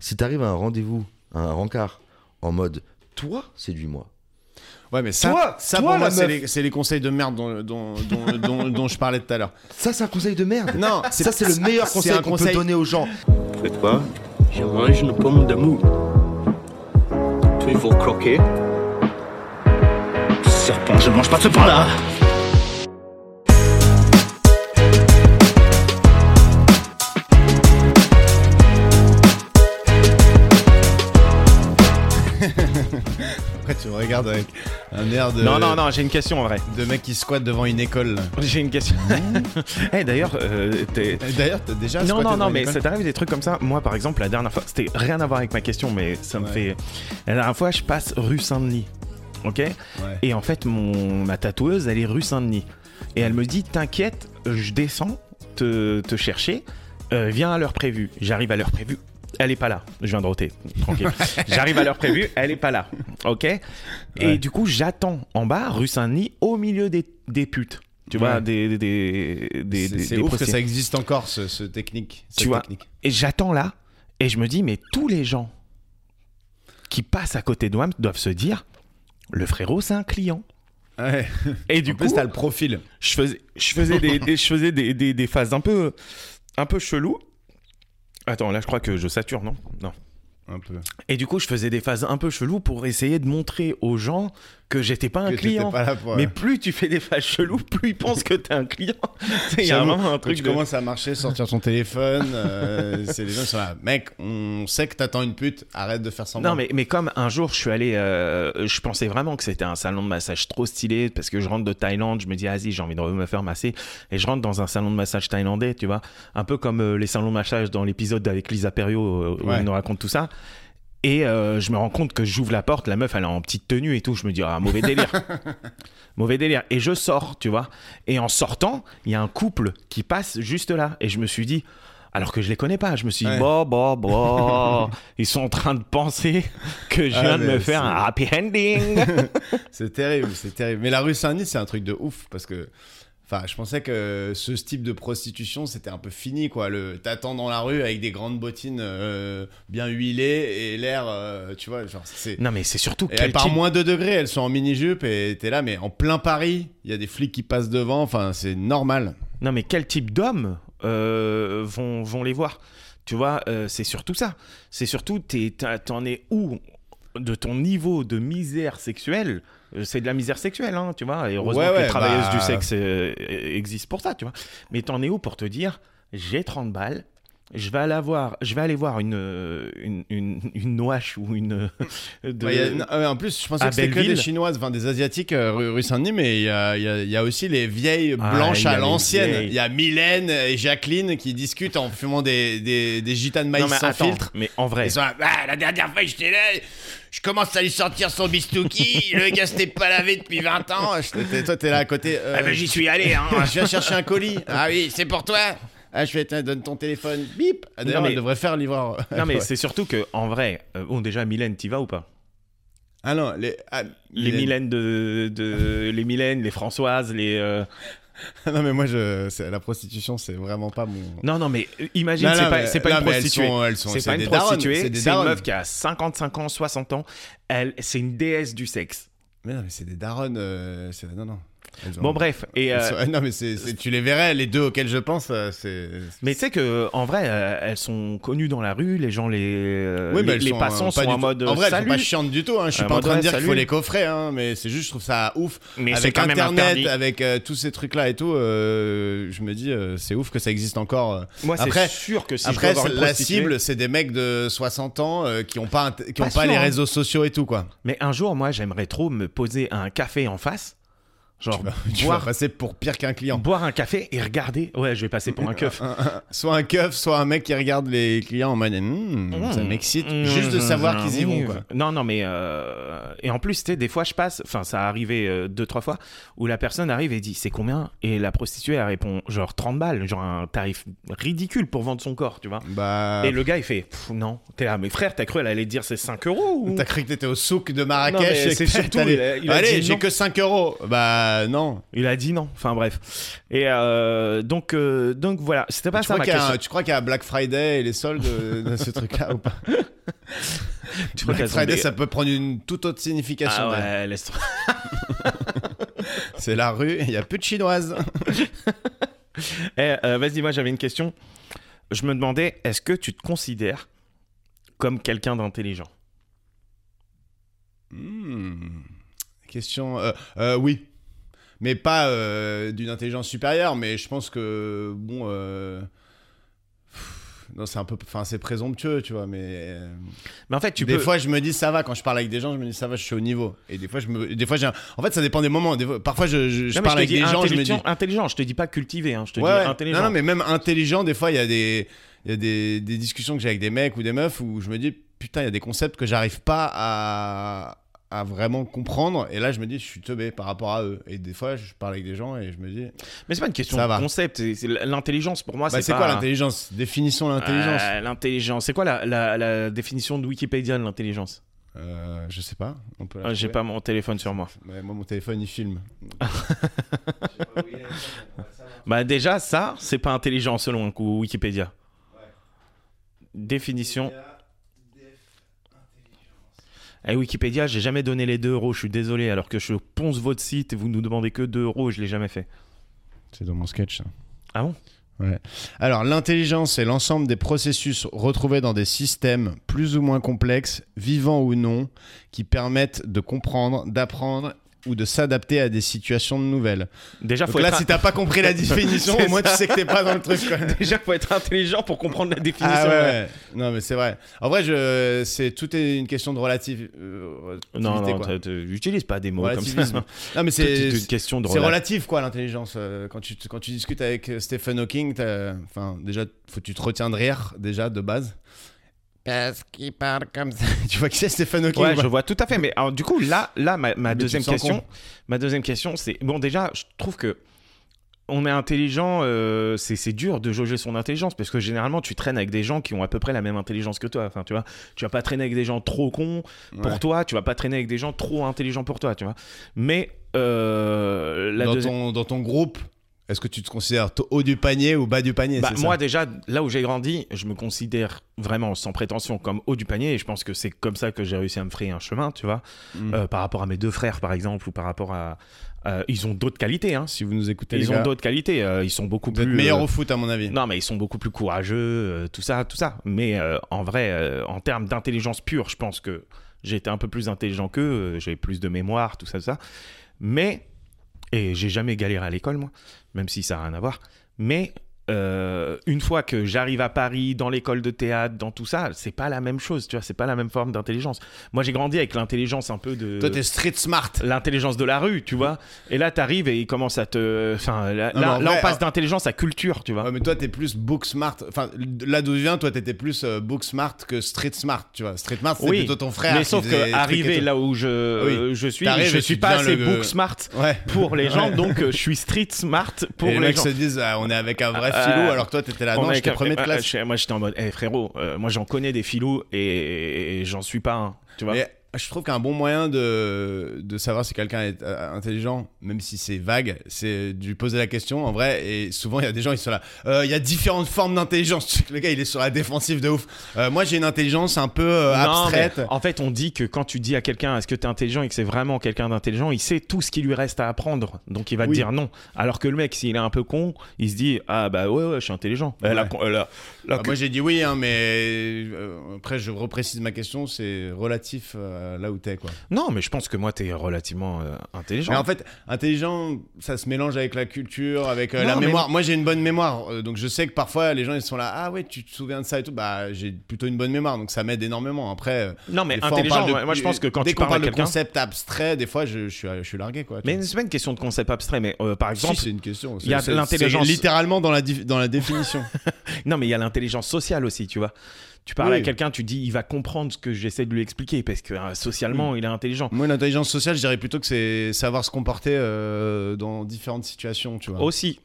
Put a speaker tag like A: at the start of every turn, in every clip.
A: Si t'arrives à un rendez-vous, à un rencard, en mode toi, séduis-moi.
B: Ouais, mais ça,
A: Toi,
B: ça
A: toi,
B: pour moi,
A: la
B: c'est
A: meuf.
B: les, c'est les conseils de merde dont, dont, dont, dont- dont je parlais tout à l'heure.
A: Ça, c'est un conseil de merde.
B: Non,
A: Ça, c'est le meilleur
B: c'est
A: conseil
B: un
A: qu'on peut
B: conseil-
A: donner aux gens.
C: Faites quoi Je mange une pomme d'amour. Tu vont croquer Serpent, je mange pas ce pain-là
B: Après, tu me regardes avec un air de,
D: Non, non, non, j'ai une question en vrai.
B: de mec qui squatte devant une école.
D: J'ai une question. Eh, d'ailleurs, euh, t'es-
B: Et D'ailleurs, t'as déjà
D: Non,
B: squatté
D: non,
B: devant
D: non,
B: une
D: mais
B: école
D: ça t'arrive des trucs comme ça. Moi, par exemple, la dernière fois, c'était rien à voir avec ma question, mais ça me
B: Ouais.
D: fait. La dernière fois, je passe rue Saint-Denis. Ok
B: Ouais.
D: Et en fait, mon... ma tatoueuse, elle est rue Saint-Denis. Et elle me dit T'inquiète, je descends te, te chercher, euh, viens à l'heure prévue. J'arrive à l'heure prévue. Elle est pas là. Je viens de roter. Tranquille. J'arrive à l'heure prévue, elle est pas là. Ok Et du coup, j'attends en bas, rue Saint-Denis, au milieu des, des putes. Tu vois,
B: Ouais.
D: des. des, des, des-
B: C'est-
D: des-
B: C'est
D: des
B: ouf que
D: prostituées.
B: ça existe encore, ce, ce technique. cette
D: Tu vois.
B: technique.
D: Et j'attends là, et je me dis, mais tous les gens qui passent à côté de moi doivent se dire, le frérot, c'est un client.
B: Ouais.
D: Et du
B: en
D: coup,
B: plus, t'as le profil.
D: je faisais, je faisais, des, des- je faisais des, des- des phases un peu, un peu chelou. Attends, là, je crois que je sature, non Non.
B: Un peu.
D: Et du coup, je faisais des phases un peu chelou pour essayer de montrer aux gens que j'étais pas un
B: Que t'étais
D: client.
B: pas là pour- euh,
D: Mais plus tu fais des phases cheloues, plus ils pensent que t'es un client. Tu sais, Il y a
B: J'avoue,
D: vraiment un
B: quand
D: truc
B: Tu
D: de...
B: commences à marcher, sortir ton téléphone. euh, c'est les gens qui sont là. Mec, on sait que t'attends une pute. Arrête de faire semblant.
D: Non, mais, mais comme un jour, je suis allé. euh, je pensais vraiment que c'était un salon de massage trop stylé parce que je rentre de Thaïlande. Je me dis, vas-y, j'ai envie de me faire masser. Et je rentre dans un salon de massage thaïlandais, tu vois. Un peu comme euh, les salons de massage dans l'épisode avec Lisa Perio euh, où
B: Ouais.
D: elle nous raconte tout ça. Et euh, je me rends compte que j'ouvre la porte, la meuf elle est en petite tenue et tout. Je me dis, ah, mauvais délire. mauvais délire. Et je sors, tu vois. Et en sortant, il y a un couple qui passe juste là. Et je me suis dit, alors que je les connais pas, je me suis dit, bah,
B: Ouais.
D: bon, bon, bon, ils sont en train de penser que je
B: Ah,
D: viens de
B: mais
D: me faire
B: c'est-
D: un happy ending.
B: C'est terrible, c'est terrible. Mais la rue Saint-Denis, c'est un truc de ouf parce que. Enfin, je pensais que ce type de prostitution, c'était un peu fini, quoi. Le t'attends dans la rue avec des grandes bottines euh, bien huilées et l'air, euh, tu vois, genre c'est.
D: non, mais c'est surtout
B: Et
D: quel
B: elles partent
D: type-
B: moins 2 degrés, elles sont en mini-jupe et t'es là, mais en plein Paris, il y a des flics qui passent devant, enfin, c'est normal.
D: Non, mais quel type d'hommes euh, vont, vont les voir Tu vois, euh, c'est surtout ça. C'est surtout, t'es- t'as- t'en es où de ton niveau de misère sexuelle Euh, c'est de la misère sexuelle, hein, tu vois. Et heureusement
B: Ouais,
D: que
B: ouais,
D: les travailleuses
B: bah-
D: du sexe euh, existent pour ça, tu vois. Mais t'en es où pour te dire, j'ai 30 balles, je vais aller voir, je vais aller voir une, euh, une, une, une ouache ou une... euh, de-
B: Ouais, Bah, y a- non, ouais, en plus, je pensais
D: à
B: que c'était que des
D: Belleville.
B: Chinoises, enfin des Asiatiques, euh, rue, rue Saint-Denis, mais il y a, il y a- il y a aussi les vieilles
D: Ah,
B: blanches
D: il y a
B: à
D: les
B: l'ancienne.
D: vieilles.
B: Il y a Mylène et Jacqueline qui discutent en fumant des, des, des gitanes maïs
D: non, mais
B: sans
D: attends,
B: filtre.
D: mais en vrai...
B: Ils sont là, Ah, la dernière fois j'étais là, je commence à lui sortir son bistouki, le gars s'était pas lavé depuis 20 ans. Je- t'es- toi t'es là à côté. euh,
D: Ah, ben, j'y suis allé, hein
B: je viens chercher un colis. Ah oui, c'est pour toi. Ah, je vais te donner ton téléphone. Bip. Ah, D'ailleurs,
D: Non, mais-
B: elle devrait faire livreur.
D: Non, mais c'est surtout que, en vrai... euh, bon, déjà, Mylène, t'y vas ou pas
B: Ah non, les. ah,
D: Les
B: Mylène.
D: Mylène de, de- les Mylène, les Françoises, les euh,
B: non mais moi je c'est- la prostitution c'est vraiment pas mon
D: non non mais euh, imagine
B: Non,
D: c'est
B: non,
D: pas
B: mais-
D: c'est pas
B: non,
D: une
B: mais elles
D: prostituée
B: sont- elles sont-
D: c'est
B: c'est
D: pas une
B: des daronnes,
D: prostituée
B: c'est des
D: c'est une
B: daronnes.
D: meuf qui a 55 ans 60 ans elle c'est une déesse du sexe
B: mais non mais c'est des daronnes euh, c'est- non non Elles ont-
D: bon bref et
B: elles
D: euh,
B: sont- non mais c'est c'est- tu les verrais les deux auxquels je pense euh, c'est
D: mais tu sais que en vrai euh, elles sont connues dans la rue les gens les euh,
B: Oui, mais
D: les,
B: elles
D: les
B: sont,
D: passants
B: euh, pas
D: sont
B: du
D: en
B: tout-
D: mode
B: en vrai, elles sont
D: salut
B: pas chiantes du tout. Hein. Je suis
D: Euh,
B: pas en
D: mode,
B: train de
D: ouais,
B: dire qu'il faut
D: salut.
B: les coffrer, hein, mais c'est juste, je trouve ça ouf.
D: mais c'est
B: avec
D: quand même
B: Internet,
D: interdit
B: avec euh, tous ces trucs-là et tout, euh, je me dis, euh, c'est ouf que ça existe encore. euh.
D: moi
B: Après-
D: c'est sûr que si je dois
B: Après,
D: avoir une
B: la
D: prostituée-
B: cible, c'est des mecs de 60 ans euh, qui ont pas, int- qui ont
D: Pas
B: pas
D: sûr,
B: les
D: hein.
B: réseaux sociaux et tout, quoi.
D: mais un jour moi j'aimerais trop me poser à un café en face genre
B: Tu vas- Tu vas
D: boire Bah.
B: passer pour pire qu'un client.
D: boire un café et regarder ouais je vais passer pour un keuf
B: Soit un keuf, soit un mec qui regarde Hum, Ah,
D: Mmh. Mm.
B: les clients en mode Hmm, ça m'excite. Juste de savoir qu'ils y vont, quoi.
D: Non, non, mais euh, et en plus, tu sais, des fois, je passe, enfin, ça arrivait euh, deux, trois fois, où la personne arrive et dit, c'est combien Et la prostituée, elle répond, genre 30 balles, genre un tarif ridicule pour vendre son corps, tu vois.
B: Bah.
D: Et le gars, il fait, Pff, non, t'es là, mais frère, t'as cru, elle allait dire c'est 5 euros ou...
B: T'as cru que t'étais au souk de
D: Non, mais
B: Marrakech et
D: c'est
B: que
D: surtout,
B: t'allais-
D: il a- il a
B: Allez,
D: dit
B: j'ai
D: non.
B: que 5 euros. Bah non.
D: Il a dit non, enfin bref. Et euh, donc, euh, donc voilà, c'était pas
B: tu,
D: ça
B: crois
D: ma
B: qu'il y a un-
D: question.
B: tu crois qu'il y a Black Friday et les soldes euh, dans ce truc-là ou pas
D: Tu vois
B: Black
D: qu'elles ont
B: Friday,
D: des-
B: ça peut prendre une toute autre signification.
D: Ah
B: d'ailleurs.
D: ouais, laisse tomber.
B: C'est la rue et il y a peu de chinoises.
D: Eh, euh, Vas-y, moi j'avais une question. Je me demandais, est-ce que tu te considères comme quelqu'un d'intelligent
B: Hmm. Question. euh, euh, oui. Mais pas euh, d'une intelligence supérieure, mais je pense que. Bon. euh, pff, Non, c'est un peu. Enfin, c'est présomptueux, tu vois, mais. euh,
D: Mais en fait, tu
B: des
D: peux.
B: fois, je me dis ça va quand je parle avec des gens. Je me dis ça va, je suis au niveau. Et des fois, je me, des fois, j'ai. un- En fait, ça dépend des moments. Des fois- parfois, je, je- je
D: Non, mais
B: parle
D: te
B: avec
D: dis
B: des gens. Je me dis.
D: intelligent, intelligent, je te dis pas cultivé, hein, je te
B: Ouais,
D: dis
B: ouais.
D: intelligent.
B: Non, non, mais même intelligent, des fois, il y a des, il y a des, des discussions que j'ai avec des mecs ou des meufs où je me dis putain, il y a des concepts que j'arrive pas à à vraiment comprendre et là je me dis je suis teubé par rapport à eux et des fois je parle avec des gens et je me dis
D: Mais c'est pas une question
B: Ça
D: de
B: va.
D: concept. c'est- Ah, c'est L'intelligence, pour moi,
B: bah, c'est
D: pas-
B: quoi l'intelligence définissons l'intelligence
D: Euh, l'intelligence. C'est quoi la, la- la définition de Wikipédia de l'intelligence
B: Euh, je sais pas on peut la
D: Ah, J'ai
B: trouver.
D: pas mon téléphone sur moi.
B: Ouais, moi mon téléphone il filme
D: Bah déjà, ça, c'est pas intelligent selon un coup Wikipédia. Définition. Eh, Wikipédia, j'ai jamais donné les 2 euros, je suis désolé, alors que je ponce votre site et vous nous demandez que 2 euros, je l'ai jamais fait.
B: c'est dans mon sketch ça.
D: Ah bon
B: Alors, l'intelligence c'est l'ensemble des processus retrouvés dans des systèmes plus ou moins complexes, vivants ou non, qui permettent de comprendre, d'apprendre ou de s'adapter à des situations nouvelles.
D: Déjà,
B: Donc
D: Ah, faut
B: là,
D: être
B: si t'as pas compris la définition,
D: C'est
B: au moins tu
D: ça.
B: sais que t'es pas dans le truc. quoi.
D: déjà faut être intelligent pour comprendre la définition.
B: Ah ouais,
D: ouais.
B: ouais. Non, mais c'est vrai. En vrai, je... c'est tout est une question de relative. euh, relativité,
D: Non, non,
B: quoi.
D: t'as- t'as- j'utilise pas des mots comme ça.
B: Relativisme. Non, mais
D: Tout
B: c'est
D: est une question de
B: c'est
D: rela-
B: relatif quoi l'intelligence euh, quand tu quand tu discutes avec euh, Stephen Hawking t'as- enfin déjà faut que tu te retiens de rire déjà de base parce qu'il parle comme ça tu vois qui c'est Stephen Hawking
D: Ouais,
B: ou pas
D: je vois tout à fait. Mais alors, du coup, là, là, ma,
B: Mais
D: ma
B: tu
D: deuxième
B: te sens
D: question,
B: con.
D: ma deuxième question, c'est bon. Déjà, je trouve que on est intelligent. euh, c'est c'est dur de jauger son intelligence parce que généralement, tu traînes avec des gens qui ont à peu près la même intelligence que toi. Enfin, tu vois, tu vas pas traîner avec des gens trop cons pour
B: Ouais.
D: toi. Tu vas pas traîner avec des gens trop intelligents pour toi. Tu vois. Mais euh, la
B: dans
D: deuxième.
B: ton dans ton groupe est-ce que tu te considères t- haut du panier ou bas du panier
D: Bah,
B: c'est ça
D: moi déjà, là où j'ai grandi, je me considère vraiment sans prétention comme haut du panier et je pense que c'est comme ça que j'ai réussi à me frayer un chemin, tu vois,
B: Mm.
D: Euh, par rapport à mes deux frères par exemple ou par rapport à... euh, ils ont d'autres qualités, hein.
B: si vous nous écoutez les
D: Ils
B: gars,
D: ont d'autres qualités, euh, ils sont beaucoup
B: vous êtes
D: plus...
B: meilleur
D: euh,
B: au foot à mon avis
D: Non mais ils sont beaucoup plus courageux, euh, tout ça, tout ça. Mais euh, en vrai, euh, en termes d'intelligence pure, je pense que j'ai été un peu plus intelligent qu'eux, euh, j'ai plus de mémoire, tout ça, tout ça. Mais, et j'ai jamais galéré à l'école, moi, même si ça n'a rien à voir. Mais euh, une fois que j'arrive à Paris, dans l'école de théâtre, dans tout ça, c'est pas la même chose, tu vois, c'est pas la même forme d'intelligence. Moi, j'ai grandi avec l'intelligence un peu de.
B: toi t'es street smart
D: L'intelligence de la rue, tu vois. Et là, t'arrives et il commence à te. Enfin, là,
B: Non, mais
D: là-
B: en
D: là,
B: vrai,
D: on passe
B: euh,
D: d'intelligence à culture, tu vois.
B: Ouais, mais toi, t'es plus book smart. Enfin, là d'où je viens, toi, t'étais plus euh, book smart que street smart, tu vois. Street smart, c'est
D: Oui,
B: plutôt ton frère.
D: Mais
B: qui
D: sauf
B: faisait des
D: que
B: trucs et
D: arrivé
B: tout.
D: là où je, euh, je suis,
B: T'arrives
D: je
B: et
D: suis
B: tu
D: pas
B: deviens
D: assez
B: le-
D: book smart
B: Ouais.
D: pour les gens,
B: Ouais.
D: donc euh, je suis street smart pour
B: et les,
D: les,
B: mecs
D: gens.
B: se disent, ah, on est avec un vrai
D: Ah,
B: philo,
D: ah,
B: alors que toi, t'étais là,
D: On
B: bah non,
D: est
B: j'étais
D: avec-
B: premier de
D: euh,
B: classe.
D: je- moi j'étais en mode, Eh, frérot, euh, moi j'en connais des filous et, et j'en suis pas un. Tu vois
B: Mais je trouve qu'un bon moyen de, de savoir si quelqu'un est euh, intelligent, même si c'est vague, c'est de lui poser la question en vrai. Et souvent, il y a des gens, ils sont là. Euh, Il y a différentes formes d'intelligence. Tu sais que Le gars, il est sur la défensive de ouf. Euh, moi, j'ai une intelligence un peu euh,
D: Non,
B: abstraite.
D: mais en fait, on dit que quand tu dis à quelqu'un est-ce que t'es intelligent et que c'est vraiment quelqu'un d'intelligent, il sait tout ce qui lui reste à apprendre. Donc il va
B: Oui.
D: te dire non. Alors que le mec, s'il est un peu con, il se dit ah bah ouais, ouais je suis intelligent. Euh, la
B: Ouais.
D: con- euh, la- la
B: Ah,
D: cu-
B: Moi j'ai dit oui, hein, mais euh, après je reprécise ma question, c'est relatif euh, là où t'es quoi.
D: Non, mais je pense que moi, t'es relativement euh, intelligent.
B: Mais en fait, intelligent, ça se mélange avec la culture, avec euh,
D: Non,
B: la
D: mais-
B: mémoire. Moi j'ai une bonne mémoire, euh, donc je sais que parfois les gens ils sont là, ah ouais tu te souviens de ça et tout, bah j'ai plutôt une bonne mémoire, donc ça m'aide énormément. Après, euh,
D: Non, mais
B: des fois, on
D: intelligent,
B: parle de-
D: moi, moi, je pense que quand
B: dès
D: tu
B: qu'on
D: parles à
B: parle de
D: quelqu'un.
B: concept abstrait, des fois je, je suis, je suis largué quoi. tu
D: Mais
B: vois. Ah,
D: c'est pas une question de concept abstrait, mais euh, par
B: Si,
D: exemple.
B: c'est une question.
D: il y a
B: C'est- c'est-
D: l'intelligence-
B: c'est Littéralement dans la, dif- dans la définition.
D: non, mais il y a l'intelligence sociale aussi, tu vois. Tu parles
B: Oui.
D: à quelqu'un, tu dis, il va comprendre ce que j'essaie de lui expliquer parce que euh, socialement, il est intelligent.
B: Moi, l'intelligence sociale, je dirais plutôt que c'est savoir se comporter euh, dans différentes situations, tu vois.
D: Aussi.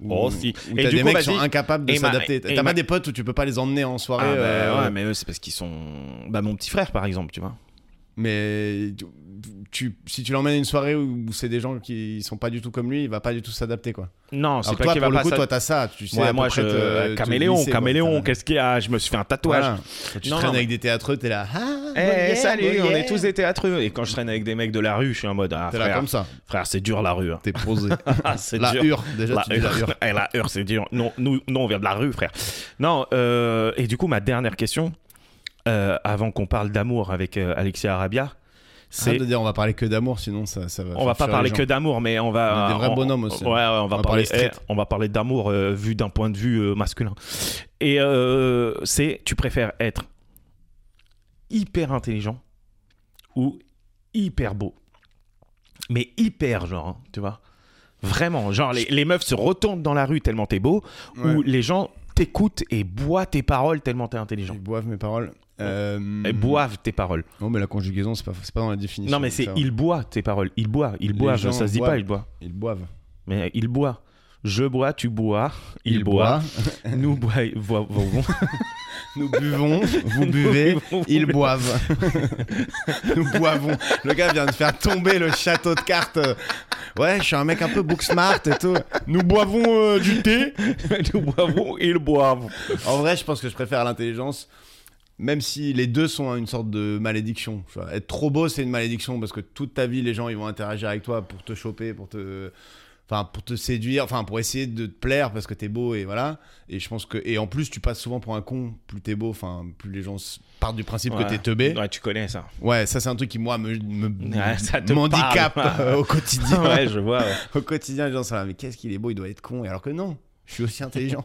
B: Où-
D: aussi.
B: où
D: Oh, Et
B: t'as
D: du
B: des
D: coup,
B: mecs qui
D: vas-y.
B: sont incapables de
D: Et ma-
B: s'adapter.
D: et
B: T'as
D: ma-
B: pas des potes où tu peux pas les emmener en soirée.
D: Ah, bah,
B: euh,
D: ouais, mais eux, c'est parce qu'ils sont. Bah, mon petit frère, par exemple, tu vois.
B: Mais tu- tu, si tu l'emmènes à une soirée où c'est des gens qui sont pas du tout comme lui, il va pas du tout s'adapter quoi.
D: Non,
B: Alors
D: c'est
B: que
D: pas
B: toi,
D: qu'il
B: pour
D: va
B: le
D: pas
B: coup,
D: s'ad-
B: toi t'as ça. Tu sais euh,
D: Ouais,
B: à
D: moi,
B: peu près
D: je. euh,
B: te- te
D: caméléon,
B: glisser, quoi.
D: caméléon,
B: T'as-
D: qu'est-ce qu'il y a Je me suis fait un tatouage.
B: Voilà. Quand tu
D: Non,
B: traînes
D: non,
B: avec des théâtreux, t'es là. Ah,
D: Eh,
B: Molière,
D: salut, on
B: Molière.
D: est tous des théâtreux. Et quand je traîne avec des mecs de la rue, je suis en mode, ah,
B: T'es là
D: frère,
B: comme ça.
D: frère, c'est dur la rue. hein.
B: T'es posé.
D: Ah, c'est
B: la
D: dur.
B: hure, déjà
D: La
B: tu dis la
D: hure.
B: hure.
D: Eh, la hure, c'est dur. Non, nous, non, on vient de la rue, frère. Non, euh, et du coup, ma dernière question, euh, avant qu'on parle d'amour avec euh, Alexia Arabia,
B: C'est
D: c'est.
B: de dire on va parler que d'amour, sinon ça, ça va.
D: on va
B: faire
D: pas
B: fuir
D: parler
B: les
D: que
B: gens.
D: d'amour, mais on va.
B: On est des vrais
D: on-
B: bonhommes aussi.
D: Ouais, ouais, on, va parler.
B: street.
D: eh, on va parler d'amour euh, vu d'un point de vue euh, masculin. Et euh, c'est, tu préfères être hyper intelligent ou hyper beau, mais hyper genre, hein, tu vois. Vraiment, genre les, les meufs se retournent dans la rue tellement t'es beau, ou
B: Ouais.
D: les gens t'écoutent et boivent tes paroles tellement t'es intelligent.
B: Ils boivent mes paroles. Euh,
D: Et boivent tes paroles.
B: Non, mais la conjugaison, c'est pas, c'est pas dans la définition.
D: Non mais c'est
B: ça.
D: il boit tes paroles, il boit, il boit,
B: gens
D: ça se dit
B: boivent.
D: pas il boit.
B: Ils boivent.
D: Mais il boit. Je bois, tu bois, il, boit. Nous boi- vo- vo- vo-
B: Nous buvons, vous buvez,
D: buvons, vous
B: ils
D: buvez.
B: boivent. Nous boivons. Le gars vient de faire tomber le château de cartes. Ouais, je suis un mec un peu book smart et tout. Nous boivons euh, du thé.
D: nous boivons, ils boivent.
B: En vrai, je pense que je préfère l'intelligence. Même si les deux sont une sorte de malédiction. Tu vois. Être trop beau, c'est une malédiction parce que toute ta vie, les gens ils vont interagir avec toi pour te choper, pour te, enfin pour te séduire, enfin pour essayer de te plaire parce que t'es beau et voilà. Et je pense que et en plus, tu passes souvent pour un con. Plus t'es beau, enfin plus les gens s- partent du principe
D: Ouais.
B: que t'es teubé.
D: Ouais, tu connais ça.
B: Ouais, ça c'est un truc qui moi me, me
D: Ouais, ça te
B: m'handicape
D: parle. hein.
B: euh, au quotidien.
D: ouais, je vois. ouais.
B: Au quotidien, les gens sont là, mais qu'est-ce qu'il est beau, il doit être con. Et alors que non, je suis aussi intelligent.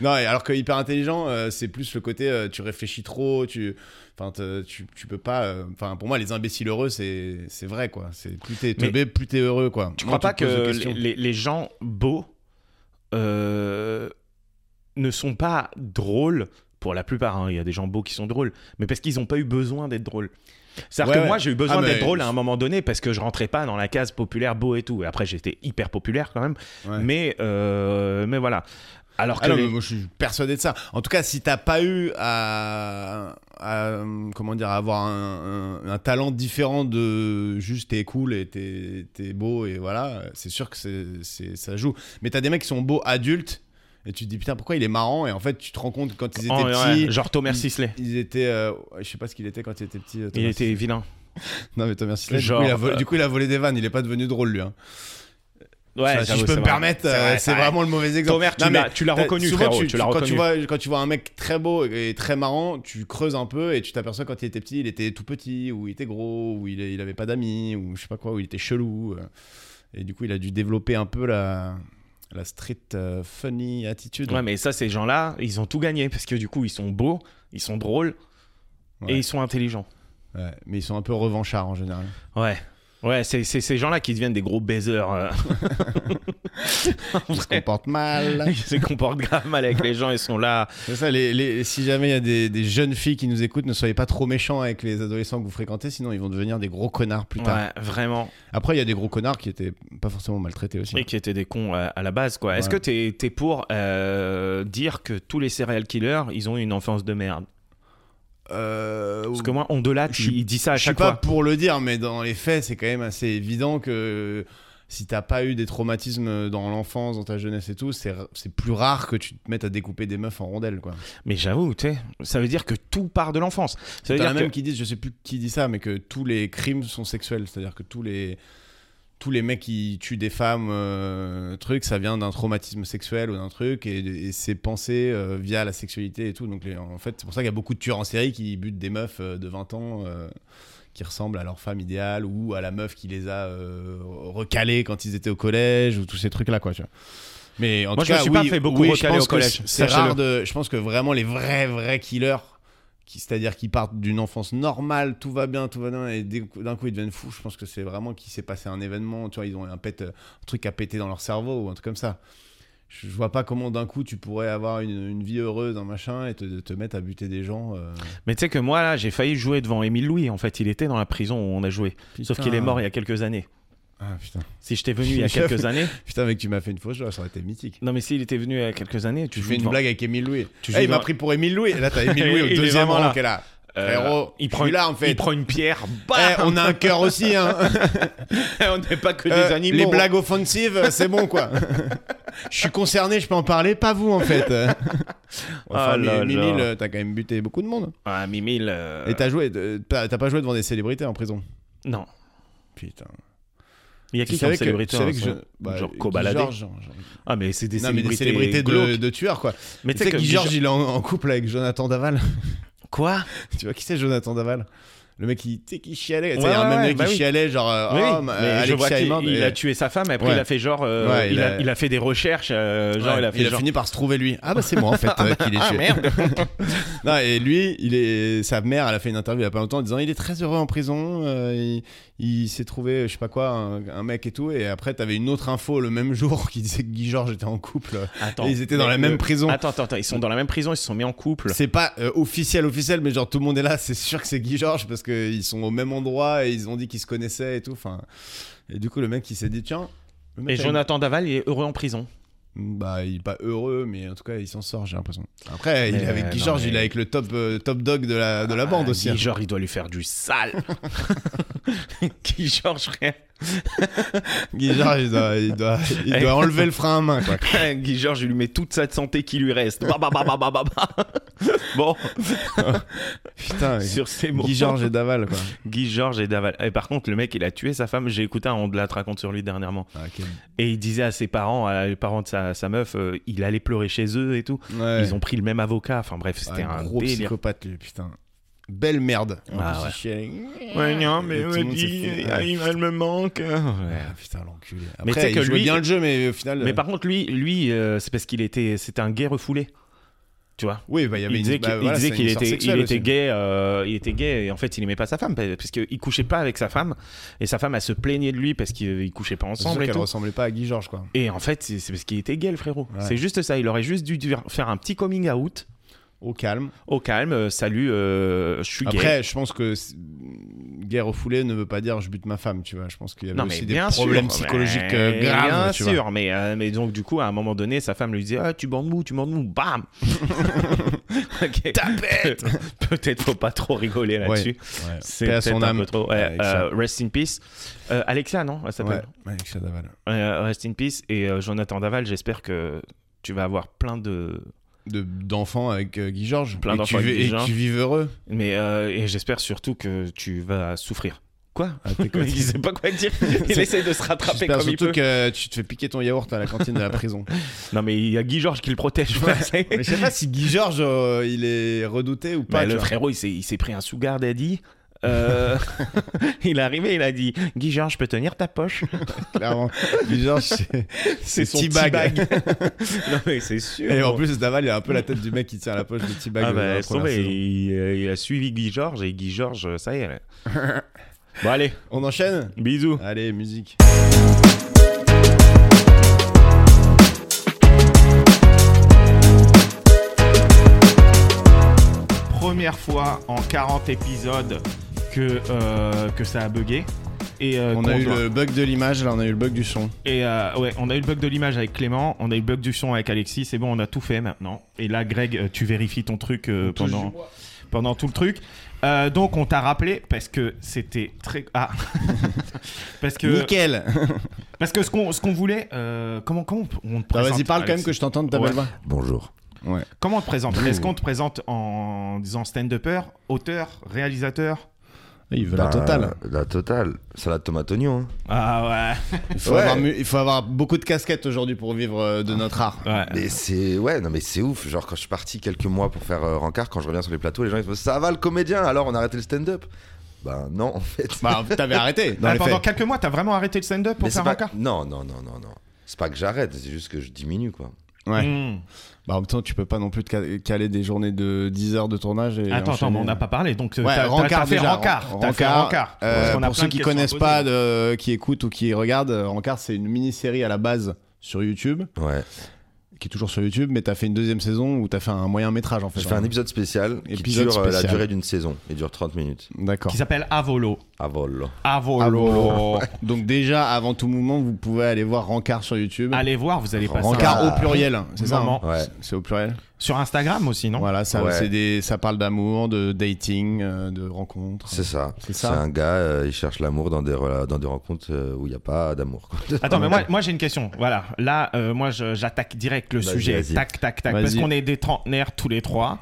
B: non, et alors que hyper intelligent, euh, c'est plus le côté euh, tu réfléchis trop, tu, enfin, te- tu, tu peux pas. euh, Enfin, pour moi, les imbéciles heureux, c'est, c'est vrai quoi. C'est plus t'es
D: Mais-
B: teubé, plus t'es heureux quoi.
D: Tu
B: Moi,
D: crois pas
B: te poses des
D: que
B: questions.
D: les, les- les gens beaux euh, ne sont pas drôles pour la plupart. hein. Il y a des gens beaux qui sont drôles, mais parce qu'ils n'ont pas eu besoin d'être drôles. C'est-à-dire
B: Ouais,
D: que
B: ouais.
D: moi, j'ai eu besoin
B: Ah, mais-
D: d'être drôle à un moment donné parce que je rentrais pas dans la case populaire beau et tout. Et après, j'étais hyper populaire quand même.
B: Ouais.
D: Mais, euh, mais voilà. Alors que
B: Ah non,
D: les-
B: mais moi je suis persuadé de ça. En tout cas, si t'as pas eu à, à, comment dire, à avoir un, un- un talent différent de juste t'es cool et t'es t'es beau et voilà, c'est sûr que c'est c'est- ça joue. Mais t'as des mecs qui sont beaux adultes et tu te dis putain pourquoi il est marrant et en fait tu te rends compte que quand ils étaient
D: Oh, ouais,
B: petits,
D: genre Thomas Sisley.
B: ils étaient, euh, je sais pas ce qu'il était quand il était petit. euh,
D: Il
B: Thomas
D: était vilain.
B: Non mais Thomas Sisley,
D: Genre,
B: du, coup, il a volé,
D: euh,
B: du coup, il a volé des vannes, il est pas devenu drôle lui. hein.
D: Ouais,
B: Enfin, si
D: j'avoue,
B: je peux
D: c'est
B: me
D: vrai.
B: permettre, euh,
D: vrai,
B: c'est
D: vrai.
B: vraiment le mauvais exemple.
D: Thomas, tu
B: Non, mais
D: l'as- tu l'as
B: T'as-
D: reconnu,
B: souvent,
D: frérot,
B: tu,
D: tu l'as
B: quand
D: reconnu.
B: Tu vois, quand tu vois un mec très beau et très marrant, tu creuses un peu et tu t'aperçois quand il était petit, il était tout petit, ou il était gros, ou il, il avait pas d'amis, ou je sais pas quoi, ou il était chelou. euh. Et du coup, il a dû développer un peu la, la street euh, funny attitude.
D: Ouais, mais ça, ces gens-là, ils ont tout gagné parce que du coup, ils sont beaux, ils sont drôles
B: Ouais.
D: et ils sont intelligents.
B: Ouais, mais ils sont un peu revanchards en général.
D: Ouais. Ouais, c'est c'est ces gens-là qui deviennent des gros baiseurs. euh. En
B: Ils se
D: vrai,
B: comportent mal.
D: Ils se comportent grave mal avec les gens, ils sont là.
B: C'est ça, les, les- si jamais il y a des, des jeunes filles qui nous écoutent, ne soyez pas trop méchants avec les adolescents que vous fréquentez, sinon ils vont devenir des gros connards plus tard.
D: Ouais, vraiment.
B: Après, il y a des gros connards qui étaient pas forcément maltraités aussi.
D: Et qui étaient des cons euh, à la base, quoi. Est-ce
B: Ouais.
D: que t'es es pour euh, dire que tous les serial killers, ils ont eu une enfance de merde
B: Euh,
D: Parce que moi, on de
B: Je suis-
D: il dit ça à
B: je suis
D: chaque
B: pas
D: fois.
B: pour le dire, mais dans les faits, c'est quand même assez évident que euh, si t'as pas eu des traumatismes dans l'enfance, dans ta jeunesse et tout, c'est c'est plus rare que tu te mettes à découper des meufs en rondelles, quoi.
D: Mais j'avoue, tu sais, ça veut dire que tout part de l'enfance. Ça veut
B: T'en as
D: dire que...
B: même qui disent, je sais plus qui dit ça, mais que tous les crimes sont sexuels, c'est-à-dire que tous les tous les mecs qui tuent des femmes, euh, truc, ça vient d'un traumatisme sexuel ou d'un truc, et, et c'est pensé euh, via la sexualité et tout. Donc les- en fait, c'est pour ça qu'il y a beaucoup de tueurs en série qui butent des meufs euh, de 20 ans. euh, qui ressemblent à leur femme idéale ou à la meuf qui les a euh, recalés quand ils étaient au collège ou tous ces trucs là quoi tu vois. Mais en
D: Moi,
B: tout
D: je me
B: cas,
D: suis pas
B: oui,
D: fait beaucoup
B: oui, je
D: recaler
B: pense
D: au
B: que
D: collège,
B: C'est
D: sachez-le.
B: rare de. Je pense que vraiment les vrais vrais killers, qui- c'est-à-dire qui partent d'une enfance normale, tout va bien, tout va bien, et dès- d'un coup ils deviennent fous. Je pense que c'est vraiment qu'il s'est passé un événement, tu vois, ils ont un, pète, un truc à péter dans leur cerveau ou un truc comme ça. je je vois pas comment d'un coup tu pourrais avoir une, une vie heureuse, un machin, et te, te mettre à buter des gens. euh.
D: Mais tu sais que moi, là, j'ai failli jouer devant Émile Louis. En fait, il était dans la prison où on a joué. Sauf
B: Putain.
D: qu'il est mort il y a quelques années.
B: Ah putain.
D: Si j'étais venu il y a quelques années.
B: Putain, mec, tu m'as fait une fausse joie, ça aurait été mythique.
D: Non, mais s'il était venu il y a quelques années, tu
B: Tu
D: joues
B: fais une
D: devant-
B: blague avec Émile Louis.
D: Tu
B: Eh,
D: joues
B: il m'a
D: devant-
B: pris pour Émile Louis. Et là, t'as Émile Louis
D: Il est
B: au deuxième
D: vraiment
B: rang
D: là.
B: qui est là.
D: Euh,
B: Frérot,
D: il
B: il
D: prend
B: prend
D: une-
B: là en fait.
D: Il prend une pierre.
B: Eh,
D: Bah
B: on a un cœur aussi, hein.
D: on n'est pas que
B: Euh,
D: des animaux. hein.
B: Les blagues offensives, euh, c'est bon quoi. je suis concerné, je peux en parler, pas vous en fait. enfin,
D: Ah
B: Mi-
D: là
B: Mimile,
D: là.
B: euh, t'as quand même buté beaucoup de monde.
D: Ah, Mimile. euh,
B: Et t'as joué, euh, t'as t'as pas joué devant des célébrités en prison.
D: Non.
B: Putain.
D: Il y a qui
B: savais
D: comme
B: que-
D: célébrité
B: tu savais
D: en
B: que
D: ce
B: je-
D: moment
B: bah,
D: Genre
B: Guy
D: Kobalade.
B: Georges, genre- genre-
D: Ah, mais c'est des
B: Non, mais des
D: célébrités.
B: célébrités de,
D: glauques.
B: de tueurs quoi.
D: Mais
B: Tu sais que Guy
D: Guy
B: Georges
D: Georges-
B: il est en, en couple avec Jonathan Daval.
D: Quoi
B: tu vois qui c'est Jonathan Daval Le mec qui, tu sais, qui chialait. Tu sais,
D: Ouais,
B: il y a un
D: ouais,
B: même
D: ouais,
B: mec
D: bah
B: qui
D: oui.
B: chialait genre. euh,
D: oui,
B: oh,
D: Ah, mais
B: ma-
D: je
B: Alexia
D: vois qu'il
B: Haymond,
D: il
B: et-
D: a tué sa femme, après
B: Ouais.
D: il a fait genre, euh,
B: Ouais,
D: il,
B: il
D: a,
B: a-
D: il a fait des recherches, euh, genre
B: Ouais,
D: il a fait genre. ah,
B: fini par se trouver lui. Ah bah c'est moi en fait euh, qui l'ai tué. non, et lui, il est sa mère, elle a fait une interview il y a pas longtemps en disant il est très heureux en prison, euh, il, il s'est trouvé je sais pas quoi un, un mec et tout et après t'avais une autre info le même jour qui disait que Guy Georges était en couple.
D: Attends,
B: Et ils étaient dans
D: mais
B: la même
D: le-
B: prison.
D: Attends, attends, attends, ils sont dans la même prison, ils se sont mis en couple.
B: C'est pas euh, officiel officiel mais genre tout le monde est là, c'est sûr que c'est Guy Georges parce que ils sont au même endroit et ils ont dit qu'ils se connaissaient et tout enfin. Et du coup le mec il s'est dit tiens le
D: Et
B: mec a une
D: Jonathan Daval, il est heureux en prison.
B: Bah, il est pas heureux, mais en tout cas, il s'en sort, j'ai l'impression. Après, il
D: Mais,
B: est avec Guy
D: non,
B: Georges,
D: mais-
B: il est avec le top, euh, top dog de la, de la bande
D: Ah,
B: aussi.
D: Guy
B: hein.
D: Georges, il doit lui faire du sale. Guy Georges, rien.
B: Guy Georges, il doit, il doit, il doit enlever le frein à main, quoi.
D: Guy Georges, il lui met toute sa santé qui lui reste. Bah, bah, bah, bah, bah, bah, bah. Bon,
B: Putain, mais-
D: sur ces mots.
B: Guy Georges et Daval, quoi.
D: Guy Georges et Daval. Et par contre, le mec, il a tué sa femme. J'ai écouté un on de la raconte sur lui dernièrement.
B: Ah, quel-
D: Et il disait à ses parents, à les parents de sa, sa meuf, euh, il allait pleurer chez eux et tout.
B: Ouais.
D: Ils ont pris le même avocat. Enfin bref, c'était
B: Ah,
D: un
B: gros
D: délire.
B: psychopathe, lui, putain. Belle merde. En
D: Ah,
B: plus, il
D: ouais.
B: chiait avec-
D: Ouais, euh, non, mais
B: Et tout le monde
D: dis,
B: s'est fait-
D: elle-
B: ouais.
D: elle me manque. Ouais.
B: Ah, putain, l'enculé.
D: Mais tu
B: Après,
D: sais
B: il
D: que
B: jouait
D: lui-
B: bien le jeu, mais au final.
D: Mais
B: euh,
D: par contre, lui, lui euh, c'est parce qu'il était, c'était un gay refoulé. Tu vois
B: Oui, bah, il y avait
D: il
B: une-
D: disait
B: bah,
D: qu'il
B: voilà,
D: il disait
B: c'est une
D: qu'il
B: histoire
D: était, il
B: sexuelle
D: était
B: aussi.
D: gay, euh, il était gay et en fait il aimait pas sa femme pa- parce qu'il couchait pas avec sa femme et sa femme elle se plaignait de lui parce qu'ils ils couchaient pas
B: C'est sûr
D: ensemble et
B: qu'elle
D: tout.
B: ressemblait pas à Guy Georges, quoi.
D: Et en fait c'est c'est parce qu'il était gay le frérot.
B: Ouais.
D: C'est juste ça. Il aurait juste dû dire- faire un petit coming out
B: Au calme.
D: au calme. euh, salut, euh, je suis gay.
B: Après, je pense que c'est- guerre au foulé ne veut pas dire je bute ma femme, tu vois. Je pense qu'il y avait
D: non mais
B: aussi des
D: bien sûr,
B: problèmes
D: mais
B: psychologiques euh, graves,
D: Bien
B: tu
D: sûr, mais euh, mais donc du coup à un moment donné sa femme lui disait ah, tu bandes mou, tu bandes mou, bam. Ok. Pe- Peut-être faut pas trop rigoler là-dessus.
B: vois. Ouais.
D: C'est
B: Paix à
D: peut-être
B: son
D: un
B: âme.
D: peu trop. ouais,
B: Avec
D: euh, rest in peace. Euh, Alexia, non Elle s'appelle.
B: Ouais, avec Shadaval.
D: Euh, rest in peace. Et euh, Jonathan Daval, j'espère que tu vas avoir plein de.
B: De- D'enfants avec euh, Guy Georges.
D: Plein
B: Et
D: d'enfants
B: tu
D: avec
B: vis-
D: Guy
B: Et
D: Georges.
B: qui vivent heureux.
D: Mais euh, et j'espère surtout que tu vas souffrir. Quoi
B: Ah, t'es
D: Mais
B: con.
D: il sait pas quoi dire. Il
B: C'est-
D: essaie de se rattraper
B: J'espère
D: comme il
B: surtout
D: peut.
B: que tu te fais piquer ton yaourt à la cantine de la prison.
D: Non, mais il y a Guy Georges qui le protège. c'est-
B: Mais je sais pas si Guy Georges, euh, il est redouté ou
D: Bah,
B: pas. tu
D: le
B: vois.
D: frérot, il s'est, il s'est pris un sous-garde, a dit. Euh, il est arrivé, il a dit Guy Georges, je peux tenir ta poche
B: Clairement. Guy Georges, c'est-
D: C'est
B: son teabag.
D: non, mais c'est sûr.
B: Et en plus, Daval, il a un peu la tête du mec qui tient la poche de T-Bag.
D: Ah
B: euh,
D: bah,
B: dans la
D: laisse
B: première
D: tomber,
B: saison.
D: il, euh, il a suivi Guy Georges et Guy Georges, euh, ça y est. là. bon allez,
B: On enchaîne
D: bisous.
B: Allez, musique.
D: Première fois en 40 épisodes que, euh, que ça a bugué. Et, euh,
B: On
D: qu'on
B: a eu
D: doit-
B: le bug de l'image, là, on a eu le bug du son.
D: et euh, ouais, on a eu le bug de l'image avec Clément, on a eu le bug du son avec Alexis, c'est bon, on a tout fait maintenant. Et là, Greg, euh, tu vérifies ton truc euh, pendant, pendant tout le truc. Euh, donc, on t'a rappelé parce que c'était très. Ah Parce que. Ah,
B: Nickel
D: Parce que ce qu'on ce qu'on voulait. euh, comment, comment on te
B: Bah,
D: présente
B: Vas-y, parle quand même
D: Alexis
B: que je t'entende ta
D: Ouais.
B: belle voix.
A: Bonjour.
B: Ouais.
D: Comment on te présente Est-ce qu'on te présente en disant stand-upper, auteur, réalisateur
B: Il veut la
A: Bah,
B: totale.
A: La totale. Salade tomate oignon. hein.
D: Ah
B: Il faut,
A: Ouais.
B: avoir, mu- il faut avoir beaucoup de casquettes aujourd'hui pour vivre euh, de notre art.
D: ouais.
A: Mais c'est ouais, non mais c'est ouf. Genre quand je suis parti quelques mois pour faire euh, Rancard, quand je reviens sur les plateaux, les gens ils me disent ça va le comédien. Alors on a arrêté le stand-up. Bah non en fait.
B: Bah, t'avais arrêté. Dans
D: Ah,
B: les
D: pendant
B: faits.
D: quelques mois, t'as vraiment arrêté le stand-up pour
A: Mais c'est
D: faire
A: pas...
D: un quart
A: Non non non non non. C'est pas que j'arrête, c'est juste que je diminue quoi.
B: Ouais.
D: Mmh.
B: Bah, en même temps, tu peux pas non plus te ca- caler des journées de 10 heures de tournage. Et
D: Attends, attends,
B: enchaîner.
D: mais on n'a pas parlé. Donc, euh,
B: Ouais,
D: t'as- t'as
B: Rancard
D: t'as fait
B: déjà.
D: rencard. T'as fait
B: Rancard,
D: rencard.
B: euh,
D: Parce qu'on a
B: pour
D: plein
B: ceux
D: de
B: qui
D: questions à
B: connaissent
D: poser.
B: pas, euh, de- qui écoutent ou qui regardent, euh, Rancard, c'est une mini-série à la base sur YouTube.
A: Ouais.
B: qui est toujours sur YouTube, mais t'as fait une deuxième saison où t'as fait un moyen métrage en fait.
A: Je fais un
B: hein.
A: épisode spécial qui
B: Épisode
A: dure euh, la
B: spécial.
A: durée d'une saison. Il dure 30 minutes.
B: D'accord.
D: qui s'appelle Avolo.
A: À vol.
D: Avolo.
B: Donc déjà, avant tout mouvement, vous pouvez aller voir Rancard sur YouTube.
D: Allez voir, vous allez passer.
B: Rancard
A: Ah.
B: au pluriel, hein, c'est ça
D: Maman.
B: hein
A: Ouais.
B: C'est au pluriel.
D: Sur Instagram aussi, non
B: Voilà, ça,
A: Ouais.
B: c'est des, ça parle d'amour, de dating, euh, de rencontres.
A: C'est ça.
B: C'est
A: C'est
B: ça.
A: un gars, euh, il cherche l'amour dans des, rela- dans des rencontres euh, où il n'y a pas d'amour. quoi.
D: Attends, mais moi, moi j'ai une question. Voilà, là, euh, moi, je- j'attaque direct le
A: Vas-y,
D: sujet.
A: vas-y.
D: Tac, tac, tac. Parce
B: Vas-y.
D: qu'on est des trentenaires tous les trois.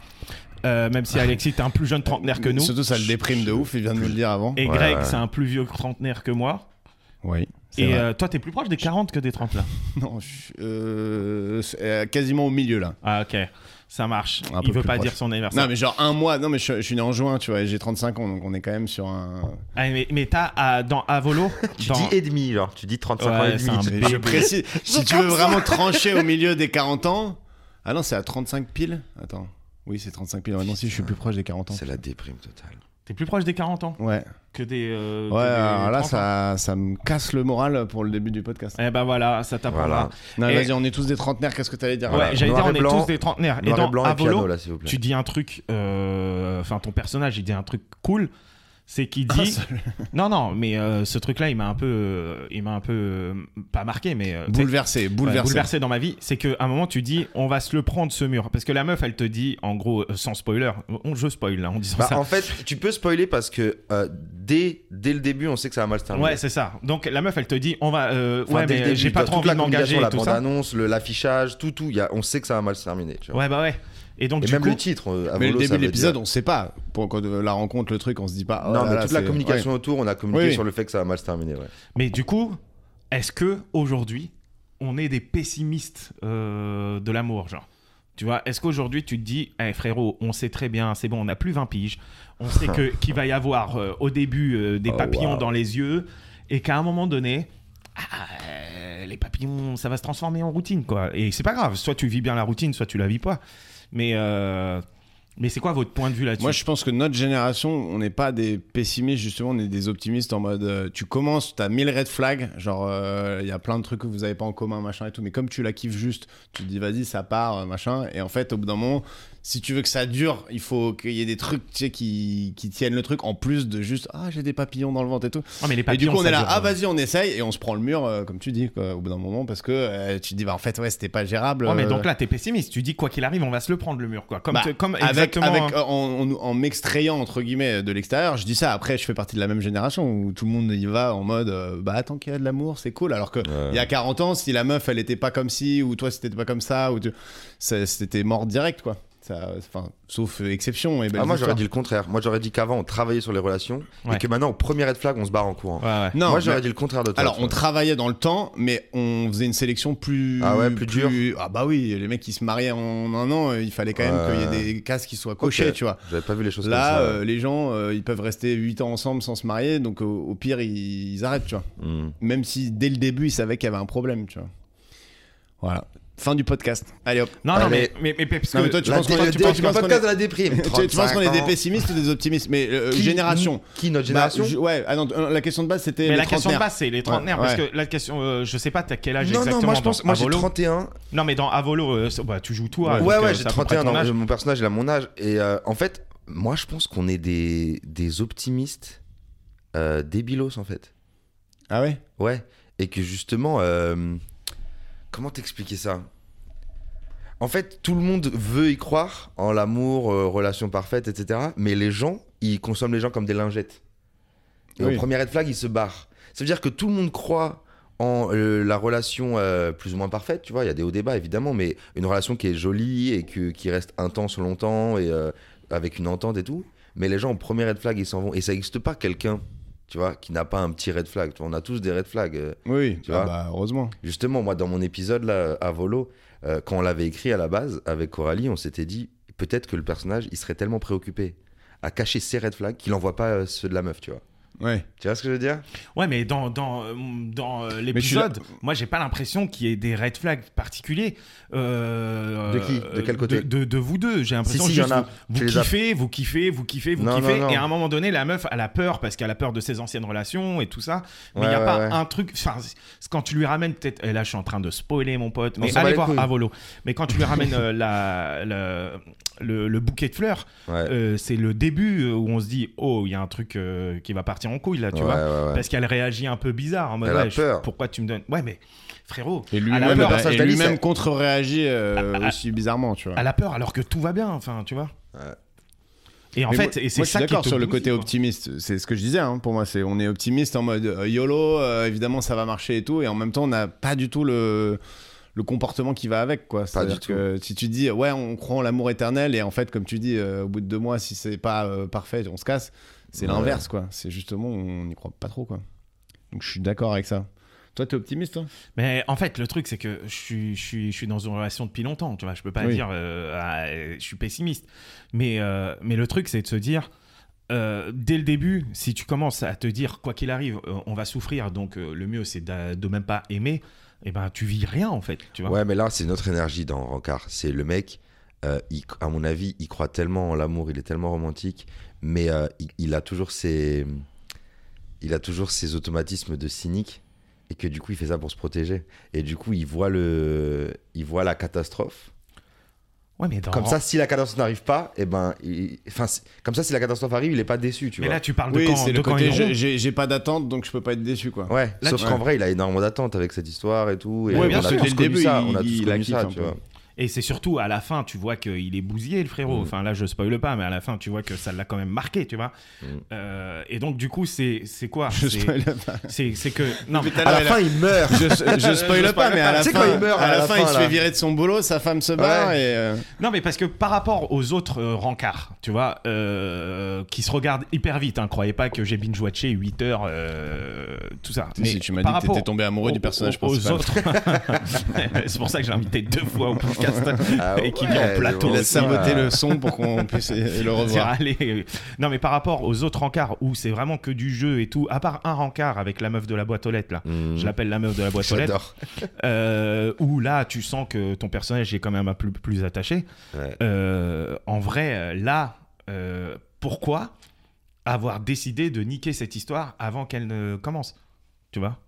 D: Euh, même si Alexis, t'es un plus jeune trentenaire que nous.
B: Surtout, ça le déprime de ouf, il vient de nous le dire avant.
D: Et
A: Ouais,
D: Greg,
A: ouais.
D: c'est un plus vieux trentenaire que moi.
B: Oui. c'est
D: Et
B: vrai.
D: euh, toi, t'es plus proche des 40 que des 30 là.
B: Non, je suis, euh, c'est, euh, quasiment au milieu là.
D: Ah, ok. Ça marche.
B: Un peu
D: Il veut
B: plus
D: pas
B: proche.
D: dire son anniversaire.
B: Non, mais genre un mois. Non, mais je, je suis né en juin, tu vois, et j'ai 35 ans, donc on est quand même sur un.
D: Ah, mais mais t'as à- dans Avolo.
A: Tu
D: dans...
A: dis et demi, genre. Tu dis 35 ans
D: Ouais,
A: et
D: c'est un
A: demi.
B: Mais
D: bébé.
B: je précise, si tu veux vraiment trancher au milieu des 40 ans. Ah non, c'est à 35 piles Attends. Oui, c'est 35 piles. Ouais, non, si je suis plus proche des 40 ans.
A: C'est la déprime totale.
D: T'es plus proche des 40 ans
B: Ouais.
D: que des. euh, que
B: Ouais,
D: des
B: alors là,
D: 30 ans.
B: ça, ça me casse le moral pour le début du podcast.
D: Eh ben voilà, ça t'apprendra.
A: Voilà.
B: Non,
D: Et-
B: vas-y, on est tous des trentenaires, qu'est-ce que t'allais dire
A: Voilà.
D: Ouais, j'allais
A: Noir
D: dire, on
A: et
D: est
A: blanc.
D: tous des trentenaires. Et
A: Noir
D: dans
A: et blanc et
D: Avolo,
A: piano, là, s'il vous plaît.
D: tu dis un truc. euh, Enfin, ton personnage, il dit un truc cool. C'est qu'il
A: Ah,
B: Un
D: dit.
B: seul.
D: non, non, mais euh, ce truc-là, il m'a un peu. euh, il m'a un peu. euh, pas marqué, mais. euh, tu sais,
B: Bouleversé,
D: Ouais,
B: bouleversé.
D: bouleversé dans ma vie, c'est qu'à un moment tu dis on va se le prendre ce mur. Parce que la meuf elle te dit en gros euh, sans spoiler, on, je spoil là en disant
A: Bah,
D: ça.
A: en fait, tu peux spoiler parce que euh, dès, dès le début, on sait que ça va mal se terminer.
D: Ouais, c'est ça. Donc la meuf elle te dit on va. euh,
A: Enfin,
D: ouais,
A: dès le
D: mais
A: début,
D: j'ai pas
A: dans
D: trop
A: toute
D: envie
A: la
D: de m'engager
A: communication,
D: et
A: la
D: tout ça.
A: bande-annonce, le- l'affichage, tout, tout. il Y a, on sait que ça va mal se terminer. tu vois.
D: Ouais, bah ouais. Et donc
A: et
D: du
A: même
D: coup,
A: le titre. euh,
B: Mais le
A: Avolo, ça
B: début de
A: veut
B: l'épisode,
A: dire-
B: on sait pas. Pour, quand euh, la rencontre, le truc, on se dit pas. oh
A: non,
B: là
A: mais
B: là,
A: toute la
B: c'est-
A: communication autour, on a communiqué
B: Oui, oui.
A: sur le fait que ça va mal se terminer. ouais.
D: mais du coup, est-ce que aujourd'hui on est des pessimistes euh, de l'amour, genre tu vois, est-ce qu'aujourd'hui tu te dis, Eh frérot, on sait très bien, c'est bon, on a plus 20 piges, on sait que qu'il va y avoir euh, au début euh, des
A: Oh,
D: papillons
A: wow.
D: dans les yeux, et qu'à un moment donné, Ah, euh, les papillons, ça va se transformer en routine, quoi. Et c'est pas grave, soit tu vis bien la routine, soit tu la vis pas. Mais, euh, mais c'est quoi votre point de vue là-dessus
B: Moi, je pense que notre génération, on n'est pas des pessimistes, justement, on est des optimistes en mode euh, tu commences, t'as 1000 red flags, genre euh, il y a plein de trucs que vous avez pas en commun, machin et tout, mais comme tu la kiffes juste, tu te dis vas-y, ça part, euh, machin, et en fait, au bout d'un moment, si tu veux que ça dure, il faut qu'il y ait des trucs tu sais, qui, qui tiennent le truc en plus de juste ah, j'ai des papillons dans le ventre et tout.
D: Non, mais les
B: Et du
D: papillons,
B: coup, on
D: ça
B: est là,
D: dure,
B: ah
D: euh,
B: vas-y, on essaye, et on se prend le mur, euh, comme tu dis, quoi, au bout d'un moment, parce que euh, tu te dis bah en fait, ouais, c'était pas gérable.
D: Ouais, mais
B: euh,
D: donc là, t'es pessimiste. Tu dis quoi qu'il arrive, on va se le prendre le mur, quoi. Comme,
B: Bah,
D: te- comme
B: avec,
D: exactement. hein.
B: avec- en, en- en m'extrayant entre guillemets de l'extérieur, je dis ça. Après, je fais partie de la même génération où tout le monde y va en mode euh, bah tant qu'il y a de l'amour, c'est cool. Alors que il y a 40 ans, si la meuf elle était pas comme ci ou toi si t'étais pas comme ça ou tu- ça- c'était mort direct quoi. Ça, enfin, sauf exception. Et belles
A: Ah, moi, j'aurais
B: histoires.
A: dit le contraire. Moi, j'aurais dit qu'avant, on travaillait sur les relations
D: Ouais.
A: et que maintenant, au premier red flag, on se barre en courant.
D: Ouais, ouais.
B: non.
A: moi,
B: mais-
A: j'aurais dit le contraire de toi.
B: alors,
A: tu
B: on
A: vois.
B: travaillait dans le temps, mais on faisait une sélection plus.
A: Ah ouais, plus
B: Ah bah oui, les mecs qui se mariaient en un an, euh, il fallait quand même
A: Ouais.
B: qu'il y ait des cases qui soient cochées,
A: Ok.
B: tu vois.
A: J'avais pas vu les choses
B: Là,
A: comme ça.
B: euh, les gens, euh, ils peuvent rester 8 ans ensemble sans se marier, donc euh, au, au pire, ils, ils arrêtent, tu vois.
A: Hmm.
B: Même si dès le début, ils savaient qu'il y avait un problème, tu vois. Voilà. Fin du podcast. Allez hop.
D: Non, non, mais,
A: Allez.
D: mais, mais parce
B: Non,
D: que
B: mais toi, tu
A: La
B: penses qu'on
A: dé-
B: est- tu penses- tu
A: le
B: penses qu'on
A: podcast
B: est-
A: de la déprime.
B: tu, tu penses qu'on est
A: 35
B: des
A: ans.
B: pessimistes ou des optimistes Mais euh,
A: Qui-
B: génération.
A: Qui, notre
B: Bah,
A: génération
B: je- ouais, ah non, euh, la question de base, c'était.
D: Mais
B: les
D: la question de
B: trentenaires.
D: base, c'est les trentenaires.
B: Ouais,
D: Parce
B: ouais.
D: que la question, euh, je sais pas, t'as quel âge
A: Non,
D: exactement
A: non, moi je pense,
D: dans
A: moi j'ai
D: Avolo
A: 31.
D: Non, mais dans Avolo, euh, ça- bah, tu joues toi.
A: Ouais,
D: donc,
A: ouais,
D: euh,
A: j'ai
D: c'est à peu près
A: 31
D: ton
A: ans.
D: âge.
A: Mon personnage, il a mon âge. Et euh, en fait, moi je pense qu'on est des, des optimistes euh, débilos en fait.
B: Ah ouais
A: Ouais. Et que justement, euh, comment t'expliquer ça En fait, tout le monde veut y croire en l'amour, euh, relation parfaite, etc. Mais les gens, ils consomment les gens comme des lingettes. Et
B: Oui.
A: au premier red flag, ils se barrent. Ça veut dire que tout le monde croit en euh, la relation euh, plus ou moins parfaite, tu vois. Il y a des hauts débats évidemment, mais une relation qui est jolie et que- qui reste intense longtemps et euh, avec une entente et tout. Mais les gens, au premier red flag, ils s'en vont. Et ça n'existe pas quelqu'un, tu vois, qui n'a pas un petit red flag. Tu vois, on a tous des red flags. euh,
B: Oui,
A: Tu
B: ah
A: vois
B: bah, heureusement.
A: Justement, moi, dans mon épisode là, à Volo, euh, quand on l'avait écrit à la base avec Coralie, on s'était dit peut-être que le personnage, il serait tellement préoccupé à cacher ses red flags qu'il n'en voit pas euh, ceux de la meuf, tu vois.
B: Ouais.
A: Tu vois ce que je veux dire
D: Ouais, mais dans, dans, euh, dans euh, l'épisode, moi, j'ai pas l'impression qu'il y ait des red flags particuliers. euh,
A: De qui De quel côté
D: de, de- de vous deux. J'ai l'impression
A: si,
D: juste
A: y en a.
D: Vous,
A: Tu
D: vous
A: les as-
D: kiffez, vous kiffez, vous kiffez, vous
A: Non,
D: kiffez.
A: non, non.
D: Et à un moment donné, la meuf, elle a peur parce qu'elle a peur de ses anciennes relations et tout ça. Mais il
A: Ouais,
D: n'y a
A: ouais,
D: pas
A: ouais.
D: un truc. Enfin, c'est- quand tu lui ramènes, peut-être. Et là, je suis en train de spoiler mon pote.
A: On
D: Mais
A: s'en bat
D: allez
A: les
D: voir
A: couilles.
D: Avolo. Mais quand tu lui ramènes euh, la, la- le- le bouquet de fleurs.
A: Ouais.
D: Euh, c'est le début euh, où on se dit oh il y a un truc euh, qui va partir en couille là tu
A: Ouais,
D: vois
A: ouais, ouais.
D: parce qu'elle réagit un peu bizarre en mode
A: Elle a
D: ouais, je-
A: peur.
D: pourquoi tu me donnes ouais mais frérot
B: Et
D: À la
B: lui-même bah,
D: peur,
A: personnage
B: et
A: d'Alice,
B: lui-même
A: elle-
B: contre-réagit euh, aussi bizarrèrement, tu vois.
D: elle a peur alors que tout va bien enfin tu vois
A: Ouais.
D: et en
B: Mais
D: fait
B: moi-
D: et c'est
B: moi, je
D: ça
B: suis
D: qui
B: d'accord
D: te
B: sur le
D: bousille,
B: côté
D: quoi.
B: optimiste. C'est ce que je disais. hein, pour moi, c'est on est optimiste en mode euh, YOLO. euh, évidemment, ça va marcher et tout. Et en même temps, on n'a pas du tout le le comportement qui va avec quoi. C'est-à-dire
A: du
B: que Si tu dis ouais, on croit en l'amour éternel et en fait, comme tu dis, euh, au bout de deux mois, si c'est pas euh, parfait, on se casse. C'est
A: Ouais.
B: l'inverse quoi. C'est justement on n'y croit pas trop quoi. Donc je suis d'accord avec ça. Toi, t'es optimiste toi
D: mais en fait le truc c'est que je suis, je, suis, je suis dans une relation depuis longtemps tu vois je peux pas
B: Oui.
D: dire euh, ah, je suis pessimiste mais, euh, mais le truc c'est de se dire euh, dès le début, si tu commences à te dire quoi qu'il arrive, euh, on va souffrir, donc euh, le mieux c'est d'a- de même pas aimer, et ben tu vis rien en fait, tu vois.
A: Ouais, mais là, c'est notre énergie dans Rancard. C'est le mec, euh, il- à mon avis, il croit tellement en l'amour, il est tellement romantique, mais euh, il, il a toujours ses. Il a toujours ses automatismes de cynique et que du coup, il fait ça pour se protéger. Et du coup, il voit, le, il voit la catastrophe.
D: Ouais, mais dans
B: Oh.
A: Comme ça, si la catastrophe n'arrive pas, et ben. il- Enfin, c'est- comme ça, si la catastrophe arrive, il est pas déçu, tu
D: mais
A: vois.
D: là, tu parles de
B: Oui,
D: quand,
B: c'est
D: de
B: le
D: quand
B: côté.
D: ils
B: j'ai-
D: rompent.
B: J'ai j'ai pas d'attente, donc je peux pas être déçu quoi.
A: Ouais,
D: Là,
A: sauf
D: tu-
A: qu'en vrai, il a énormément d'attentes avec cette histoire et tout. Et
B: Ouais, bien
A: on a
B: sûr, dès
A: tous
B: le
A: connu
B: début,
A: ça,
B: il-
A: on a tous
B: il la
A: connu
B: kiffe
A: ça,
B: un
A: tu
B: peu.
A: vois.
D: Et c'est surtout à la fin, tu vois qu'il est bousillé, le frérot.
A: Mm.
D: Enfin, là, je spoile pas, mais à la fin, tu vois que ça l'a quand même marqué, tu vois.
A: Mm.
D: Euh, et donc, du coup, c'est c'est quoi
B: Je
D: C'est-
B: spoil
D: C'est c'est que. Non, mais-
A: À la fin, il meurt.
B: je, je spoil
A: Je
B: pas, mais à la
A: Tu sais
B: fin,
A: quand il meurt,
B: à la fin, il se
A: là.
B: fait virer de son boulot, sa femme se barre et. euh,
D: non, mais parce que par rapport aux autres euh, rencarts, tu vois, euh, qui se regardent hyper vite, hein, croyez pas que j'ai binge-watché 8 heures, euh, tout ça.
B: Si,
D: mais
B: si, tu m'as dit
D: par
B: que t'étais
D: rapport
B: tombé amoureux du
D: aux-
B: personnage
D: aux, aux
B: principal.
D: autres. c'est pour ça que j'ai invité deux fois au podcast
A: Ah
D: et qui
A: ouais,
D: vient en
A: c'est
D: plateau.
A: bon.
B: Il a
D: aussi.
B: saboté le son pour qu'on puisse euh, le
D: C'est
B: revoir.
D: râlé. Non, mais par rapport aux autres rencarts où c'est vraiment que du jeu et tout, à part un rencard avec la meuf de la boîte aux lettres, là.
A: Mm.
D: Je l'appelle la meuf de la boîte aux lettres.
A: J'adore.
D: euh, où là, tu sens que ton personnage est quand même un peu plus attaché.
A: Ouais.
D: Euh, en vrai, euh, là, euh, pourquoi avoir décidé de niquer cette histoire avant qu'elle ne commence Tu vois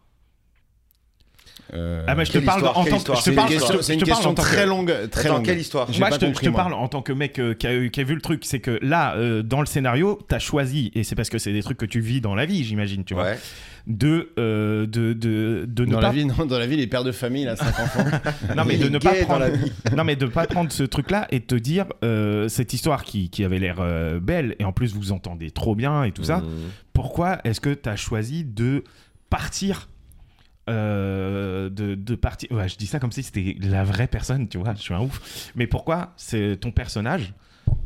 B: Euh,
D: Ah, mais je te
A: quelle
D: parle
A: histoire,
D: en
A: quelle
D: tant que.
A: histoire
D: Je
B: c'est
D: te
B: une
D: parle
B: question-
D: je te-
B: c'est
D: je
B: une
D: te parle
B: question
D: en tant que-
B: très longue, très
A: Attends,
B: longue.
A: quelle histoire
B: J'ai
D: Moi,
B: pas
D: je te, je
B: compris,
D: te
B: moi.
D: parle en tant que mec euh, qui, a, eu- qui a vu le truc. C'est que là, euh, dans le scénario, t'as choisi, et c'est parce que c'est des trucs que tu vis dans la vie, j'imagine, tu vois,
A: Ouais.
D: de, euh, de, de, de ne
B: Dans
D: pas.
B: la, vie, non, dans la vie, les pères de famille, là, 5 enfants.
D: non, mais
A: Il
D: de
A: est
D: ne pas
A: gay dans
D: prendre.
A: la vie.
D: non, mais de pas prendre ce truc-là et de te dire euh, cette histoire qui, qui avait l'air euh, belle, et en plus vous entendez trop bien et tout ça.
A: Mm.
D: Pourquoi est-ce que t'as choisi de partir euh, de, de partir. Ouais, je dis ça comme si c'était la vraie personne, tu vois, je suis un ouf. Mais pourquoi c'est ton personnage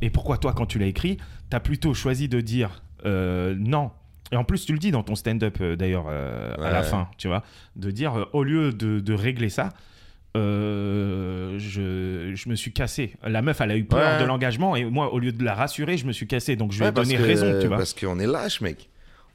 D: et pourquoi toi, quand tu l'as écrit, t'as plutôt choisi de dire euh, non et en plus, tu le dis dans ton stand-up euh, d'ailleurs euh, à
A: Ouais.
D: la fin, tu vois, de dire euh, au lieu de, de régler ça, euh, je, je me suis cassé. La meuf, elle a eu peur
A: Ouais.
D: de l'engagement et moi, au lieu de la rassurer, je me suis cassé. Donc je lui ai
A: Ouais, parce
D: donné
A: que-
D: raison, tu vois.
A: Parce qu'on est lâche, mec.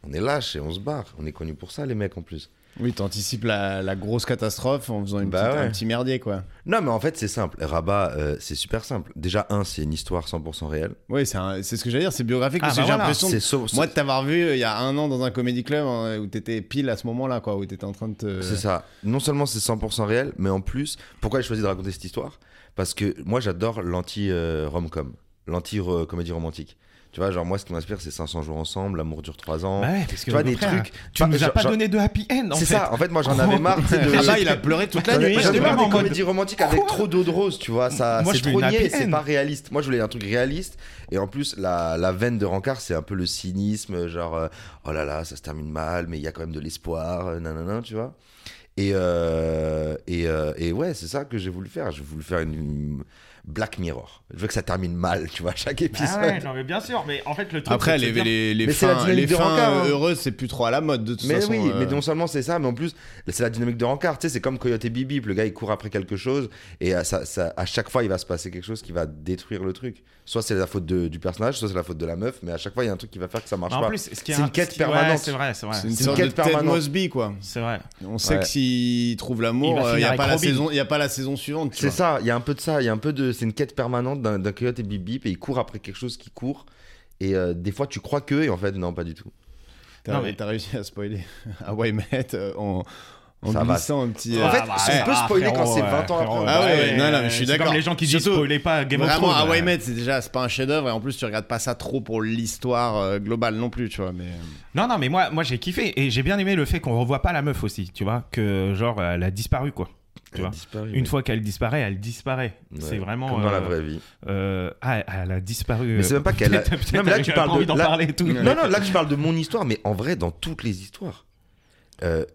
A: On est lâche et on se barre. On est connu pour ça, les mecs, en plus.
B: Oui, t'anticipes la, la grosse catastrophe en faisant une
A: Bah
B: petite-
A: ouais.
B: un petit merdier, quoi.
A: Non, mais en fait, c'est simple. Rabat, euh, c'est super simple. Déjà, un, c'est une histoire 100% réelle.
B: Oui, c'est un- c'est ce que j'allais dire, c'est biographique,
D: Ah,
B: parce
D: bah
B: que j'ai
D: voilà.
B: l'impression de-
A: C'est so-
B: Moi, de t'avoir vu euh, il y a un an dans un comédie club hein, où t'étais pile à ce moment-là, quoi, où t'étais en train de te.
A: C'est ça. Non seulement c'est 100% réel, mais en plus, pourquoi j'ai choisi de raconter cette histoire Parce que moi, j'adore euh, l'anti-romcom, l'anti-comédie euh, romantique. Tu vois, genre, moi, ce qui m'inspire, c'est 500 jours ensemble, l'amour dure 3 ans.
D: Bah ouais, parce que
A: tu vois,
D: le
A: des
D: frère,
A: trucs-
D: Tu
A: Bah,
D: nous as
A: genre-
D: pas
A: genre-
D: donné de happy end, en
A: C'est
D: fait. Ah bah,
A: ça. En fait, moi, j'en avais marre. tu sais, de-
B: Rabat, Ah bah, il a pleuré toute la
A: J'en ai-
B: nuit.
A: J'en ai
D: j'étais
A: marre
D: vraiment
A: des
D: en mode-
A: comédies romantiques avec trop d'eau de rose, tu vois. Ça,
D: Moi,
A: c'est
D: je veux
A: trop
D: une happy
A: niais, c'est
D: end.
A: pas réaliste. Moi, je voulais un truc réaliste. Et en plus, la, la veine de Rancard, c'est un peu le cynisme, genre, euh, oh là là, ça se termine mal, mais il y a quand même de l'espoir, euh, nanana, tu vois. Et, euh, et, euh, et ouais, c'est ça que j'ai voulu faire. J'ai voulu faire une. une- Black Mirror. Je veux que ça termine mal, tu vois, chaque épisode.
D: Ah ouais, non, mais bien sûr, mais en fait, le truc.
B: Après, les,
D: c'est de se dire-
B: les, les
A: Mais c'est la
B: fins,
A: dynamique
B: les
A: de
B: fins
A: Rancard, hein.
B: euh, heureuses, c'est plus trop à la mode de toute
A: mais
B: façon.
A: oui,
B: euh,
A: mais non seulement c'est ça, mais en plus, c'est la dynamique de rencard. Tu sais, c'est comme Coyote et Bibip, le gars il court après quelque chose et à, ça, ça- à chaque fois il va se passer quelque chose qui va détruire le truc. Soit c'est la faute de- du personnage, soit c'est la faute de la meuf, mais à chaque fois il y a un truc qui va faire que ça marche
D: En
A: pas.
D: plus, ce qui est
A: C'est une
D: un-
A: quête
D: ce qui- ouais,
A: permanente.
D: c'est vrai, c'est vrai.
B: C'est une
A: C'est une
B: sorte
A: quête
B: de Ted
A: permanente.
B: Mosby, quoi.
D: C'est vrai.
B: On sait
A: Ouais.
B: que s'il trouve
D: Il
B: l'amour,
D: va
B: euh, il n'y
D: finir
B: a, pas
D: avec
B: la
D: Robin.
B: saison- il y a pas la saison suivante. tu
A: C'est
B: vois.
A: ça, il y a un peu de ça, il y a un peu de. C'est une quête permanente d'un d'un Coyote et Bibip et il court après quelque chose qui court. Et euh, des fois tu crois que, et en fait, non, pas du tout.
B: T'as
D: Non, mais-
B: t'as réussi à spoiler à Waymet euh, en, en
A: Ça va.
B: glissant un petit.
A: En
B: euh,
A: fait, on peut spoiler quand c'est 20 ans après.
B: Ah ouais, non, non, mais je suis
D: C'est
B: d'accord.
D: Comme les gens qui disent
B: Surtout-
D: spoiler pas Game of
B: Vraiment, ah
D: Thrones.
B: à
D: ouais.
B: Waymet, c'est déjà c'est pas un chef-d'œuvre et en plus tu regardes pas ça trop pour l'histoire euh, globale non plus, tu vois. Mais
D: Non, non, mais moi, moi j'ai kiffé et j'ai bien aimé le fait qu'on revoit pas la meuf aussi, tu vois, que genre elle a disparu quoi. Tu vois. Une fois qu'elle disparaît, elle disparaît.
A: Ouais,
D: C'est vraiment.
A: Comme dans la
D: euh,
A: vraie vie.
D: euh, ah, elle a disparu.
A: Mais c'est même pas qu'elle a-
D: Peut-être- peut-être
A: Non, mais là,
D: elle
A: tu
D: a
A: parles
D: pas
A: de-
D: envie d'en
A: là-
D: parler et tout.
A: Non, non, là tu parles de mon histoire, mais en vrai, dans toutes les histoires, euh,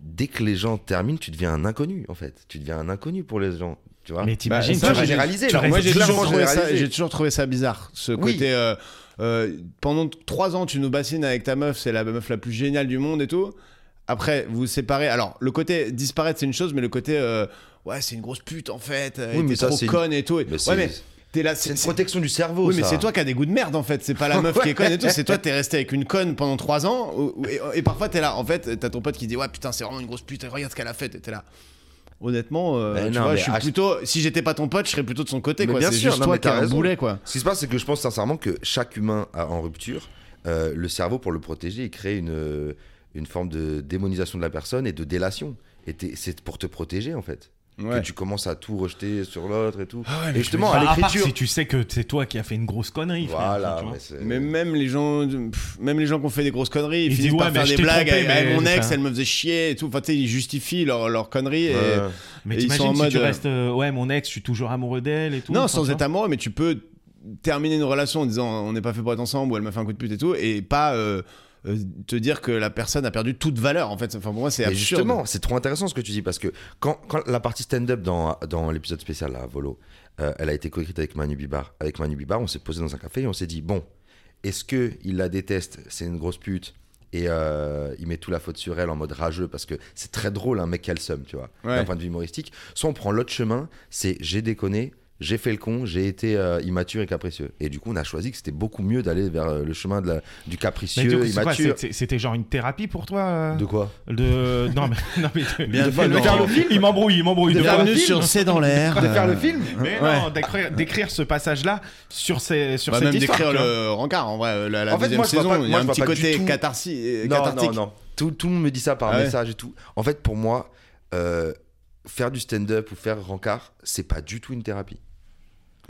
A: dès que les gens terminent, tu deviens un inconnu, en fait. Tu deviens un inconnu pour les gens, tu vois.
D: Mais t'imagines,
A: Bah, ça,
D: tu vois,
A: j'ai- généralisé, là.
B: Moi
A: C'est
B: j'ai toujours,
A: clairement
B: trouvé ça-
A: généralisé.
B: j'ai toujours trouvé ça bizarre. Ce
A: Oui.
B: côté. euh, euh, pendant trois ans, tu nous bassines avec ta meuf, c'est la meuf la plus géniale du monde et tout. Après, vous vous séparez. Alors, le côté disparaître, c'est une chose, mais le côté. euh, ouais, c'est une grosse pute en fait.
A: Oui, mais
B: mais
A: ça,
B: trop
A: c'est une-
B: conne et tout. Et-
A: Mais c'est-
B: ouais, mais t'es là.
A: C'est une protection du cerveau.
B: Oui, mais
A: Oh, ça.
B: c'est toi qui as des goûts de merde en fait. C'est pas la meuf qui est conne et tout. C'est toi, t'es resté avec une conne pendant 3 ans. ou- ou- Et, et parfois, t'es là. En fait, t'as ton pote qui dit Ouais, putain, c'est vraiment une grosse pute. Regarde ce qu'elle a fait. Et T'es là. Honnêtement, euh,
A: Mais
B: tu
A: non,
B: vois,
A: mais
B: je suis
A: ach-
B: plutôt. Si j'étais pas ton pote, je serais plutôt de son côté.
A: Mais
B: quoi.
A: bien
B: C'est
A: sûr,
B: juste
A: non,
B: toi
A: mais
B: qui
A: t'as
B: as un
A: raison.
B: boulet, quoi.
A: Ce qui se passe, c'est que je pense sincèrement que chaque humain a- en rupture, euh, le cerveau, pour le protéger, il crée une, euh, une forme de démonisation de la personne et de délation. Et t'es- c'est pour te protéger, en fait. Que tu commences à tout rejeter sur l'autre et tout.
B: Ah ouais,
A: et
B: mais
A: justement,
D: Bah,
A: à
D: à part
A: l'écriture.
D: si tu sais que c'est toi qui as fait une grosse connerie. frère,
A: Voilà,
D: tu vois.
A: mais c'est-
B: Mais même les gens, pff, même les gens qui ont fait des grosses conneries, ils,
D: Ils
B: finissent
D: disent,
B: par
D: ouais, mais
B: faire
D: je
B: des
D: t'ai
B: blagues.
D: trompé,
B: avec
D: mais
B: mon
D: c'est
B: ex,
D: ça.
B: elle me faisait chier et tout. Enfin, tu sais, ils justifient leurs leurs conneries. et-
A: Ouais.
D: Mais
B: Et ils sont
D: t'imagines
B: en
D: si tu
B: mode, euh,
D: restes. euh, ouais, mon ex, je suis toujours amoureux d'elle et tout.
B: Non,
D: enfin,
B: sans
D: tu
B: être amoureux, mais tu peux terminer une relation en disant on n'est pas fait pour être ensemble ou elle m'a fait un coup de pute et tout, et pas euh, euh, te dire que la personne a perdu toute valeur en fait. Enfin, pour moi, c'est
A: Mais
B: absurde.
A: justement, c'est trop intéressant ce que tu dis parce que quand, quand la partie stand-up dans, dans l'épisode spécial là, à Volo, euh, elle a été coécrite avec Manu Bibar. Avec Manu Bibar, on s'est posé dans un café et on s'est dit bon, est-ce que il la déteste C'est une grosse pute et euh, il met tout la faute sur elle en mode rageux parce que c'est très drôle un mec qui a le seum, tu vois,
B: Ouais.
A: d'un point de vue humoristique. Soit on prend l'autre chemin, c'est j'ai déconné. J'ai fait le con, j'ai été euh, immature et capricieux. Et du coup, on a choisi que c'était beaucoup mieux d'aller vers euh, le chemin de la- du
D: Mais du
A: capricieux,
D: coup, c'est quoi,
A: immature.
D: c'est- c'est- C'était genre une thérapie pour toi euh,
A: De quoi
D: de... Non, mais. Non, mais de-
B: Bien
D: de-
B: fait,
D: de-
B: non.
D: faire le film. Il m'embrouille, il m'embrouille. de-
B: Bienvenue sur C'est dans l'air.
D: de faire le film Euh, Mais
B: Ouais.
D: non, d'écrire, d'écrire ce passage-là sur, ces, sur
B: Bah,
D: cette
B: même
D: histoire.
B: d'écrire
D: tu vois.
B: le rencard en vrai, euh, la, la
A: En fait,
B: deuxième
A: moi, je vois
B: saison,
A: pas-
B: il y
A: moi, je
B: a un
A: vois
B: petit
A: pas du
B: côté
A: tout.
B: catharsi- euh,
A: Non,
B: cathartique.
A: non, non. Tout, tout le monde me dit ça par
B: Ah ouais.
A: message et tout. En fait, pour moi, euh, faire du stand-up ou faire rencard, c'est pas du tout une thérapie.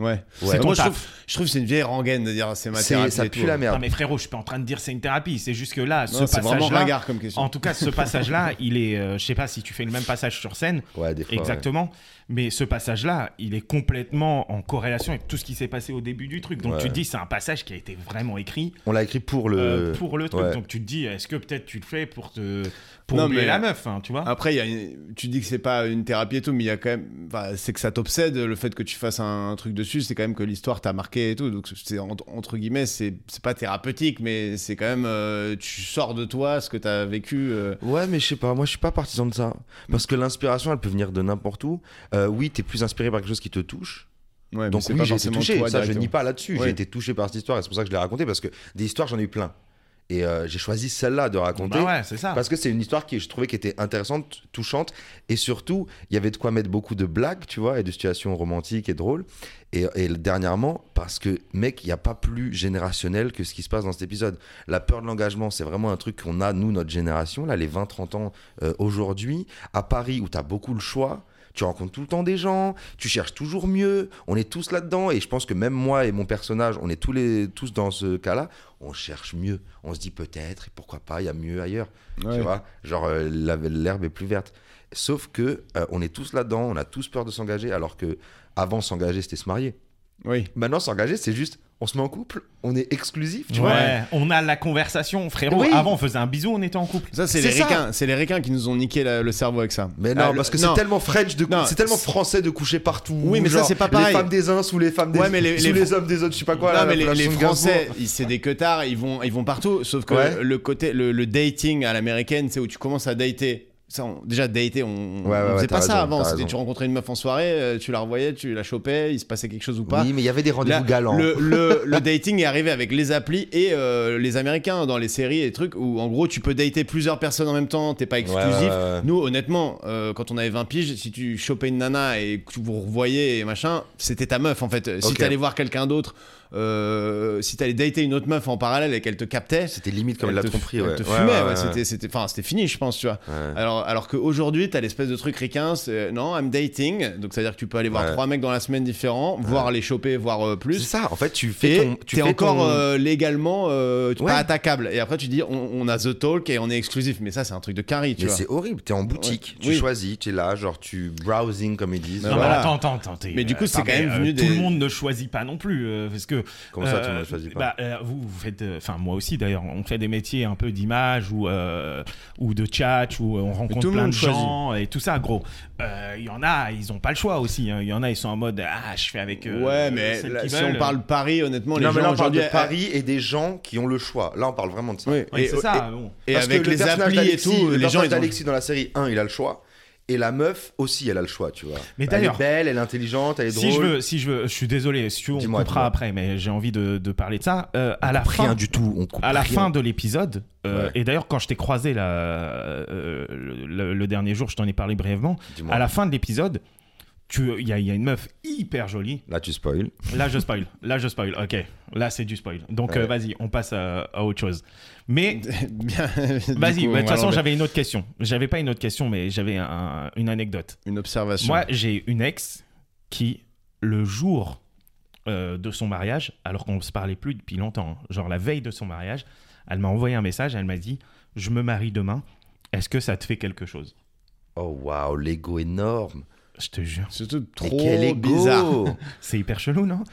B: Ouais.
A: Ouais.
B: C'est
A: Ton
B: moi, je
D: taf.
B: trouve, je trouve que c'est une vieille rengaine de dire c'est ma
A: C'est-
B: thérapie.
A: Ça
B: et
A: pue
B: tout. hein.
A: la
D: Non,
A: merde.
D: mais frérot, je suis pas en train de dire c'est une thérapie. C'est juste que là,
B: Non,
D: ce
B: c'est vraiment
D: passage-là.
B: ringard comme question.
D: En tout cas, ce passage-là, il est. euh, je sais pas si tu fais le même passage sur scène,
A: Ouais, des fois.
D: exactement, mais ce passage-là, il est complètement en corrélation avec tout ce qui s'est passé au début du truc. Donc
A: Ouais.
D: tu te dis, c'est un passage qui a été vraiment écrit
A: ouais. On l'a écrit pour le.
D: euh, pour le truc.
A: ouais.
D: Donc tu te dis, est-ce que peut-être tu le fais pour te pour
B: Non,
D: oublier
B: mais- Ah,
D: la meuf, hein, tu vois
B: Après, il y a une- tu dis que c'est pas une thérapie et tout, mais il y a quand même. enfin, c'est que ça t'obsède, le fait que tu fasses un, un truc dessus, c'est quand même que l'histoire t'a marqué et tout. Donc, c'est en- entre guillemets, c'est c'est pas thérapeutique, mais c'est quand même. euh, tu sors de toi ce que t'as vécu. euh.
A: Ouais, mais je sais pas, moi je suis pas partisan de ça. Parce que l'inspiration, elle peut venir de n'importe où. Euh, oui, t'es plus inspiré par quelque chose qui te touche.
B: Ouais, mais
A: Donc
B: c'est
A: oui,
B: pas
A: j'ai été
B: forcément
A: touché.
B: toi
A: Ça, je
B: directement.
A: nie pas là-dessus.
B: Ouais.
A: J'ai été touché par cette histoire et c'est pour ça que je l'ai racontée. Parce que des histoires, j'en ai eu plein. Et euh, j'ai choisi celle-là de raconter.
D: Bah ouais, c'est ça.
A: Parce que c'est une histoire qui, je trouvais, qui était intéressante, touchante, et surtout, il y avait de quoi mettre beaucoup de blagues, tu vois, et de situations romantiques et drôles. Et, et dernièrement, parce que, mec, il n'y a pas plus générationnel que ce qui se passe dans cet épisode. La peur de l'engagement, c'est vraiment un truc qu'on a, nous, notre génération, là, les 20-30 ans euh, aujourd'hui, à Paris, où tu as beaucoup le choix. Tu rencontres tout le temps des gens, tu cherches toujours mieux. On est tous là-dedans et je pense que même moi et mon personnage, on est tous les tous dans ce cas-là. On cherche mieux. On se dit peut-être, pourquoi pas, il y a mieux ailleurs
B: Ouais.
A: tu vois genre euh, la- l'herbe est plus verte sauf que euh, on est tous là-dedans on a tous peur de s'engager alors que avant s'engager c'était se marier
B: Oui.
A: Maintenant, s'engager, c'est juste, on se met en couple, on est exclusif, tu
D: Tu
A: vois.
D: vois, on a la conversation, frérot.
A: Oui.
D: Avant, on faisait un bisou, on était en couple.
B: Ça, c'est
A: C'est
B: les
A: ça.
B: requins. C'est les requins qui nous ont niqué la- le cerveau avec ça.
A: Mais
B: Ah,
A: non,
B: le-
A: parce que c'est
B: non.
A: tellement French de cou-
B: Non,
A: c'est tellement
B: c'est-
A: français de coucher partout.
B: Oui, mais ça,
A: genre,
B: c'est pas pareil.
A: Les femmes des uns sous les femmes des
B: Ouais, mais les-
A: sous
B: les-
A: les hommes des autres, je sais pas quoi.
B: non,
A: là,
B: mais
A: la
B: les, les
A: relation de
B: Français,
A: Gainsbourg.
B: ils- c'est des queutards, ils vont, ils vont partout. Sauf que
A: Ouais.
B: le côté, le, le dating à l'américaine, c'est où tu commences à dater. Ça, on- déjà, dater, on, on
A: ouais, ouais,
B: faisait
A: t'as
B: pas ça
A: raison,
B: avant.
A: t'as
B: C'était
A: raison.
B: Tu rencontrais une meuf en soirée, euh, tu la revoyais, tu la chopais, il se passait quelque chose ou pas.
A: Oui, mais il y avait des
B: Là,
A: rendez-vous galants.
B: Le, le- le dating est arrivé avec les applis et euh, les Américains dans les séries et trucs où en gros tu peux dater plusieurs personnes en même temps, t'es pas exclusif.
A: Ouais, ouais, ouais.
B: Nous, honnêtement, euh, quand on avait 20 piges, si tu chopais une nana et que tu vous revoyais et machin, c'était ta meuf en fait. Euh, Si
A: Ok.
B: t'allais voir quelqu'un d'autre, euh, si t'allais dater une autre meuf en parallèle et qu'elle te captait,
A: C'était limite comme
B: elle
A: la
B: te-
A: tromperie,
B: elle
A: ouais.
B: te
A: Ouais,
B: fumait,
A: ouais,
B: ouais,
A: ouais.
B: c'était- Ah, c'était- enfin, c'était fini, je pense, tu vois.
A: Ouais.
B: Alors, alors qu'aujourd'hui, t'as l'espèce de truc ricain, c'est non, I'm dating, donc c'est-à-dire que tu peux aller voir
A: Ouais.
B: trois mecs dans la semaine différents, voir les choper, voir euh,
A: C'est
B: plus.
A: ça, en fait, tu fais
B: Et
A: ton. tu
B: t'es
A: fais
B: encore
A: ton-
B: euh, légalement euh,
A: Ouais.
B: pas attaquable. Et après, tu dis, on, on a The Talk et on est exclusif. Mais ça, c'est un truc de carry, tu
A: Mais
B: vois.
A: c'est horrible, t'es en boutique, tu
B: Oui.
A: choisis, t'es là, genre tu browsing comme ils disent.
B: Non,
A: genre,
D: Non, mais
B: Euh, voilà.
D: attends, attends, attends. t'es-
B: Mais du coup, c'est
D: attends,
B: quand
D: mais,
B: même
D: euh,
B: venu
D: Tout
B: des-
D: le monde ne choisit pas non plus, euh, parce que.
A: Comment ça, tout le
D: euh,
A: monde choisit pas
D: bah, euh, vous, vous faites, euh, enfin moi aussi d'ailleurs, on fait des métiers un peu d'image ou euh, ou de chat ou euh, on
B: tout
D: rencontre
B: le
D: plein
B: monde
D: de gens et tout ça, gros. Euh, Il y en a, ils ont pas le choix aussi. hein. Il y en a, ils sont en mode ah je fais avec. euh,
B: ouais, mais
D: celles
B: là,
D: qui
B: si
D: veulent.
B: on parle Paris, honnêtement, les
A: non, mais là,
B: gens
A: on parle
B: aujourd'hui. eh,
A: de Paris et des gens qui ont le choix. Là, on parle vraiment de ça.
B: Oui.
D: Ouais,
B: Et-
D: c'est ça. bon.
B: Et
A: Parce
B: avec
A: que le
B: les
A: personnage
B: applis et
A: d'Alexis-
B: tout,
A: le
B: les gens,
A: personnage
B: ils ont.
A: d'Alexis dans la série 1, il a le choix. Et la meuf aussi, elle a le choix, tu vois.
D: Mais
A: elle
D: d'ailleurs-
A: est belle, elle est intelligente, elle est
D: Si je
A: drôle.
D: veux, si je veux, je suis désolé, si tu veux, on
A: Dis-moi,
D: coupera
A: dis-moi.
D: après, mais j'ai envie de, de parler de ça. Euh, à la
A: Rien
D: fin,
A: du tout, on coupe
D: à la
A: rien.
D: fin de l'épisode, euh,
A: Ouais.
D: et d'ailleurs quand je t'ai croisé là, euh, le, le- le dernier jour, je t'en ai parlé brièvement,
A: Dis-moi.
D: à la fin de l'épisode, tu- il y, a- il y a une meuf hyper jolie.
A: Là, tu spoil.
D: Là je spoil, là je spoil, ok, là c'est du spoil. Donc
A: Ouais.
D: euh, vas-y, on passe à, à autre chose. Mais
B: Bien. Du
D: vas-y,
B: coup, on
D: bah, de toute
B: va
D: façon
B: l'enlever.
D: j'avais une autre question. J'avais pas une autre question, mais j'avais un- une anecdote.
B: Une observation.
D: Moi, j'ai une ex qui, le jour euh, de son mariage, alors qu'on ne se parlait plus depuis longtemps, hein, genre la veille de son mariage, elle m'a envoyé un message, elle m'a dit Je me marie demain, est-ce que ça te fait quelque chose
A: Oh waouh, l'ego énorme.
D: Je te jure,
B: Surtout
A: Mais
B: trop
A: quel ego
B: bizarre.
D: c'est hyper chelou, non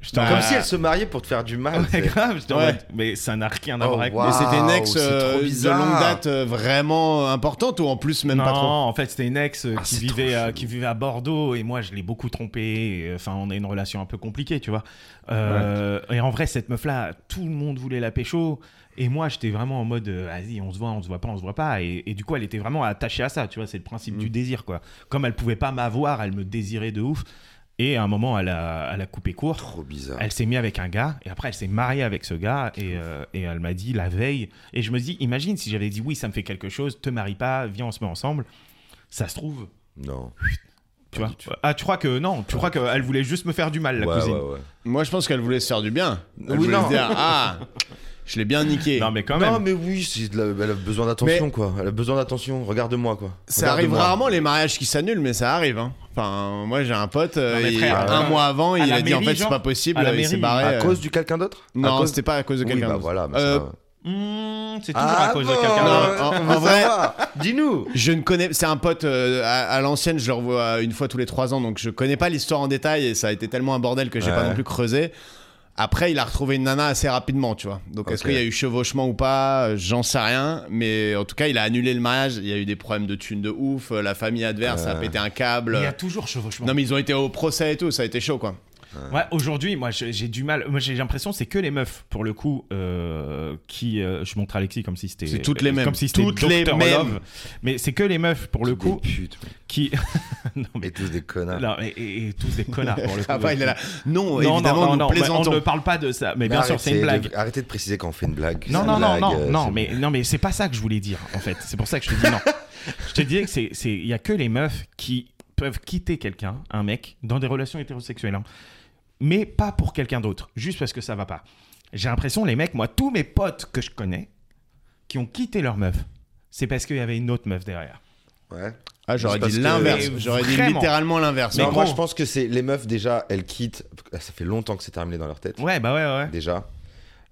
D: Je t'en-
B: Bah,
A: Comme si elle se mariait pour te faire du mal.
D: Ouais,
A: tu sais.
D: grave, je t'en-
B: Ouais.
D: mais ça n'a rien à
A: Oh,
D: voir avec
A: waouh.
B: Mais
D: moi.
B: c'était une ex
A: c'est trop
B: euh, de
A: bizarre.
B: longue date euh, vraiment importante ou en plus même
D: non,
B: pas trop
D: en fait, c'était une ex euh,
A: Ah,
D: qui,
A: c'est
D: vivait,
A: trop
D: euh,
A: chelou.
D: qui vivait à Bordeaux et moi, je l'ai beaucoup trompée. et, euh, Enfin, on a une relation un peu compliquée, tu vois. Euh, Et en vrai, cette meuf-là, tout le monde voulait la pécho. Et moi, j'étais vraiment en mode, euh, vas-y, on se voit, on se voit pas, on se voit pas. Et, et du coup, elle était vraiment attachée à ça, tu vois. C'est le principe du désir, quoi. Comme elle pouvait pas m'avoir, elle me désirait de ouf. Et à un moment, elle a, elle a coupé court.
A: Trop bizarre.
D: Elle s'est mise avec un gars et après elle s'est mariée avec ce gars et, euh, et elle m'a dit la veille. Et je me dis, imagine si j'avais dit oui, ça me fait quelque chose, te marie pas, viens, on se met ensemble. Ça se trouve,
A: Non.
D: tu vois. Ah, tu crois que non, tu crois qu'elle voulait juste me faire du mal, la
A: Ouais,
D: cousine.
A: ouais, ouais.
B: Moi, je pense qu'elle voulait se faire du bien. Elle
A: Oui,
B: voulait
A: non.
B: se dire ah, je l'ai bien niqué.
D: Non, mais quand
A: Non,
D: même.
A: mais oui, c'est de la- elle a besoin d'attention,
B: Mais-
A: quoi. Elle a besoin d'attention. Regarde-moi, quoi.
B: Ça arrive
A: Regarde-moi.
B: rarement les mariages qui s'annulent, mais ça arrive. hein. Enfin, moi j'ai un pote, euh,
D: Non, mais
B: il-
D: frère,
B: un
D: euh,
B: mois avant,
D: à
B: il
D: la
B: a dit en
D: mairie,
B: fait c'est
D: genre,
B: pas possible,
D: à la
B: il s'est
D: mairie,
B: barré.
A: À
B: euh,
A: cause du quelqu'un d'autre À
B: Non,
A: cause-
B: c'était pas à cause de
A: Oui,
B: quelqu'un.
A: bah Ah
B: d'autre.
A: voilà. mais
B: Euh,
A: ça va.
D: Mmh, c'est toujours
B: Ah
D: à cause de quelqu'un.
B: Non,
D: d'autre.
B: en- en vrai-
A: dis-nous.
B: Je ne connais, c'est un pote euh, à, à l'ancienne, je le revois une fois tous les trois ans, donc je connais pas l'histoire en détail et ça a été tellement un bordel que j'ai
A: Ouais.
B: pas non plus creusé. Après, il a retrouvé une nana assez rapidement, tu vois. Donc, est-ce
A: Ok.
B: qu'il y a eu chevauchement ou pas euh, J'en sais rien. Mais en tout cas, il a annulé le mariage. Il y a eu des problèmes de thunes de ouf. euh, La famille adverse a
A: Ouais.
B: pété un
D: Mais
B: câble.
D: Il y a toujours chevauchement.
B: Non, mais ils ont été au procès et tout. Ça a été chaud, quoi.
D: Ouais, aujourd'hui, moi, j'ai j'ai du mal. Moi, j'ai l'impression c'est que les meufs, pour le coup, euh, qui. euh, je montre Alexis comme si c'était.
B: C'est toutes les mêmes.
D: Comme si c'était
B: Toutes les
D: Dr.
B: mêmes.
D: Love. Mais c'est que les meufs, pour le coup,
A: Des putes.
D: qui. non, mais.
A: Et tous des connards.
D: Non, et, et- et tous des connards pour le coup.
B: Ah, bah, il est là. Non,
D: Non,
B: évidemment,
D: non, non,
B: nous
D: non, mais
B: plaisantons. Bah
D: on ne parle pas de ça. Mais bien
A: Mais
D: sûr, c'est une
A: arrêtez
D: blague.
A: de- arrêtez de préciser quand on fait une blague.
D: Non,
A: C'est
D: non,
A: une
D: non,
A: blague,
D: non,
A: euh,
D: non,
A: c'est-
D: mais, non, mais c'est pas ça que je voulais dire, en fait. C'est pour ça que je te dis non. je te disais que c'est, c'est, il y a que les meufs qui peuvent quitter quelqu'un, un mec, dans des relations hétérosexuelles, hein. mais pas pour quelqu'un d'autre, juste parce que ça va pas. J'ai l'impression, les mecs, moi, tous mes potes que je connais, qui ont quitté leur meuf, c'est parce qu'il y avait une autre meuf derrière.
A: Ouais.
B: Ah, j'aurais
A: C'est parce
B: dit
A: que-
B: l'inverse.
D: Mais
B: J'aurais dit
D: vraiment.
B: littéralement l'inverse.
D: Mais
A: Non, moi
D: gros.
A: je pense que c'est les meufs déjà, elles quittent. Ça fait
D: bah
A: longtemps que c'est terminé dans leur tête.
D: Ouais, bah ouais, ouais.
A: déjà.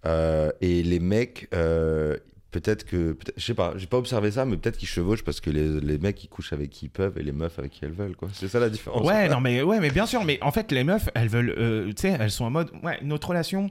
A: Euh, et les mecs, euh, Peut-être que. peut-être- je sais pas, j'ai pas observé ça, mais peut-être qu'ils chevauchent parce que les, les mecs ils couchent avec qui ils peuvent et les meufs avec qui elles veulent, quoi. C'est ça la différence.
D: Ouais, non, mais, ouais, mais bien sûr. Mais en fait, les meufs, elles veulent. euh, tu sais, elles sont en mode. Ouais, notre relation,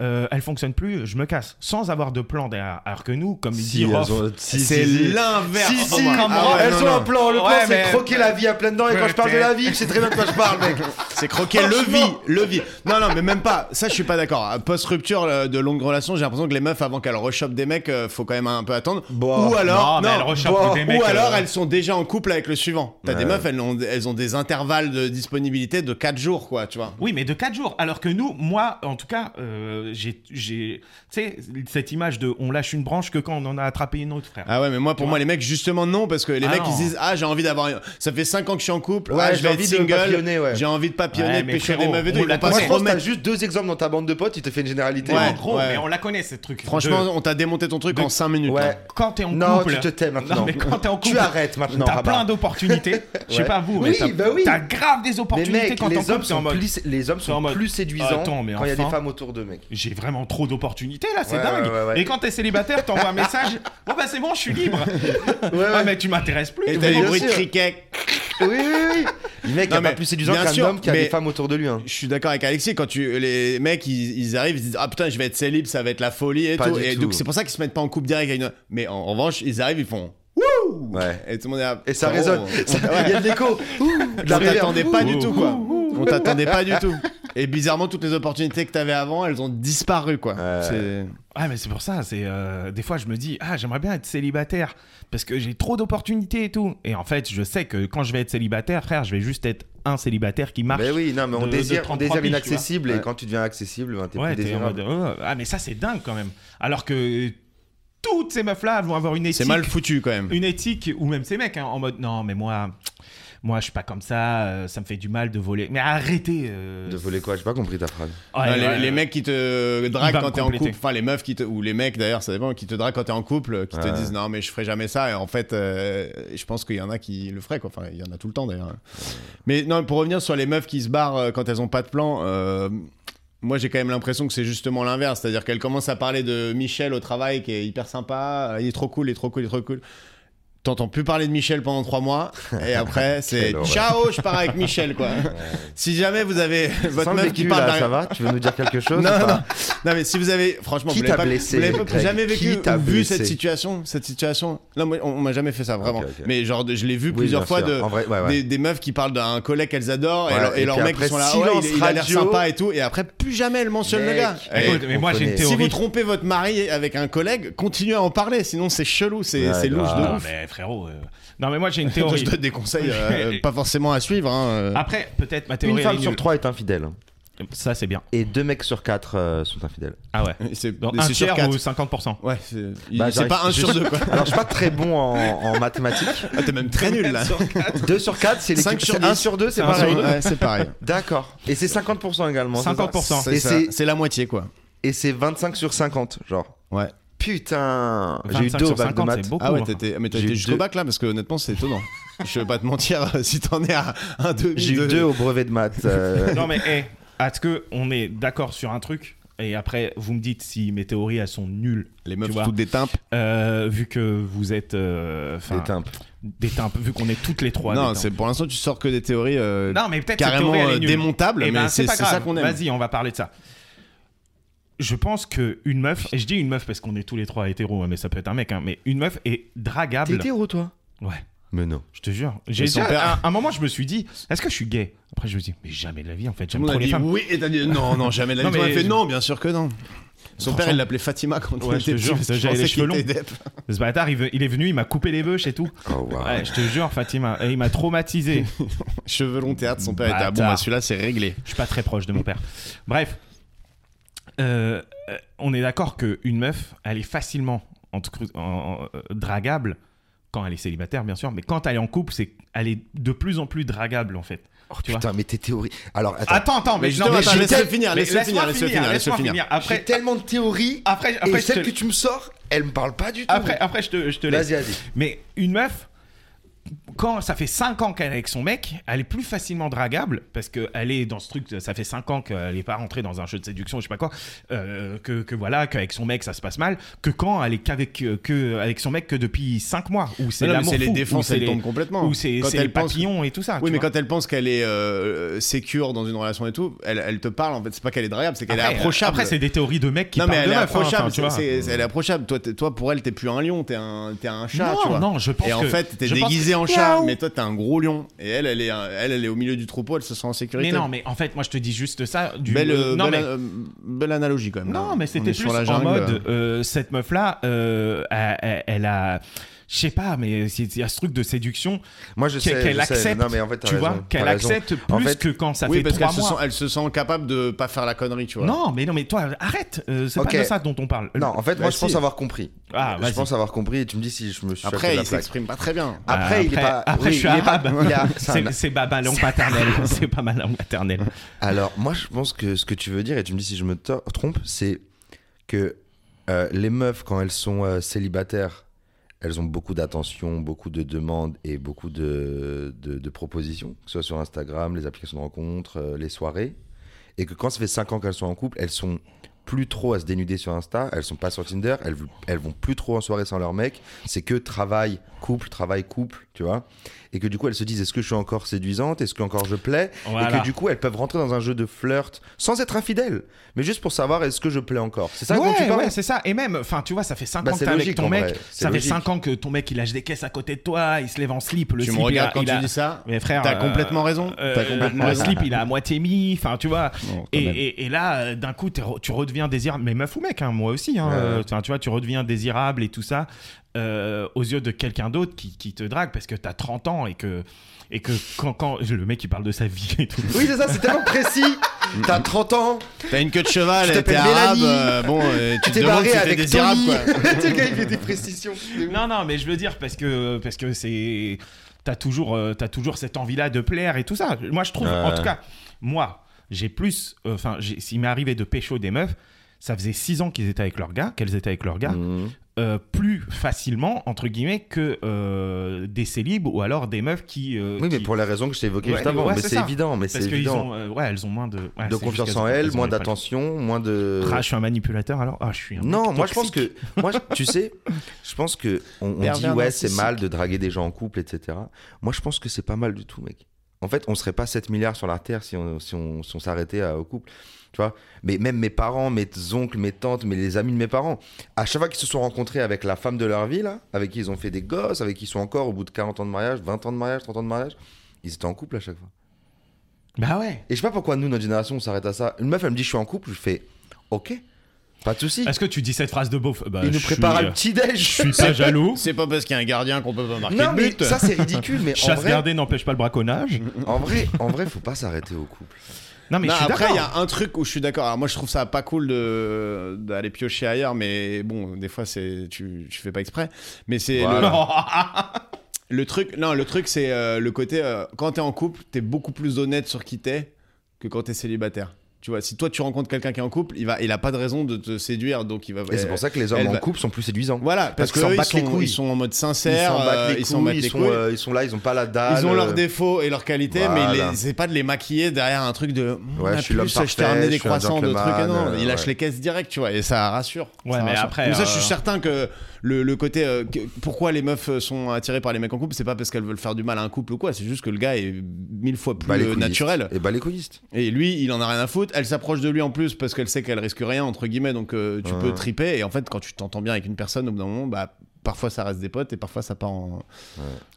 D: euh, elle fonctionne plus, je me casse. Sans avoir de plan derrière. Alors que nous, comme
A: Si,
D: dit bah,
A: elles
D: Rof,
A: ont- si,
B: C'est
A: si, si.
B: l'inverse.
A: Si,
B: Oh
A: si,
B: my-
D: Comme
B: Ah
D: Rof,
B: ouais,
A: elles
B: non,
A: ont
B: non.
A: un plan. Le plan,
D: Ouais,
A: c'est
D: mais-
A: croquer la vie à pleine dent. Et quand je parle de la vie, je sais très bien de quoi je parle, mec.
B: C'est croquer le vie, le vie. Non, non, mais même pas. Ça, je suis pas d'accord. Post-rupture euh, de longue relation, j'ai l'impression que les meufs, avant qu'elles rechopent des mecs, euh, faut quand même un peu attendre.
A: Bon.
B: Ou alors,
D: Non, mais elles rechopent
B: bon,
D: des mecs,
B: Ou alors,
D: euh,
B: elles sont déjà en couple avec le suivant. T'as des
A: Ouais.
B: meufs, elles ont, elles ont des intervalles de disponibilité de 4 jours, quoi, tu vois.
D: Oui, mais de 4 jours. Alors que nous, moi, en tout cas, euh, j'ai. j'ai- Tu sais, cette image de on lâche une branche que quand on en a attrapé une autre, frère.
B: Ah ouais, mais moi, pour moi, les mecs, justement, non, parce que les
D: Ah
B: mecs,
D: non.
B: ils disent Ah, j'ai envie d'avoir. Ça fait 5 ans que je suis en couple,
A: Ouais,
B: ah, je
A: j'ai
B: vais
A: envie
B: être
A: de
B: single,
A: papillonner, ouais.
B: j'ai envie de papillonner,
D: Ouais,
B: de
D: mais
B: pêcher
D: frérot,
B: des mauvais
D: on
B: trucs.
D: l'a
B: On va pas
A: Moi,
D: Ouais.
A: je
B: se
A: pense que t'as
B: remettre.
A: juste deux exemples dans ta bande de potes, il te fait une généralité.
D: Mais
B: Ouais.
D: en gros, mais on la connaît, ce truc.
B: Franchement,
D: De-
B: on t'a démonté ton truc en 5 minutes. hein. là.
A: Ouais.
D: quand t'es en
A: Non,
D: couple.
A: tu te tais maintenant.
D: Non, mais quand t'es en couple.
A: Tu arrêtes maintenant,
D: T'as
A: Rabat.
D: plein d'opportunités. Je sais
A: Ouais.
D: pas vous, mais
A: Oui,
D: t'as
A: bah oui.
D: t'as grave des
A: Mais
D: opportunités
A: mec,
D: quand t'es en
A: les
D: couple.
A: hommes,
D: t'es en
A: sont
D: mode,
A: plus, les hommes sont
D: en mode,
A: plus séduisants
D: attends, mais
A: quand il y a des
D: enfin.
A: femmes autour d'eux, mec.
D: J'ai vraiment trop d'opportunités là, c'est
A: Ouais,
D: dingue.
A: ouais, ouais, ouais.
D: Et quand t'es célibataire, t'envoies un message. Bon bah c'est bon, je suis libre. Ah
A: ouais.
D: mais tu m'intéresses plus.
B: Et
D: tu
B: t'as
D: vois.
B: eu
A: bien
B: le bruit de
A: sûr.
B: criquet.
A: Oui, oui, oui. Mec, il
B: Non,
A: a
B: mais
A: pas plus séduisant
B: bien
A: qu'un
B: sûr,
A: homme qui a
B: mais-
A: des femmes autour de lui. hein.
B: Je suis d'accord avec Alexis, quand tu, les mecs ils, ils arrivent, ils disent Ah putain, je vais être célib, ça va être la folie et
A: Pas
B: tout.
A: du
B: Et
A: tout.
B: donc c'est pour ça qu'ils se mettent pas en couple direct. avec une- Mais en, en revanche, ils arrivent, ils font Wouh
A: Ouais.
B: Et tout le monde est là,
A: Et ça
B: Frérot,
A: résonne.
B: on-
A: Ça- Il y a de l'écho. Ouh, de la
B: On
A: rivière.
B: t'attendait pas
D: Ouh.
B: du tout quoi. On t'attendait pas du tout. Et bizarrement, toutes les opportunités que t'avais avant, elles ont disparu quoi.
A: Ouais.
B: C'est-
D: Ah mais c'est pour ça. C'est euh, des fois je me dis ah j'aimerais bien être célibataire parce que j'ai trop d'opportunités et tout. Et en fait je sais que quand je vais être célibataire, frère, je vais juste être un célibataire qui marche.
A: Mais oui, non, mais on
D: de- de
A: désire, on
D: 33
A: désire
D: piges, tu
A: inaccessible
B: vois.
A: et
B: Ouais.
A: quand tu deviens accessible, ben, t'es
D: Ouais,
A: plus
D: t'es en
A: désirable.
D: mode, oh, ah mais ça c'est dingue quand même. Alors que toutes ces meufs là vont avoir une éthique.
B: C'est mal foutu quand même.
D: une éthique ou même ces mecs hein, en mode non mais moi moi je suis pas comme ça euh, ça me fait du mal de voler mais arrêtez euh,
A: De voler quoi J'ai pas compris ta phrase.
D: Ouais,
B: Non, les,
D: Ah, ouais,
B: les
D: ouais.
B: mecs qui te draguent
D: va
B: quand
D: me
B: t'es en
D: compléter.
B: couple, enfin les meufs qui te, ou les mecs d'ailleurs, ça dépend, qui te draguent quand t'es en couple, euh, qui te
A: Ouais.
B: disent non mais je ferai jamais ça, et en fait euh, je pense qu'il y en a qui le feraient quoi, enfin il y en a tout le temps d'ailleurs. Mais non, pour revenir sur les meufs qui se barrent euh, quand elles ont pas de plan, euh, moi j'ai quand même l'impression que c'est justement l'inverse, c'est-à-dire qu'elles commencent à parler de Michel au travail qui est hyper sympa, euh, il est trop cool, il est trop cool, il est trop cool. T'entends plus parler de Michel pendant trois mois, et après c'est
A: Quelle horreur.
B: ciao, je pars avec Michel quoi. Si jamais vous avez votre
A: Sans le
B: meuf qui
A: vécu,
B: parle
A: là,
B: d'un-
A: ça va Tu veux nous dire quelque chose
B: non,
A: ou pas
B: non. non, mais si vous avez, franchement,
A: Qui
B: vous
A: t'a
B: l'avez pas,
A: blessé,
B: vous l'avez pas-
A: Greg
B: jamais
A: Qui
B: vécu, ou
A: t'a
B: vu
A: blessé
B: cette situation, cette situation. Non, moi, on, on m'a jamais fait ça, vraiment.
A: Ok, ok.
B: Mais genre, de- je l'ai vu
A: Oui,
B: plusieurs
A: bien
B: fois
A: sûr.
B: de,
A: En vrai, ouais, ouais.
B: Des, des meufs qui parlent d'un collègue qu'elles adorent et,
A: Ouais,
B: leur- et
A: et
B: leurs
A: puis
B: mecs qui
A: après,
B: sont là,
A: silence
B: ouais, il, il a l'air
A: radio.
B: sympa et tout, et après, plus jamais elles mentionnent le
A: Mec.
B: gars.
A: Eh,
B: Et-
D: Écoute, mais
A: on
D: moi j'ai une
A: connaît.
D: théorie
B: si vous trompez votre mari avec un collègue, continuez à en parler, sinon c'est chelou, c'est
A: Ouais,
B: c'est louche de
D: non
A: grave.
B: ouf.
D: Ah, mais frérot euh, non mais moi j'ai une
B: Je
D: théorie
B: donne des conseils euh, pas forcément à suivre. hein, euh.
D: après peut-être ma théorie
A: Une
D: elle
A: femme
D: est
A: sur
D: nulle.
A: trois est infidèle.
D: ça c'est bien
A: Et deux mecs sur quatre euh, sont infidèles.
D: ah ouais
B: C'est
D: Dans
B: c'est
D: un
B: sur
D: tiers
B: quatre.
D: ou 50%
B: Ouais, c'est il-
A: Bah,
B: c'est
A: j'arrive-
B: pas un
A: je-
B: sur deux quoi.
A: Alors, je suis pas très bon en, en mathématiques.
B: Ah, T'es même très nul là.
A: 2 sur 4, c'est
B: Cinq
A: l'équipe.
B: sur
A: c'est un
B: dix.
A: sur 2, c'est
D: C'est un
A: pareil.
D: sur
B: Ouais, c'est pareil.
A: D'accord. Et c'est 50% également. c'est ça
D: 50%.
A: Et
B: C'est ça,
A: c'est-
B: c'est la moitié quoi.
A: Et c'est 25 sur 50, genre.
B: Ouais.
A: Putain J'ai eu
D: 25
A: deux au
D: sur
A: bac de
D: 50
A: maths.
D: c'est beaucoup
B: ah ouais,
D: hein.
B: t'étais, mais t'as
A: J'ai
B: été
A: eu
B: jusqu'au
A: deux.
B: bac là parce que honnêtement c'est étonnant. Je vais pas te mentir euh, si t'en es à un demi.
A: J'ai eu
B: de-
A: deux au brevet de maths. euh,
D: non mais hé, est-ce que on est d'accord sur un truc et après vous me dites si mes théories elles sont nulles
B: Les meufs
D: tu vois.
B: toutes des timpes.
D: Euh, vu que vous êtes euh, enfin,
A: des timbres.
D: des timpes, vu qu'on est toutes les trois
B: non,
D: des
B: c'est pour l'instant tu sors que des théories euh,
D: Non, mais peut-être
B: carrément
D: cette théorie, elle
B: euh,
D: est nulle.
B: démontables,
D: Eh
B: mais
D: ben,
B: c'est,
D: pas
B: c'est
D: grave.
B: ça qu'on aime.
D: Vas-y, on va parler de ça. Je pense que une meuf, et je dis une meuf parce qu'on est tous les trois hétéros, hein, mais ça peut être un mec, hein, mais une meuf est
A: T'es
D: dragable.
A: hétéro, toi
D: Ouais,
A: Mais non.
D: je te jure. J'ai
B: son
D: déjà-
B: père-
D: à un moment, je me suis dit, est-ce que je suis gay Après, je me suis dit, mais jamais de la vie, en fait,
B: Tout le
D: j'aime
B: monde
D: trop
B: a
D: les
B: dit
D: femmes.
B: oui et t'as dit non, non, jamais de la
D: Non,
B: vie. Tout le monde a
D: mais
B: fait
D: je-
B: non, bien sûr que non. Son père
D: Franchement.
B: il l'appelait Fatima quand on
D: Ouais, je
B: était
D: te jure,
B: petit, parce
D: ça,
B: qu'il
D: j'avais les
B: pensait qu'il
D: cheveux
B: était dep.
D: Ce bâtard, il, veut- il est venu, il m'a coupé les bœufs et tout.
A: Oh, wow.
D: Ouais, je te jure, Fatima, et il m'a traumatisé.
B: Cheveux longs théâtre, son père était ah bon,
D: Bâtard.
B: bah, celui-là c'est réglé.
D: Je suis pas très proche de mon père. Bref, Euh, euh, on est d'accord qu'une meuf, elle est facilement en tout cas, en- en- euh, dragable quand elle est célibataire, bien sûr, mais quand elle est en couple, c'est elle est de plus en plus dragable en fait. tu vois.
A: Putain, mais tes théories. Alors, attends.
D: Attends, attends, mais,
B: Mais justement,
D: non, mais
B: attends,
D: j'ai-
B: laisse-le finir, laisse-le
D: mais
B: finir,
D: laisse-moi
B: laisse-le finir, laisse-le
D: laisse-moi
B: finir.
A: J'ai
D: Après,
A: tellement de théories.
D: après,
A: et
D: après, je
A: celle que
D: te,
A: tu me sors, elle me parle pas du tout.
D: après, après, je te, je te laisse.
A: Vas-y, vas-y.
D: Mais une meuf, quand ça fait 5 ans qu'elle est avec son mec, elle est plus facilement dragable parce qu'elle est dans ce truc, ça fait 5 ans qu'elle n'est pas rentrée dans un jeu de séduction, je sais pas quoi, euh, que, que voilà, qu'avec son mec ça se passe mal, que quand elle est qu'avec euh, que, avec son mec que depuis 5 mois, où c'est
B: Ah Non, non, mais
D: l'amour
B: c'est les
D: fou, où
B: défenses,
D: c'est
B: elles
D: les-
B: tombent complètement.
D: où c'est
B: Quand
D: c'est
B: elle
D: les
B: pense-
D: papillons et tout ça.
B: Oui,
D: Ah, tu
B: mais
D: vois.
B: quand elle pense qu'elle est euh, sécure dans une relation et tout, elle, elle te parle en fait. C'est pas qu'elle est dragable, c'est qu'elle
D: Après,
B: est approchable.
D: Après, c'est des théories de mecs qui
B: non, mais
D: parlent
B: elle
D: de
B: est
D: meufs, hein, enfin,
B: approchable.
D: tu
B: c'est-
D: vois.
B: c'est- elle est approchable. Toi, t'es- toi, pour elle, t'es plus un lion, t'es un, t'es un chat. tu vois.
D: Non, non, je pense
B: Et en
D: que-
B: fait, t'es
D: je pense
B: déguisé
D: que-
B: en chat,
D: Miaou.
B: mais toi, t'es un gros lion. Et elle, elle est, un- elle, elle est au milieu du troupeau, elle se sent en sécurité.
D: Mais non, mais en fait, moi je te dis juste ça. Du...
B: belle,
D: euh, non,
B: belle,
D: mais-
B: euh, belle analogie quand même.
D: Non,
B: là.
D: mais
B: On
D: c'était
B: est
D: plus
B: sur la
D: en
B: jungle.
D: mode euh, cette meuf là, elle, elle a, je sais pas, mais c'est- il y a ce truc de séduction
A: Moi, je sais.
D: qu'elle qu'elle
A: je sais.
D: accepte,
A: Non, mais en fait, t'as
D: tu vois,
A: raison, t'as
D: qu'elle
A: raison.
D: accepte plus
A: En fait-
D: que quand ça
B: oui,
D: fait
B: parce
D: trois
B: qu'elle se, sent,
D: mois.
B: elle se sent capable de pas faire la connerie, tu vois.
D: Non, mais non, mais toi, arrête, euh, c'est
A: Ok.
D: pas de ça dont on parle.
A: Non, en fait,
B: Bah,
A: moi, je
B: si.
A: pense avoir compris.
D: Ah,
A: je
D: vas-y.
A: pense avoir compris. et Tu me dis si je me suis
B: Après,
A: de la
B: il
A: plaque.
B: s'exprime pas très bien.
A: Après, il est pas.
D: Euh, après,
A: oui,
D: je suis
A: il est pas-
D: arabe.
A: il a- c'est un-
D: C'est- C'est pas ma langue paternelle. C'est pas ma langue paternelle.
A: Alors, moi, je pense que ce que tu veux dire, et tu me dis si je me to- trompe, c'est que euh, les meufs, quand elles sont euh, célibataires, elles ont beaucoup d'attention, beaucoup de demandes et beaucoup de, de- de propositions, que ce soit sur Instagram, les applications de rencontres, euh, les soirées. Et que quand ça fait 5 ans qu'elles sont en couple, elles sont plus trop à se dénuder sur Insta, elles sont pas sur Tinder, elles, elles vont plus trop en soirée sans leur mec. C'est que travail, couple, travail, couple, tu vois. Et que du coup, elles se disent est-ce que je suis encore séduisante Est-ce que encore je plais et
D: Voilà.
A: que du coup, elles peuvent rentrer dans un jeu de flirt sans être infidèles, mais juste pour savoir est-ce que je plais encore. C'est ça dont tu
D: ouais,
A: parles
D: ouais, c'est ça. Et même, enfin, tu vois, ça fait 5
A: hein. Bah,
D: ans que
A: c'est
D: t'es avec
A: logique,
D: ton
A: en
D: mec.
A: vrai. C'est
D: Ça fait
A: logique.
D: 5 ans que ton mec, il lâche des caisses à côté de toi, il se lève en slip, le
B: tu me
D: slip, il
B: regardes
D: a-
B: quand
D: il
B: tu
D: a-
B: dis ça.
D: Mais frère,
B: T'as
D: euh,
B: complètement raison.
D: euh,
B: T'as complètement
D: le
B: raison.
D: slip, il est à moitié mis, enfin, tu vois.
B: Non, quand
D: Et,
B: même.
D: et- et là, euh, d'un coup, t'es re- tu redeviens désirable. Mais meuf ou mec, hein, moi aussi. hein,
A: Ouais.
D: euh, enfin, tu vois, tu redeviens désirable et tout ça euh, aux yeux de quelqu'un d'autre qui, qui te drague parce que t'as 30 ans et que, et que quand, quand le mec, il parle de sa vie et tout.
A: Oui, c'est ça, c'est tellement précis. T'as 30 ans,
B: T'as une queue de cheval,
A: Je
B: t'es
A: t'appelle
B: arabe,
A: Mélanie.
B: euh, bon, euh, tu
A: tu
B: te
A: t'es
B: demandes
A: barré
B: si t'es
A: avec
B: désirable,
A: Tony.
B: quoi.
A: le gars, il fait des précisions.
D: Non, non, mais je veux dire parce que parce que c'est t'as toujours euh, t'as toujours cette envie-là de plaire et tout ça. Moi, je trouve,
A: Ouais.
D: en tout cas, moi, j'ai plus, euh, enfin, j'ai- s'il m'est arrivé de pécho des meufs, ça faisait six ans qu'ils étaient avec leur gars, qu'elles étaient avec leur gars, euh, plus facilement entre guillemets que euh, des célibes ou alors des meufs qui euh,
A: Oui, mais
D: qui-
A: pour les raisons que je t'ai évoquées
D: Ouais,
A: juste avant,
D: ouais,
A: mais
D: c'est
A: c'est
D: ça.
A: évident, mais c'est
D: parce qu'ils
A: évident.
D: ont euh, ouais, elles ont moins de ouais,
A: de
D: c'est
A: confiance
D: juste
A: en
D: qu'elles ont-
A: elle,
D: elles ont
A: moins
D: les pages.
A: d'attention, moins de.
D: Ah, je suis un manipulateur alors. Ah, je suis. un
A: Non,
D: mec
A: moi je pense
D: toxique.
A: que, moi je- tu sais, je pense que on, on dit
B: Pervers
A: ouais c'est
B: narcissique.
A: mal de draguer des gens en couple, etc. Moi je pense que c'est pas mal du tout, mec. En fait, on serait pas 7 milliards sur la terre si on si on, si on s'arrêtait à- au couple, tu vois. Mais même mes parents, mes oncles, mes tantes, mais les amis de mes parents, à chaque fois qu'ils se sont rencontrés avec la femme de leur vie là, avec qui ils ont fait des gosses, avec qui ils sont encore au bout de 40 ans de mariage, 20 ans de mariage, 30 ans de mariage, ils étaient en couple à chaque fois.
D: Bah ouais.
A: Et je sais pas pourquoi nous notre génération on s'arrête à ça. Une meuf elle me dit je suis en couple, je fais OK, pas de souci.
D: Est-ce que tu dis cette phrase de beauf Bah,
A: Il
D: je
A: nous prépare
D: suis,
A: un
D: euh,
A: petit déj.
D: Je suis pas jaloux.
B: C'est pas parce qu'il y a un gardien qu'on peut pas marquer
A: Non,
B: de
A: mais
B: but.
A: ça c'est ridicule, mais en
D: Chasse
A: vrai,
D: gardée n'empêche pas le braconnage.
A: en vrai, en vrai, faut pas s'arrêter au couple.
D: Non, mais
B: Non,
D: je suis
B: après, il y
D: d'accord.
B: a un truc où je suis d'accord. Alors, moi, je trouve ça pas cool de- d'aller piocher ailleurs, mais bon, des fois, c'est tu, tu fais pas exprès. Mais c'est
A: Voilà.
D: Ah,
B: le, le truc. Non, le truc, c'est euh, le côté euh, quand t'es en couple, t'es beaucoup plus honnête sur qui t'es que quand t'es célibataire. Tu vois, si toi tu rencontres quelqu'un qui est en couple, il va, il a pas de raison de te séduire, donc il va.
A: Et c'est pour ça que les hommes
B: elle
A: en
B: va-
A: couple sont plus séduisants.
B: Voilà, parce,
A: Parce qu'ils
B: que
A: s'en
B: eux, ils
A: battent les
B: sont,
A: couilles.
B: ils sont en mode
A: Ils
B: sincère,
A: s'en
B: euh,
A: battent les
B: ils s'en battent
A: couilles,
B: les
A: ils sont,
B: couilles.
A: euh, ils sont là, ils ont pas la dalle.
B: Ils ont leurs
A: euh,
B: défauts et leurs qualités,
A: Voilà.
B: mais les- c'est pas de les maquiller derrière un truc de.
A: Ouais,
B: Mmh, on a
A: je suis
B: plus,
A: l'homme
B: Je t'ai ramené
A: parfait,
B: des
A: je suis un
B: croissants, de trucs.
A: gentleman,
B: Ah non,
A: euh,
B: il lâche
A: ouais.
B: les caisses direct, tu vois, et ça rassure.
D: Ouais,
B: Ça
D: mais
B: rassure.
D: après,
B: Comme ça,
D: euh,
B: je suis certain que le, le côté. euh, que- pourquoi les meufs euh, sont attirées par les mecs en couple, c'est pas parce qu'elles veulent faire du mal à un couple ou quoi, c'est juste que le gars est mille fois plus
A: bah, les
B: euh,
A: couillistes.
B: naturel.
A: Et bah les couillistes.
B: Et lui, il en a rien à foutre. Elle s'approche de lui en plus parce qu'elle sait qu'elle risque rien, entre guillemets, donc euh, tu
A: Ouais.
B: peux triper. Et en fait, quand tu t'entends bien avec une personne, au bout d'un moment, bah. Parfois ça reste des potes et parfois ça part en.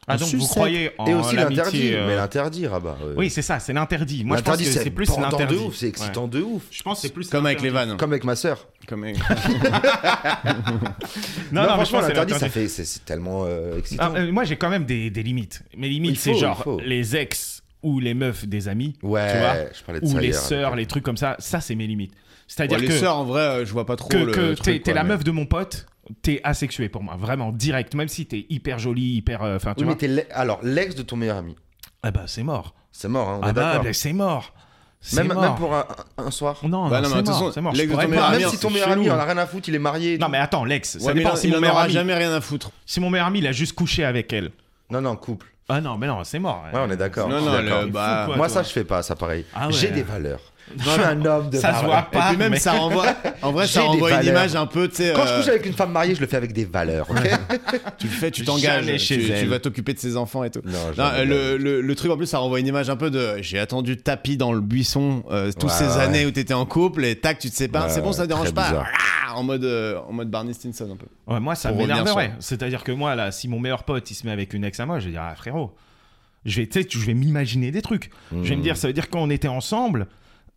D: Ah, donc vous
A: Sucette.
D: croyez en
A: Et aussi l'interdit.
D: l'amitié, euh,
A: Mais l'interdit, rabat. euh,
D: Oui, c'est ça, c'est l'interdit. Moi, je pense que
A: l'interdit,
D: c'est plus
A: pendant
D: l'interdit.
A: de ouf, c'est excitant
D: Ouais.
A: de ouf.
D: Je pense que c'est plus
B: Comme avec les vannes.
A: Comme avec ma sœur.
B: Comme avec-
D: Non, non, mais je
A: franchement,
D: pense que c'est
A: l'interdit, ça
D: l'interdit.
A: fait, c'est c'est tellement euh,
D: Ah,
A: excitant.
D: euh, Moi, j'ai quand même des des limites. Mes
A: Il
D: limites, c'est
A: faut, il
D: genre
A: faut.
D: les ex ou les meufs des amis. tu vois,
A: ouais, je parlais de
D: Ou
A: ça
D: les
A: hier.
D: sœurs, les trucs comme ça. Ça, c'est mes limites. C'est-à-dire
B: Ouais, les
D: que.
B: sœurs, en vrai, euh, je vois pas trop
D: que,
B: le
D: que
B: truc,
D: t'es, t'es
B: quoi,
D: la
B: mais-
D: meuf de mon pote, t'es asexué pour moi, vraiment direct, même si t'es hyper jolie, hyper. euh, Enfin, tu
A: Oui, mais
D: vois.
A: t'es l'ex- alors l'ex de ton meilleur ami,
D: Ah bah, c'est mort.
A: c'est mort. Hein, on
D: Ah
A: est
D: bah,
A: d'accord.
D: bah, c'est mort. C'est
A: Même,
D: mort.
A: même pour un, un soir.
D: Non,
B: Bah non, mais
D: non, c'est
B: de toute
D: mort,
B: façon,
D: c'est mort. Je
B: l'ex de
D: pourrais
B: ton
D: pas.
B: meilleur ami,
A: même
B: Ah, merde,
A: si ton
B: c'est
A: meilleur ami
B: chelou. hein.
A: en a rien à foutre, il est marié. et
D: Non,
A: tout.
D: mais attends, l'ex,
B: Ouais,
D: ça
B: mais
D: dépend
B: il-
D: si
B: il
D: mon
B: en
D: meilleur
B: aura
D: ami.
B: jamais rien à foutre.
D: Si mon meilleur ami, il a juste couché avec elle.
A: non, non, couple.
D: Ah non, mais non, c'est mort.
A: Ouais, on est d'accord.
B: Non,
A: je suis
B: non,
A: d'accord.
B: le- bah,
D: quoi,
A: Moi,
D: toi
A: ça, je fais pas, ça, pareil.
D: Ah ouais.
A: J'ai des valeurs. Je
D: Non,
A: suis un homme de
D: ça se
A: valeurs.
D: voit pas.
B: Et puis même,
D: mais-
B: ça renvoie. En vrai, ça
A: J'ai des
B: renvoie une
A: valeurs.
B: image un peu, tu sais.
A: Quand je
B: euh,
A: couche avec une femme mariée, je le fais avec des valeurs. ok
B: tu le fais, tu
D: Jamais
B: t'engages,
D: chez
B: tu, tu
D: elle.
B: vas t'occuper de ses enfants et tout.
A: Non, je-
B: Non, euh, le, le- le truc en plus, ça renvoie une image un peu de j'ai attendu tapis dans le buisson euh, toutes
A: Ouais,
B: ces
A: ouais.
B: années où t'étais en couple et tac, tu te sépares.
A: Ouais,
B: c'est bon, ça
A: ouais,
B: te dérange
A: très
B: pas.
A: bizarre.
B: Ah, en, mode, euh, en mode Barney Stinson un peu.
D: Ouais, moi, ça
B: Pour revenir
D: m'énerverait. C'est-à-dire que moi, là, si mon meilleur pote, il se met avec une ex à moi, je vais dire, ah frérot, je vais, tu sais, tu- je vais m'imaginer des trucs. Je vais me
A: Hmm.
D: dire, ça veut dire quand on était ensemble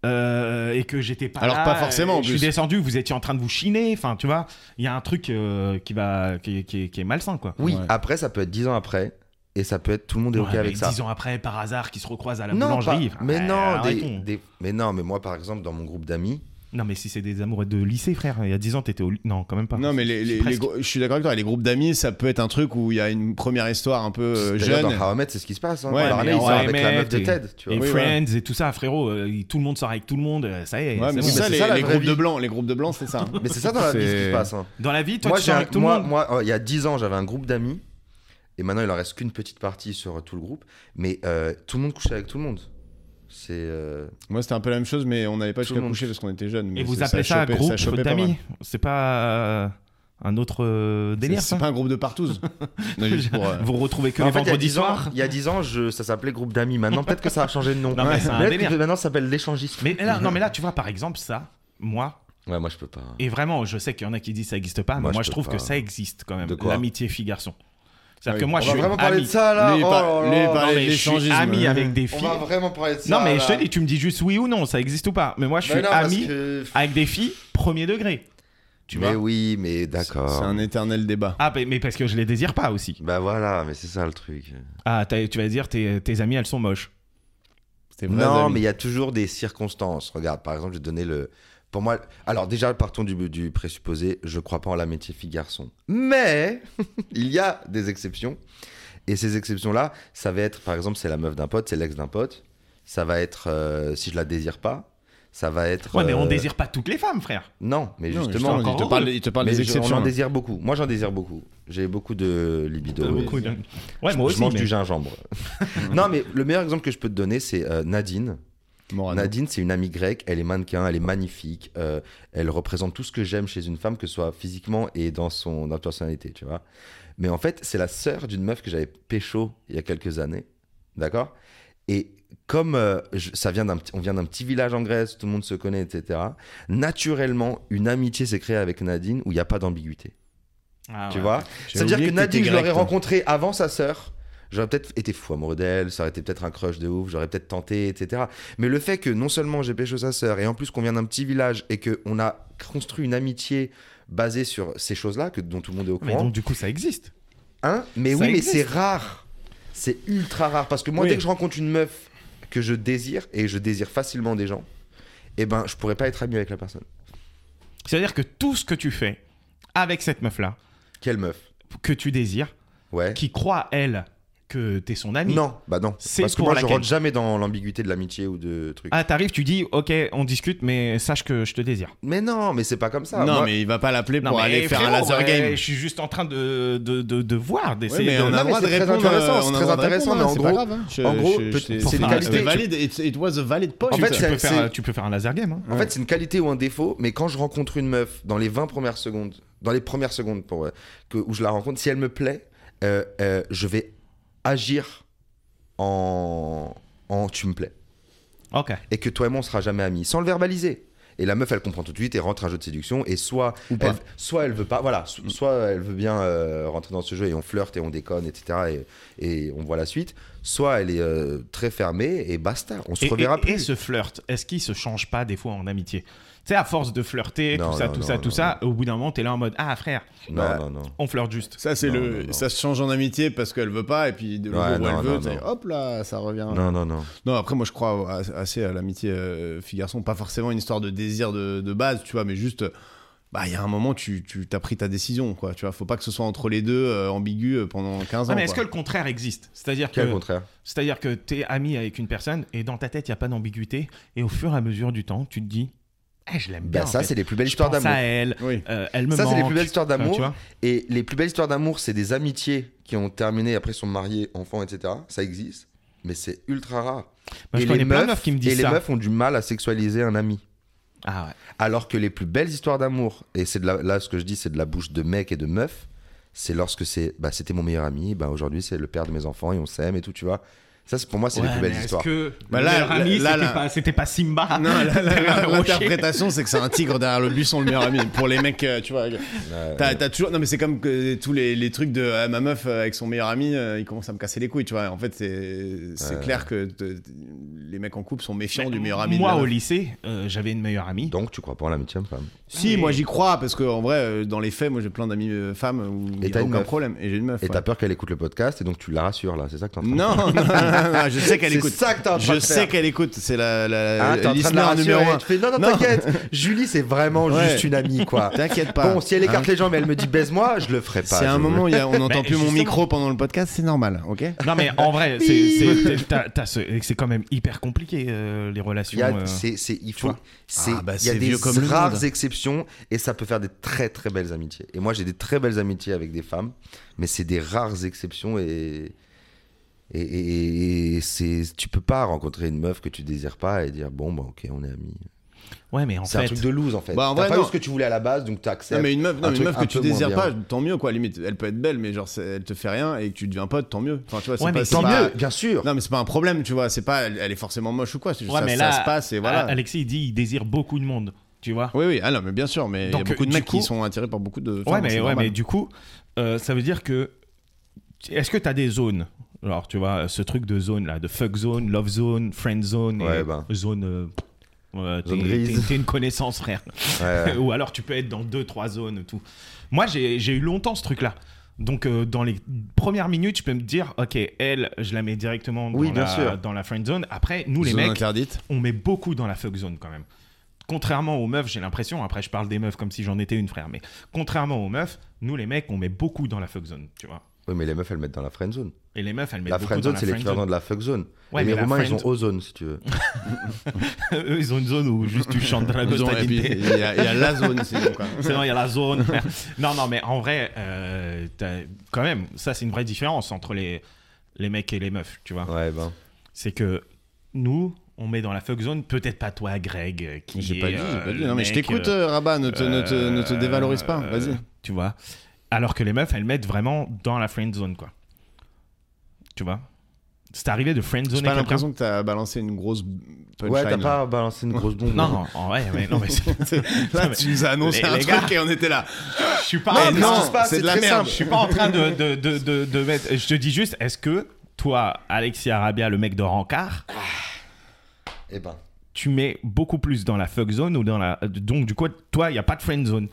D: euh, et que j'étais pas
B: Alors,
D: là,
B: pas forcément,
D: et
B: en
D: Je suis
B: plus.
D: descendu, vous étiez en train de vous chiner. Enfin, tu vois, il y a un truc euh, qui va, qui, qui- qui est malsain, quoi.
A: Oui,
B: Ouais.
A: après, ça peut être 10 ans après, et ça peut être tout le monde est OK
D: Ouais,
A: avec
D: mais
A: ça.
D: Dix ans après, par hasard, qui se recroisent à la
A: Non, pas-
D: boulangerie. Enfin,
A: mais
D: ouais,
A: non, des-
D: arrêtons.
A: des- mais non, mais moi, par exemple, dans mon groupe d'amis,
D: Non, mais si c'est des amoureux de lycée, frère, il y a 10 ans, t'étais au. ly- Non, quand même pas.
B: Non, mais les, les- les
D: Presque.
B: gros- je suis d'accord avec toi. Les groupes d'amis, ça peut être un truc où il y a une première histoire un peu euh,
A: d'ailleurs,
B: jeune.
A: dans How I Met, c'est ce qui se passe. Hein.
B: Ouais,
A: Barney,
B: mais
A: il sort
D: ouais,
A: avec la
D: mais
A: meuf de
D: t'es-
A: Ted. Tu vois.
D: Et
B: Oui,
D: Friends et tout ça, frérot, euh, il- tout le monde sort avec tout le monde, euh, ça y est.
B: Ouais,
D: c'est
B: mais c'est
D: bon.
A: Mais
B: ça,
A: c'est
B: les,
A: ça, la
B: les
A: vraie
B: groupes de
A: vie.
B: blanc, les groupes de blanc, c'est ça.
A: Mais c'est ça dans la vie ce qui
B: C'est-
A: se passe. hein.
D: Dans la vie, toi,
A: moi,
D: tu
A: j'ai
D: sors
A: un-
D: avec tout
A: moi,
D: le monde.
A: moi, euh, il y a 10 ans, j'avais un groupe d'amis. Et maintenant, il en reste qu'une petite partie sur euh, tout le groupe. Mais euh, tout le monde couchait avec tout le monde. C'est. euh,
B: Moi, c'était un peu la même chose, mais on n'avait pas
A: Tout le
B: jusqu'à
A: monde.
B: coucher parce qu'on était jeunes. mais
D: et vous
B: c'est-
D: appelez ça,
B: chopait-
D: groupe
B: chopait pas mal.
D: d'amis C'est pas euh, un autre euh,
B: C'est
D: délire,
B: c'est
D: ça
B: pas un groupe de partous. Non, juste pour, euh,
D: Vous retrouvez que
A: en
D: les
A: fait, il y a
D: vendredis
A: 10 ans,
D: soirs
A: il y a 10 ans, je- ça s'appelait groupe d'amis. Maintenant, peut-être que ça a changé de nom.
D: Non, mais c'est un
A: Peut-être
D: délire.
A: que maintenant, ça s'appelle l'échangisme.
D: mais là, non mais là tu vois par exemple ça moi
A: Ouais, moi, je peux pas.
D: et vraiment je sais qu'il y en a qui disent ça existe pas mais moi,
A: Moi, je
D: je
A: peux
D: trouve
A: pas.
D: que ça existe quand même
A: De quoi
D: l'amitié fille garçon c'est à
B: Ah
D: dire
B: oui.
D: que moi
A: On
D: je
A: va
D: suis
A: vraiment parler
D: ami.
A: de ça là.
B: Lui, il
A: Oh
B: par-
A: là
B: lui, il
A: là.
B: parlait
D: Non,
B: de
D: mais je suis
B: l'échangisme.
D: ami avec des
A: On
D: filles
A: va vraiment parler de ça.
D: non mais
A: là.
D: je te dis tu me dis juste oui ou non ça existe ou pas mais moi je
A: Mais
D: suis
A: non, parce
D: ami
A: que-
D: avec des filles premier degré tu
A: mais
D: vois
A: oui, mais
B: C'est
A: d'accord.
B: un éternel débat.
D: ah mais- mais parce que je les désire pas aussi
A: Bah voilà, mais c'est ça le truc.
D: ah t'as- tu vas dire tes tes amis elles sont moches
B: C'était vrai,
A: Non,
B: amis.
A: mais il y a toujours des circonstances. Regarde, par exemple, je vais te donner le. Pour moi, alors déjà, partons du, du présupposé, je crois pas en l'amitié fille-garçon. Mais il y a des exceptions. Et ces exceptions-là, ça va être, par exemple, c'est la meuf d'un pote, c'est l'ex d'un pote. Ça va être, euh, si je la désire pas, ça va être.
D: ouais mais on
A: euh,
D: désire pas toutes les femmes frère
A: Non, mais
B: Non,
A: justement.
B: il te
D: encore
B: parle,
D: heureux.
B: il te parle
A: mais
B: des
A: je- on en
B: exceptions.
A: désire beaucoup. Moi, j'en désire beaucoup. J'ai beaucoup de libido.
D: T'as
A: et-
D: beaucoup de- Ouais,
A: je-
D: moi
A: je
D: aussi.
A: mange
D: mais-
A: du gingembre. non, mais le meilleur exemple que je peux te donner, c'est euh, Nadine.
D: Ah,
B: Morano.
A: Nadine, c'est une amie grecque, elle est mannequin, elle est magnifique, euh, elle représente tout ce que j'aime chez une femme, que ce soit physiquement et dans son dans sa personnalité, tu vois. Mais en fait, c'est la sœur d'une meuf que j'avais pécho il y a quelques années, d'accord Et comme euh, je- ça vient d'un petit- on vient d'un petit village en Grèce, tout le monde se connaît, etc. Naturellement, une amitié s'est créée avec Nadine où il n'y a pas d'ambiguïté,
D: Ah
A: tu
D: ouais.
A: vois
B: J'avais
A: C'est-à-dire que
B: oublié t'étais
A: Nadine, je l'aurais
B: grec, toi.
A: rencontrée avant sa sœur. J'aurais peut-être été fou amoureux d'elle, ça aurait été peut-être un crush de ouf, j'aurais peut-être tenté, etc. Mais le fait que non seulement j'ai pécho sa sœur, et en plus qu'on vient d'un petit village et qu'on a construit une amitié basée sur ces choses-là, que dont tout le monde est au
D: Mais
A: courant,
D: donc, du coup, ça existe.
A: hein, mais
D: ça
A: oui, mais
D: existe.
A: c'est rare. C'est ultra rare. Parce que moi,
B: Oui.
A: dès que je rencontre une meuf que je désire, et je désire facilement des gens, eh ben, je pourrais pas être ami avec la personne.
D: C'est-à-dire que tout ce que tu fais avec cette meuf-là,
A: Quelle meuf
D: que tu désires,
A: Ouais.
D: qui croit, elle, que t'es son ami.
A: Non, bah non.
D: C'est
A: Parce que
D: pour
A: moi, je
D: laquelle-
A: rentre jamais dans l'ambiguïté de l'amitié ou de trucs.
D: Ah, t'arrives, tu dis, ok, on discute, mais sache que je te désire.
A: Mais non, mais c'est pas comme ça.
B: Non,
A: Moi-
B: mais il va pas l'appeler
D: Non,
B: pour
D: mais
B: aller faire un
D: frérot,
B: laser
D: ouais,
B: game.
D: Je suis juste en train de, de, de, de voir, d'essayer
B: mais
D: de.
B: on a
A: mais
B: le droit
A: c'est
B: de
A: très
B: répondre.
A: intéressant,
B: euh,
A: c'est
B: on
A: très
B: a le droit de
A: intéressant,
B: répondre,
A: mais en
B: c'est
A: gros-
B: pas grave, hein. Je-
A: en
B: je-
A: gros,
B: je-
A: peut-
B: c'est-
A: c'est
B: c'est
D: des
B: valide.
D: qualités.
B: It, it was a valid point.
A: En
D: Tu,
A: fait,
D: tu
A: c'est-
D: peux faire,
A: c'est-
D: tu peux faire un laser game. hein.
A: En fait, c'est une qualité ou un défaut, mais quand je rencontre une meuf dans les 20 premières secondes, dans les premières secondes pour, euh, que, où je la rencontre, si elle me plaît, euh, euh, je vais agir en, en tu me plais.
D: Ok.
A: Et que toi et moi, on sera jamais amis, sans le verbaliser. Et la meuf, elle comprend tout de suite et rentre un jeu de séduction. Et soit,
B: Ou pas. Mm.
A: Elle, soit elle veut pas, voilà, so- soit elle veut bien euh, rentrer dans ce jeu et on flirte et on déconne, etc. Et, et on voit la suite. Soit elle est euh, très fermée et basta. On se
D: Et,
A: reverra
D: et-
A: plus.
D: et ce flirt, est-ce qu'il se change pas des fois en amitié Tu sais, à force de flirter,
A: Non,
D: tout ça,
A: non,
D: tout
A: non,
D: ça, tout
A: non,
D: ça, au bout d'un moment, t'es là en mode, ah frère,
B: Bah,
A: Non, non, non.
D: on flirte juste.
B: Ça, c'est
A: Non,
B: le,
A: non, non.
B: ça se change en amitié parce qu'elle veut pas, et puis de le
A: Ouais,
B: jour où
A: non,
B: elle veut,
A: non,
B: t'sais,
A: non.
B: hop là, ça revient.
A: Non, non, non.
B: Non, après, moi, je crois à- assez à l'amitié euh, fille-garçon. Pas forcément une histoire de désir de, de base, tu vois, mais juste. Bah, il y a un moment, tu, tu as pris ta décision, quoi. Tu vois, faut pas que ce soit entre les deux, euh, ambigu euh, pendant 15 ans.
D: Ah, mais est-ce que
B: quoi.
D: le contraire existe C'est-à-dire
A: Quel
D: que.
A: contraire
D: C'est-à-dire que t'es ami avec une personne et dans ta tête, il n'y a pas d'ambiguïté. Et au fur et à mesure du temps, tu te dis Ah, je l'aime bien.
A: Bah, ça, c'est les plus belles histoires
D: Ça,
A: d'amour.
D: elle,
B: Oui.
D: euh, elle me
A: Ça, c'est les
D: manque.
A: plus belles histoires
D: Enfin,
A: d'amour.
D: tu vois.
A: Et les plus belles histoires d'amour, c'est des amitiés qui ont terminé après sont mariées, enfants, etc. Ça existe, mais c'est ultra rare.
D: Moi, je
A: et
D: connais
A: les
D: plein de
A: meufs,
D: meufs qui me
A: et
D: disent
A: les
D: ça.
A: meufs ont du mal à sexualiser un ami.
D: Ah ouais.
A: Alors que les plus belles histoires d'amour, et c'est de la- là ce que je dis, c'est de la bouche de mec et de meuf, c'est lorsque c'est, bah, c'était mon meilleur ami, bah, aujourd'hui c'est le père de mes enfants et on s'aime et tout, tu vois. Ça, c'est pour moi, c'est les
D: Ouais,
A: plus
D: mais
A: belles
D: est-ce
A: histoires.
D: que
B: Bah
D: le
B: là,
D: meilleur ami,
B: là,
D: c'était
B: là.
D: pas- c'était pas, Simba
B: Non, la- la-
D: Ah. derrière
B: la-
D: le rocher.
B: l'interprétation, c'est que c'est un tigre derrière le buisson, le meilleur ami. Pour les mecs, euh, tu vois.
A: Ouais,
B: T'as t'as toujours. Non, mais c'est comme que tous les, les trucs de ah, ma meuf euh, avec son meilleur ami, euh, il commence à me casser les couilles, tu vois. En fait, c'est c'est
A: Ouais.
B: clair que te- les mecs en couple sont méfiants
D: Mais
B: du meilleur ami. de
D: Moi,
B: la
D: au
B: meuf.
D: lycée, euh, j'avais une meilleure amie.
A: Donc, tu crois pas en l'amitié femme
B: Si, moi j'y crois, parce que en vrai, euh, dans les faits, moi j'ai plein d'amis euh, femmes où il
A: Et
B: y
A: t'as
B: a
A: une
B: aucun
A: meuf.
B: problème. Et j'ai une meuf.
A: Et
B: ouais.
A: t'as peur qu'elle écoute le podcast et donc tu la rassures là, c'est ça que t'es en train de
B: Non, non, non, non, je sais qu'elle
A: C'est
B: écoute.
A: ça que t'es en train
B: Je
A: de
B: sais
A: faire.
B: qu'elle écoute. C'est la, la
A: Ah, t'es en train de
B: listener
A: la rassurer
B: numéro
A: et
B: 1.
A: tu fais, non, non,
B: Non.
A: t'inquiète, Julie, c'est vraiment
B: Ouais.
A: juste une amie, quoi.
B: T'inquiète pas.
A: Bon, si elle écarte
B: Hein.
A: les jambes et elle me dit baise-moi, je le ferai pas.
B: C'est
A: je-
B: un moment où il y a- on n'entend plus mon
D: justement.
B: micro pendant le podcast, c'est normal, ok
D: Non, mais en vrai, c'est- c'est t'as- t'as ce- c'est quand même hyper compliqué, euh, les relations.
A: Il y a,
D: euh.
A: c'est, c'est- il faut,
D: vois.
A: c'est,
B: Ah, bah,
A: il y a
B: c'est
A: des
B: vieux comme le monde.
A: rares exceptions et ça peut faire des très très belles amitiés. Et moi j'ai des très belles amitiés avec des femmes, mais c'est des rares exceptions et et, et- et c'est, tu peux pas rencontrer une meuf que tu désires pas et dire bon bah ok on est amis.
D: Ouais, mais en
A: c'est un
D: fait.
A: truc de loose en fait.
B: Bah, en
A: T'as
B: vrai,
A: pas
B: non.
A: eu ce que tu voulais à la base donc t'acceptes.
B: Non, mais une meuf,
A: un
B: non, mais une
A: truc
B: meuf
A: un
B: que tu
A: peu moins
B: désères
A: bien.
B: pas, tant mieux quoi. Limite, elle peut être belle, mais genre, c'est- elle te fait rien et que tu deviens pote, tant mieux. Enfin, tu vois, c'est
D: Ouais,
B: pas-
D: mais
B: c'est
A: Tant
B: pas-
A: mieux, bien sûr.
B: Non, mais c'est pas un problème, tu vois. C'est pas, elle elle est forcément moche ou quoi. c'est juste
D: Ouais,
B: ça,
D: mais
B: ça
D: là,
B: se passe et voilà.
D: A- Alexis, il dit il désire beaucoup de monde, tu vois.
B: Oui, oui, ah non, mais bien sûr, mais il y a
D: Donc,
B: beaucoup de
D: du
B: mecs qui
D: coup-
B: sont attirés par beaucoup de.
D: ouais,
B: femmes,
D: mais,
B: c'est
D: ouais
B: normal.
D: mais du coup, euh, ça veut dire que. Est-ce que t'as des zones Alors, tu vois, ce truc de zone là, de fuck zone, love zone, friend zone, et
A: Ouais, ben.
D: zone. euh, euh,
A: Zone
D: t'es-
A: grise.
D: t'es- T'es une connaissance, frère.
A: Ouais.
D: Ou alors tu peux être dans deux, trois zones et tout. Moi, j'ai j'ai eu longtemps ce truc-là. Donc, euh, dans les premières minutes, je peux me dire, ok, elle, je la mets directement dans,
A: Oui, bien
D: la,
A: sûr.
D: dans la friend zone. Après, nous, les
B: Zone
D: mecs,
B: interdite.
D: on met beaucoup dans la fuck zone quand même. Contrairement aux meufs, j'ai l'impression, après je parle des meufs comme si j'en étais une frère, mais contrairement aux meufs, nous les mecs, on met beaucoup dans la fuck zone, tu vois.
A: Oui mais les meufs elles mettent dans la friend zone.
D: Et les meufs, elles mettent
A: La
D: beaucoup
A: friend
D: dans
A: zone
D: la
A: c'est
D: friend
A: l'équivalent
D: zone.
A: de la fuck zone.
D: Ouais,
A: Et
D: mais
A: les
D: la
A: Roumains ils
D: friend- Ah.
A: ont ozone si tu veux.
D: Eux, ils ont une zone où juste tu chantes de la
B: Zone, et puis,
D: totalité.
B: Il y, a il y a la zone, c'est bon, quoi.
D: C'est vrai, il y a la zone. frère. non, non, mais en vrai, euh, t'as- quand même, ça c'est une vraie différence entre les, les mecs et les meufs, tu vois.
A: Ouais ben.
D: C'est que nous, on met dans la fuck zone, peut-être pas toi, Greg, euh, qui.
B: J'ai pas
D: est,
B: dit, j'ai
D: euh,
B: pas dit.
D: le
B: Non, mais je
D: mec,
B: t'écoute, euh,
D: euh,
B: Rabat, ne te, ne te- ne te
D: Euh,
B: dévalorise pas,
D: euh,
B: vas-y.
D: Tu vois. Alors que les meufs, elles mettent vraiment dans la friend zone, quoi. Tu vois C'est arrivé de friend
B: J'ai
D: zone
B: pas l'impression que t'as balancé une grosse punchline.
A: Ouais t'as
B: là.
A: pas balancé une grosse bombe.
D: Non, non, en vrai, mais non, mais c'est-
B: Là, tu nous as annoncé
D: Les-
B: un
D: les
B: truc et on était là.
D: je suis pas.
B: Ah,
D: en-
A: non,
B: non, c'est
A: c'est
B: de la
A: très
B: merde.
D: je suis pas en train de, de, de, de, de mettre. Je te dis juste, est-ce que toi, Alexis Arabia, le mec de Rancard,
A: Et ben.
D: tu mets beaucoup plus dans la fuck zone ou dans la. Donc, du coup, toi, il n'y a pas de friend zone.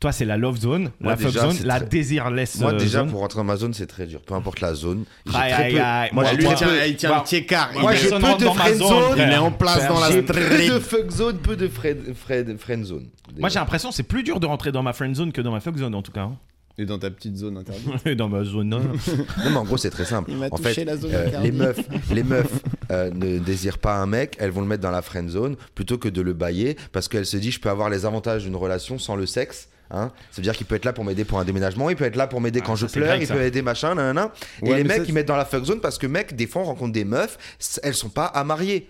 D: Toi, c'est la love zone,
A: Moi,
D: la fuck
A: déjà,
D: zone,
A: c'est
D: la
A: très-
D: désirless
A: Moi,
D: euh,
A: déjà,
D: zone.
A: pour rentrer dans ma zone, c'est très dur. Peu importe la zone. J'ai
D: Aïe,
A: très
D: aïe,
A: peu-
D: aïe.
A: Moi,
D: Moi,
A: j'ai
B: Lui, il
A: très
D: tiens,
A: peu-
B: tient, il tient
D: Bah,
B: le pied car.
A: moi, j'ai
D: personne
A: peu
D: rentre
A: de
D: dans ma
A: friend
D: zone,
A: zone.
B: Il est
D: frère.
B: en place dans la
A: J'ai
B: street.
A: peu de fuck zone, peu de friend, friend, friend zone.
D: Moi, j'ai l'impression que c'est plus dur de rentrer dans ma friend zone que dans ma fuck zone, en tout cas. hein.
B: Et dans ta petite zone interdite.
D: dans ma zone. hein.
A: Non, mais en gros, c'est très simple.
B: Il m'a
A: en
B: touché
A: fait,
B: la zone
A: euh,
B: interdite.
A: les meufs, les meufs euh, ne désirent pas un mec, elles vont le mettre dans la friend zone plutôt que de le bailler parce qu'elles se disent je peux avoir les avantages d'une relation sans le sexe. Hein. Ça veut dire qu'il peut être là pour m'aider pour un déménagement, il peut être là pour m'aider
D: Ah,
A: quand je
D: ça, c'est
A: pleure,
D: Greg,
A: il
D: ça.
A: peut aider machin, nanana.
B: Ouais,
A: Et les
B: mais
A: mecs,
B: ça,
A: ils mettent dans la fuck zone parce que, mec, des fois, on rencontre des meufs, c- elles sont pas à marier.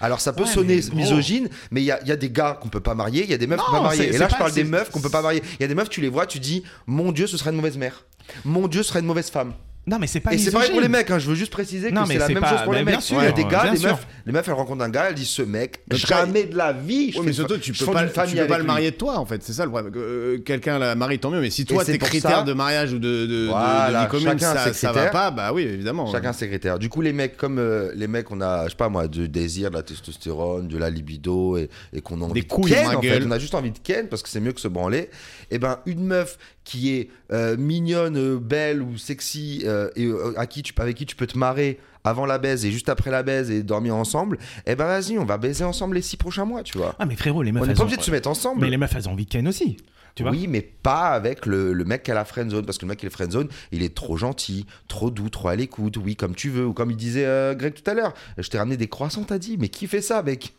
A: Alors ça peut
D: Ouais,
A: sonner
D: mais gros.
A: misogyne, mais il y, a- il y a des gars qu'on peut pas marier, il y a des meufs qu'on peut
D: Non,
A: pas marier.
D: c'est-
A: Et
D: c'est
A: là je
D: pas-
A: parle des
D: c'est-
A: meufs qu'on peut pas marier. Il y a des meufs, tu les vois, tu dis, mon dieu, ce serait une mauvaise mère. Mon dieu, ce serait une mauvaise femme.
D: Non, mais c'est pas
A: Et c'est pareil
D: misogyne.
A: pour les mecs, hein, je veux juste préciser
D: Non,
A: que
D: mais
A: c'est la
D: c'est
A: même
D: pas-
A: chose pour les
D: mais bien
A: mecs.
D: sûr,
A: Il y a des gars,
D: hein, bien
A: les
D: sûr.
A: meufs, les meufs, elles rencontrent un gars, elles disent ce mec,
B: Mais
A: jamais de la vie. je
B: Ouais,
A: fais
B: mais
A: une
B: surtout,
A: fa-
B: tu
A: je
B: peux
A: fonde
B: pas,
A: une
B: tu
A: famille
B: peux pas
A: avec
B: le
A: lui.
B: marier de toi, en fait. C'est ça le problème. Euh, Quelqu'un la marie, tant mieux. Mais si toi,
A: c'est
B: tes
A: pour
B: critères
A: ça-
B: de mariage ou de, de- de, de
A: Voilà,
B: vie commune,
A: chacun
B: ça,
A: ses
B: ça va
A: critères.
B: pas, bah oui, évidemment.
A: Chacun ses critères. Du coup, les mecs, comme euh, les mecs, on a, je sais pas moi, du désir, de la testostérone, de la libido et, et qu'on a envie
B: couilles,
A: de ken,
B: ma
A: en fait.
B: gueule.
A: On a juste envie de ken parce que c'est mieux que se branler. Et ben, une meuf qui est euh, mignonne, euh, belle ou sexy euh, et euh, à qui tu, avec qui tu peux te marrer avant la baise et juste après la baise et dormir ensemble, et ben vas-y, on va baiser ensemble les six prochains mois, tu vois.
D: Ah, mais frérot, les meufs.
A: On n'est
D: elles
A: pas
D: ont-
A: obligé de se mettre ensemble.
D: Mais les meufs, elles ont envie de Ken aussi. Tu vois
A: oui, mais pas avec le, le mec à la friendzone, parce que le mec qui est le friendzone, il est trop gentil, trop doux, trop à l'écoute, oui, comme tu veux, ou comme il disait euh, Greg tout à l'heure, je t'ai ramené des croissants, t'as dit, mais qui fait ça, mec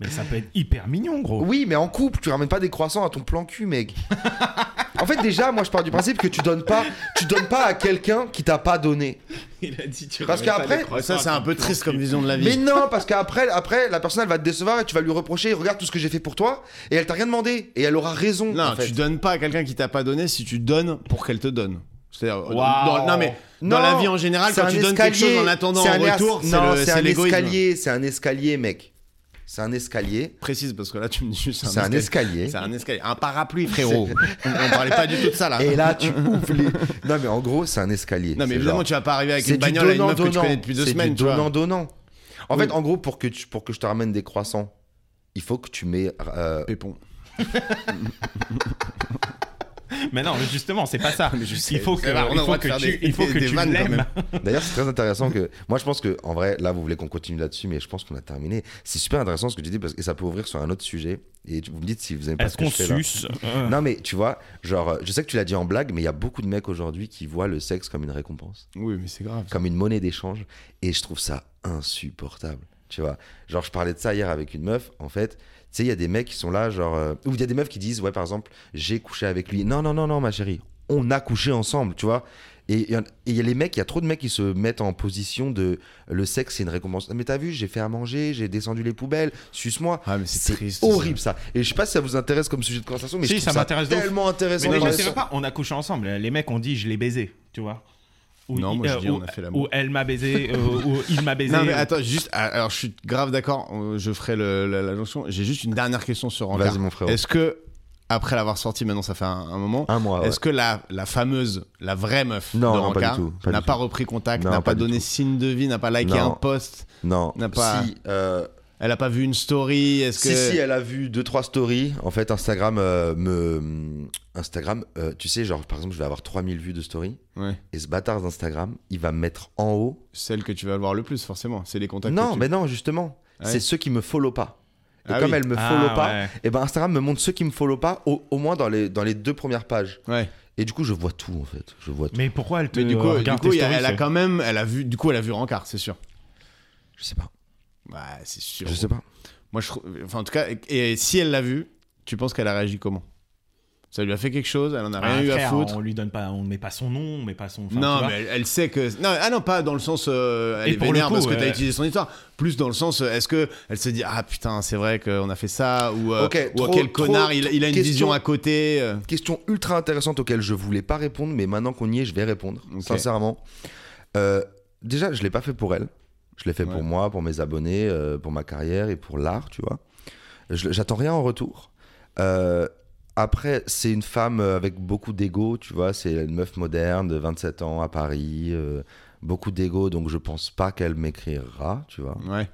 D: Mais ça peut être hyper mignon, gros.
A: Oui, mais en couple, tu ramènes pas des croissants à ton plan cul, mec. en fait, déjà, moi, je pars du principe que tu donnes pas, tu donnes pas à quelqu'un qui t'a pas donné.
D: Il a dit, tu
A: Parce
D: ramènes pas
A: qu'après-
D: les croissants
B: Ça, c'est
D: à
B: un
D: ton
B: peu
D: plan
B: triste
D: cul.
B: comme vision de la vie.
A: Mais non, parce qu'après, après, la personne, elle va te décevoir et tu vas lui reprocher, regarde tout ce que j'ai fait pour toi, et elle t'a rien demandé, et elle aura raison.
B: Non,
A: en fait.
B: tu donnes pas à quelqu'un qui t'a pas donné si tu donnes pour qu'elle te donne. C'est-à-dire, euh,
D: Wow.
B: dans- non mais dans
A: Non,
B: la vie en général,
A: C'est
B: quand
A: un
B: tu donnes quelque chose
A: escalier,
B: en attendant
A: c'est
B: en
A: un es-
B: retour, c'est
A: non,
B: le-
A: c'est
B: c'est
A: un
B: l'égoïsme.
A: escalier, c'est un escalier, mec. C'est un escalier.
B: Précise parce que là tu me dis juste
A: C'est un escalier.
B: C'est un escalier, un parapluie frérot. on, on parlait pas du tout de ça là.
A: Et là, tu ouvres les. Non, mais en gros, c'est un escalier.
B: non
A: C'est
B: mais évidemment
A: genre-
B: tu vas pas arriver avec
A: c'est
B: une
A: du
B: bagnole à une meuf que tu
A: donnant-donnant.
B: connais depuis deux
A: C'est
B: semaines.
A: du
B: tu vois.
A: donnant donnant. En
B: Oui.
A: fait, en gros, pour que tu, pour que je te ramène des croissants, il faut que tu mets euh,
B: Pépon.
D: Mais non, mais justement, c'est pas ça.
B: sais,
D: il faut que,
B: ça va, on a
D: il
B: le
D: faut
B: droit de
D: que
B: faire
D: tu,
B: des-
D: il faut
B: des-
D: que
B: des
D: tu
B: vannes, quand
D: l'aimes.
B: même.
A: D'ailleurs, c'est très intéressant que. Moi, je pense que, en vrai, là, vous voulez qu'on continue là-dessus, mais je pense qu'on a terminé. C'est super intéressant ce que tu dis, parce que et ça peut ouvrir sur un autre sujet. Et tu- vous me dites si vous aimez pas
D: Est-ce
A: ce que
D: qu'on
A: je fais là.
D: suce Euh,
A: Non, mais tu vois, genre, euh, je sais que tu l'as dit en blague, mais il y a beaucoup de mecs aujourd'hui qui voient le sexe comme une récompense,
B: Oui mais c'est grave.
A: comme une monnaie d'échange. Et je trouve ça insupportable. Tu vois, genre, je parlais de ça hier avec une meuf, en fait. Tu sais, il y a des mecs qui sont là, genre. euh, Ou il y a des meufs qui disent, ouais, par exemple, j'ai couché avec lui. Non, non, non, non, ma chérie, on a couché ensemble, tu vois. Et il y en- et il y a les mecs, il y a trop de mecs qui se mettent en position de le sexe, c'est une récompense. Mais t'as vu, j'ai fait à manger, j'ai descendu les poubelles, suce-moi.
B: Ah mais c'est
A: C'est
B: triste. ça.
A: horrible ça. Et je sais pas si ça vous intéresse comme sujet de conversation, mais
D: Si,
A: je trouve
D: ça
A: ça,
D: m'intéresse de ouf.
A: tellement intéressant.
D: Mais non,
A: de
D: je
A: parler
D: sais
A: de
D: pas, on a couché ensemble. Les mecs ont dit, je l'ai baisé, tu vois. Ou
B: Non,
D: il-
B: moi, je
D: euh,
B: dis,
D: ou-
B: on a fait l'amour.
D: Ou elle m'a baisé, euh, ou il m'a baisé.
B: Non mais attends juste ah, alors je suis grave d'accord euh, je ferai le- la, la jonction j'ai juste une dernière question sur
A: ça.
B: Rancard
A: Vas-y mon frère.
B: est-ce que après l'avoir sorti maintenant ça fait un, un moment
A: Un mois. Ah, ouais.
B: Est-ce que la, la fameuse, la vraie meuf
A: Non,
B: de
A: non, pas
B: Rancard
A: du tout, pas
B: n'a
A: du
B: pas
A: tout.
B: repris contact,
A: Non,
B: n'a pas,
A: pas du
B: donné
A: tout.
B: signe de vie, n'a pas liké
A: Non.
B: un post,
A: Non.
B: n'a pas-
A: Si, euh,
B: elle n'a pas vu une story Est-ce
A: si,
B: que
A: si, elle a vu deux trois stories. En fait, Instagram euh, me Instagram, euh, tu sais, genre par exemple, je vais avoir 3000 vues de stories
B: Ouais.
A: et ce bâtard d'Instagram, il va me mettre en haut.
B: celle que tu vas voir le plus forcément C'est les contacts.
A: Non,
B: que tu-
A: mais non, justement,
B: Ouais.
A: c'est ceux qui me follow pas. Et
B: Ah
A: comme
B: oui.
A: elle me
D: Ah,
A: follow pas,
D: ouais.
A: et ben Instagram me montre ceux qui me follow pas au, au moins dans les dans les deux premières pages.
B: Ouais.
A: Et du coup, je vois tout en fait. Je vois tout.
D: Mais pourquoi elle te
B: Mais du coup,
D: regarde
B: du coup,
D: tes
B: il y a-
D: stories,
B: elle a
D: c'est-
B: quand même, elle a vu, du coup, elle a vu Rancard, c'est sûr.
A: Je sais pas.
B: Ouais, c'est sûr.
A: Je sais pas.
B: Moi, je trouve, enfin, en tout cas, et, et si elle l'a vu, tu penses qu'elle a réagi comment Ça lui a fait quelque chose Elle en a rien
D: Ah,
B: eu à
D: frère,
B: foutre
D: On lui donne pas, on met pas son nom, on met pas son. enfin, tu
B: non,
D: vois.
B: mais elle, elle sait que. Non, ah non, pas dans le sens. euh, elle
D: Et
B: est
D: pour le
B: vénère
D: coup,
B: parce que
D: ouais.
B: t'as utilisé son histoire. Plus dans le sens, euh, est-ce que elle se dit ah putain c'est vrai qu'on a fait ça ou, euh,
A: Ok,
B: ou
A: trop-
B: quel
A: trop-
B: connard il, il a une
A: question.
B: vision à côté. euh.
A: Question ultra intéressante auquel je voulais pas répondre, mais maintenant qu'on y est, je vais répondre.
B: Ok.
A: Sincèrement, Euh, déjà, je l'ai pas fait pour elle. Je l'ai fait
B: Ouais.
A: pour moi, pour mes abonnés, euh, pour ma carrière et pour l'art, tu vois. Je- J'attends rien en retour. Euh, après, c'est une femme euh, avec beaucoup d'ego, tu vois. C'est une meuf moderne de 27 ans à Paris, euh, beaucoup d'ego, donc je pense pas qu'elle m'écrira, tu vois
B: Ouais.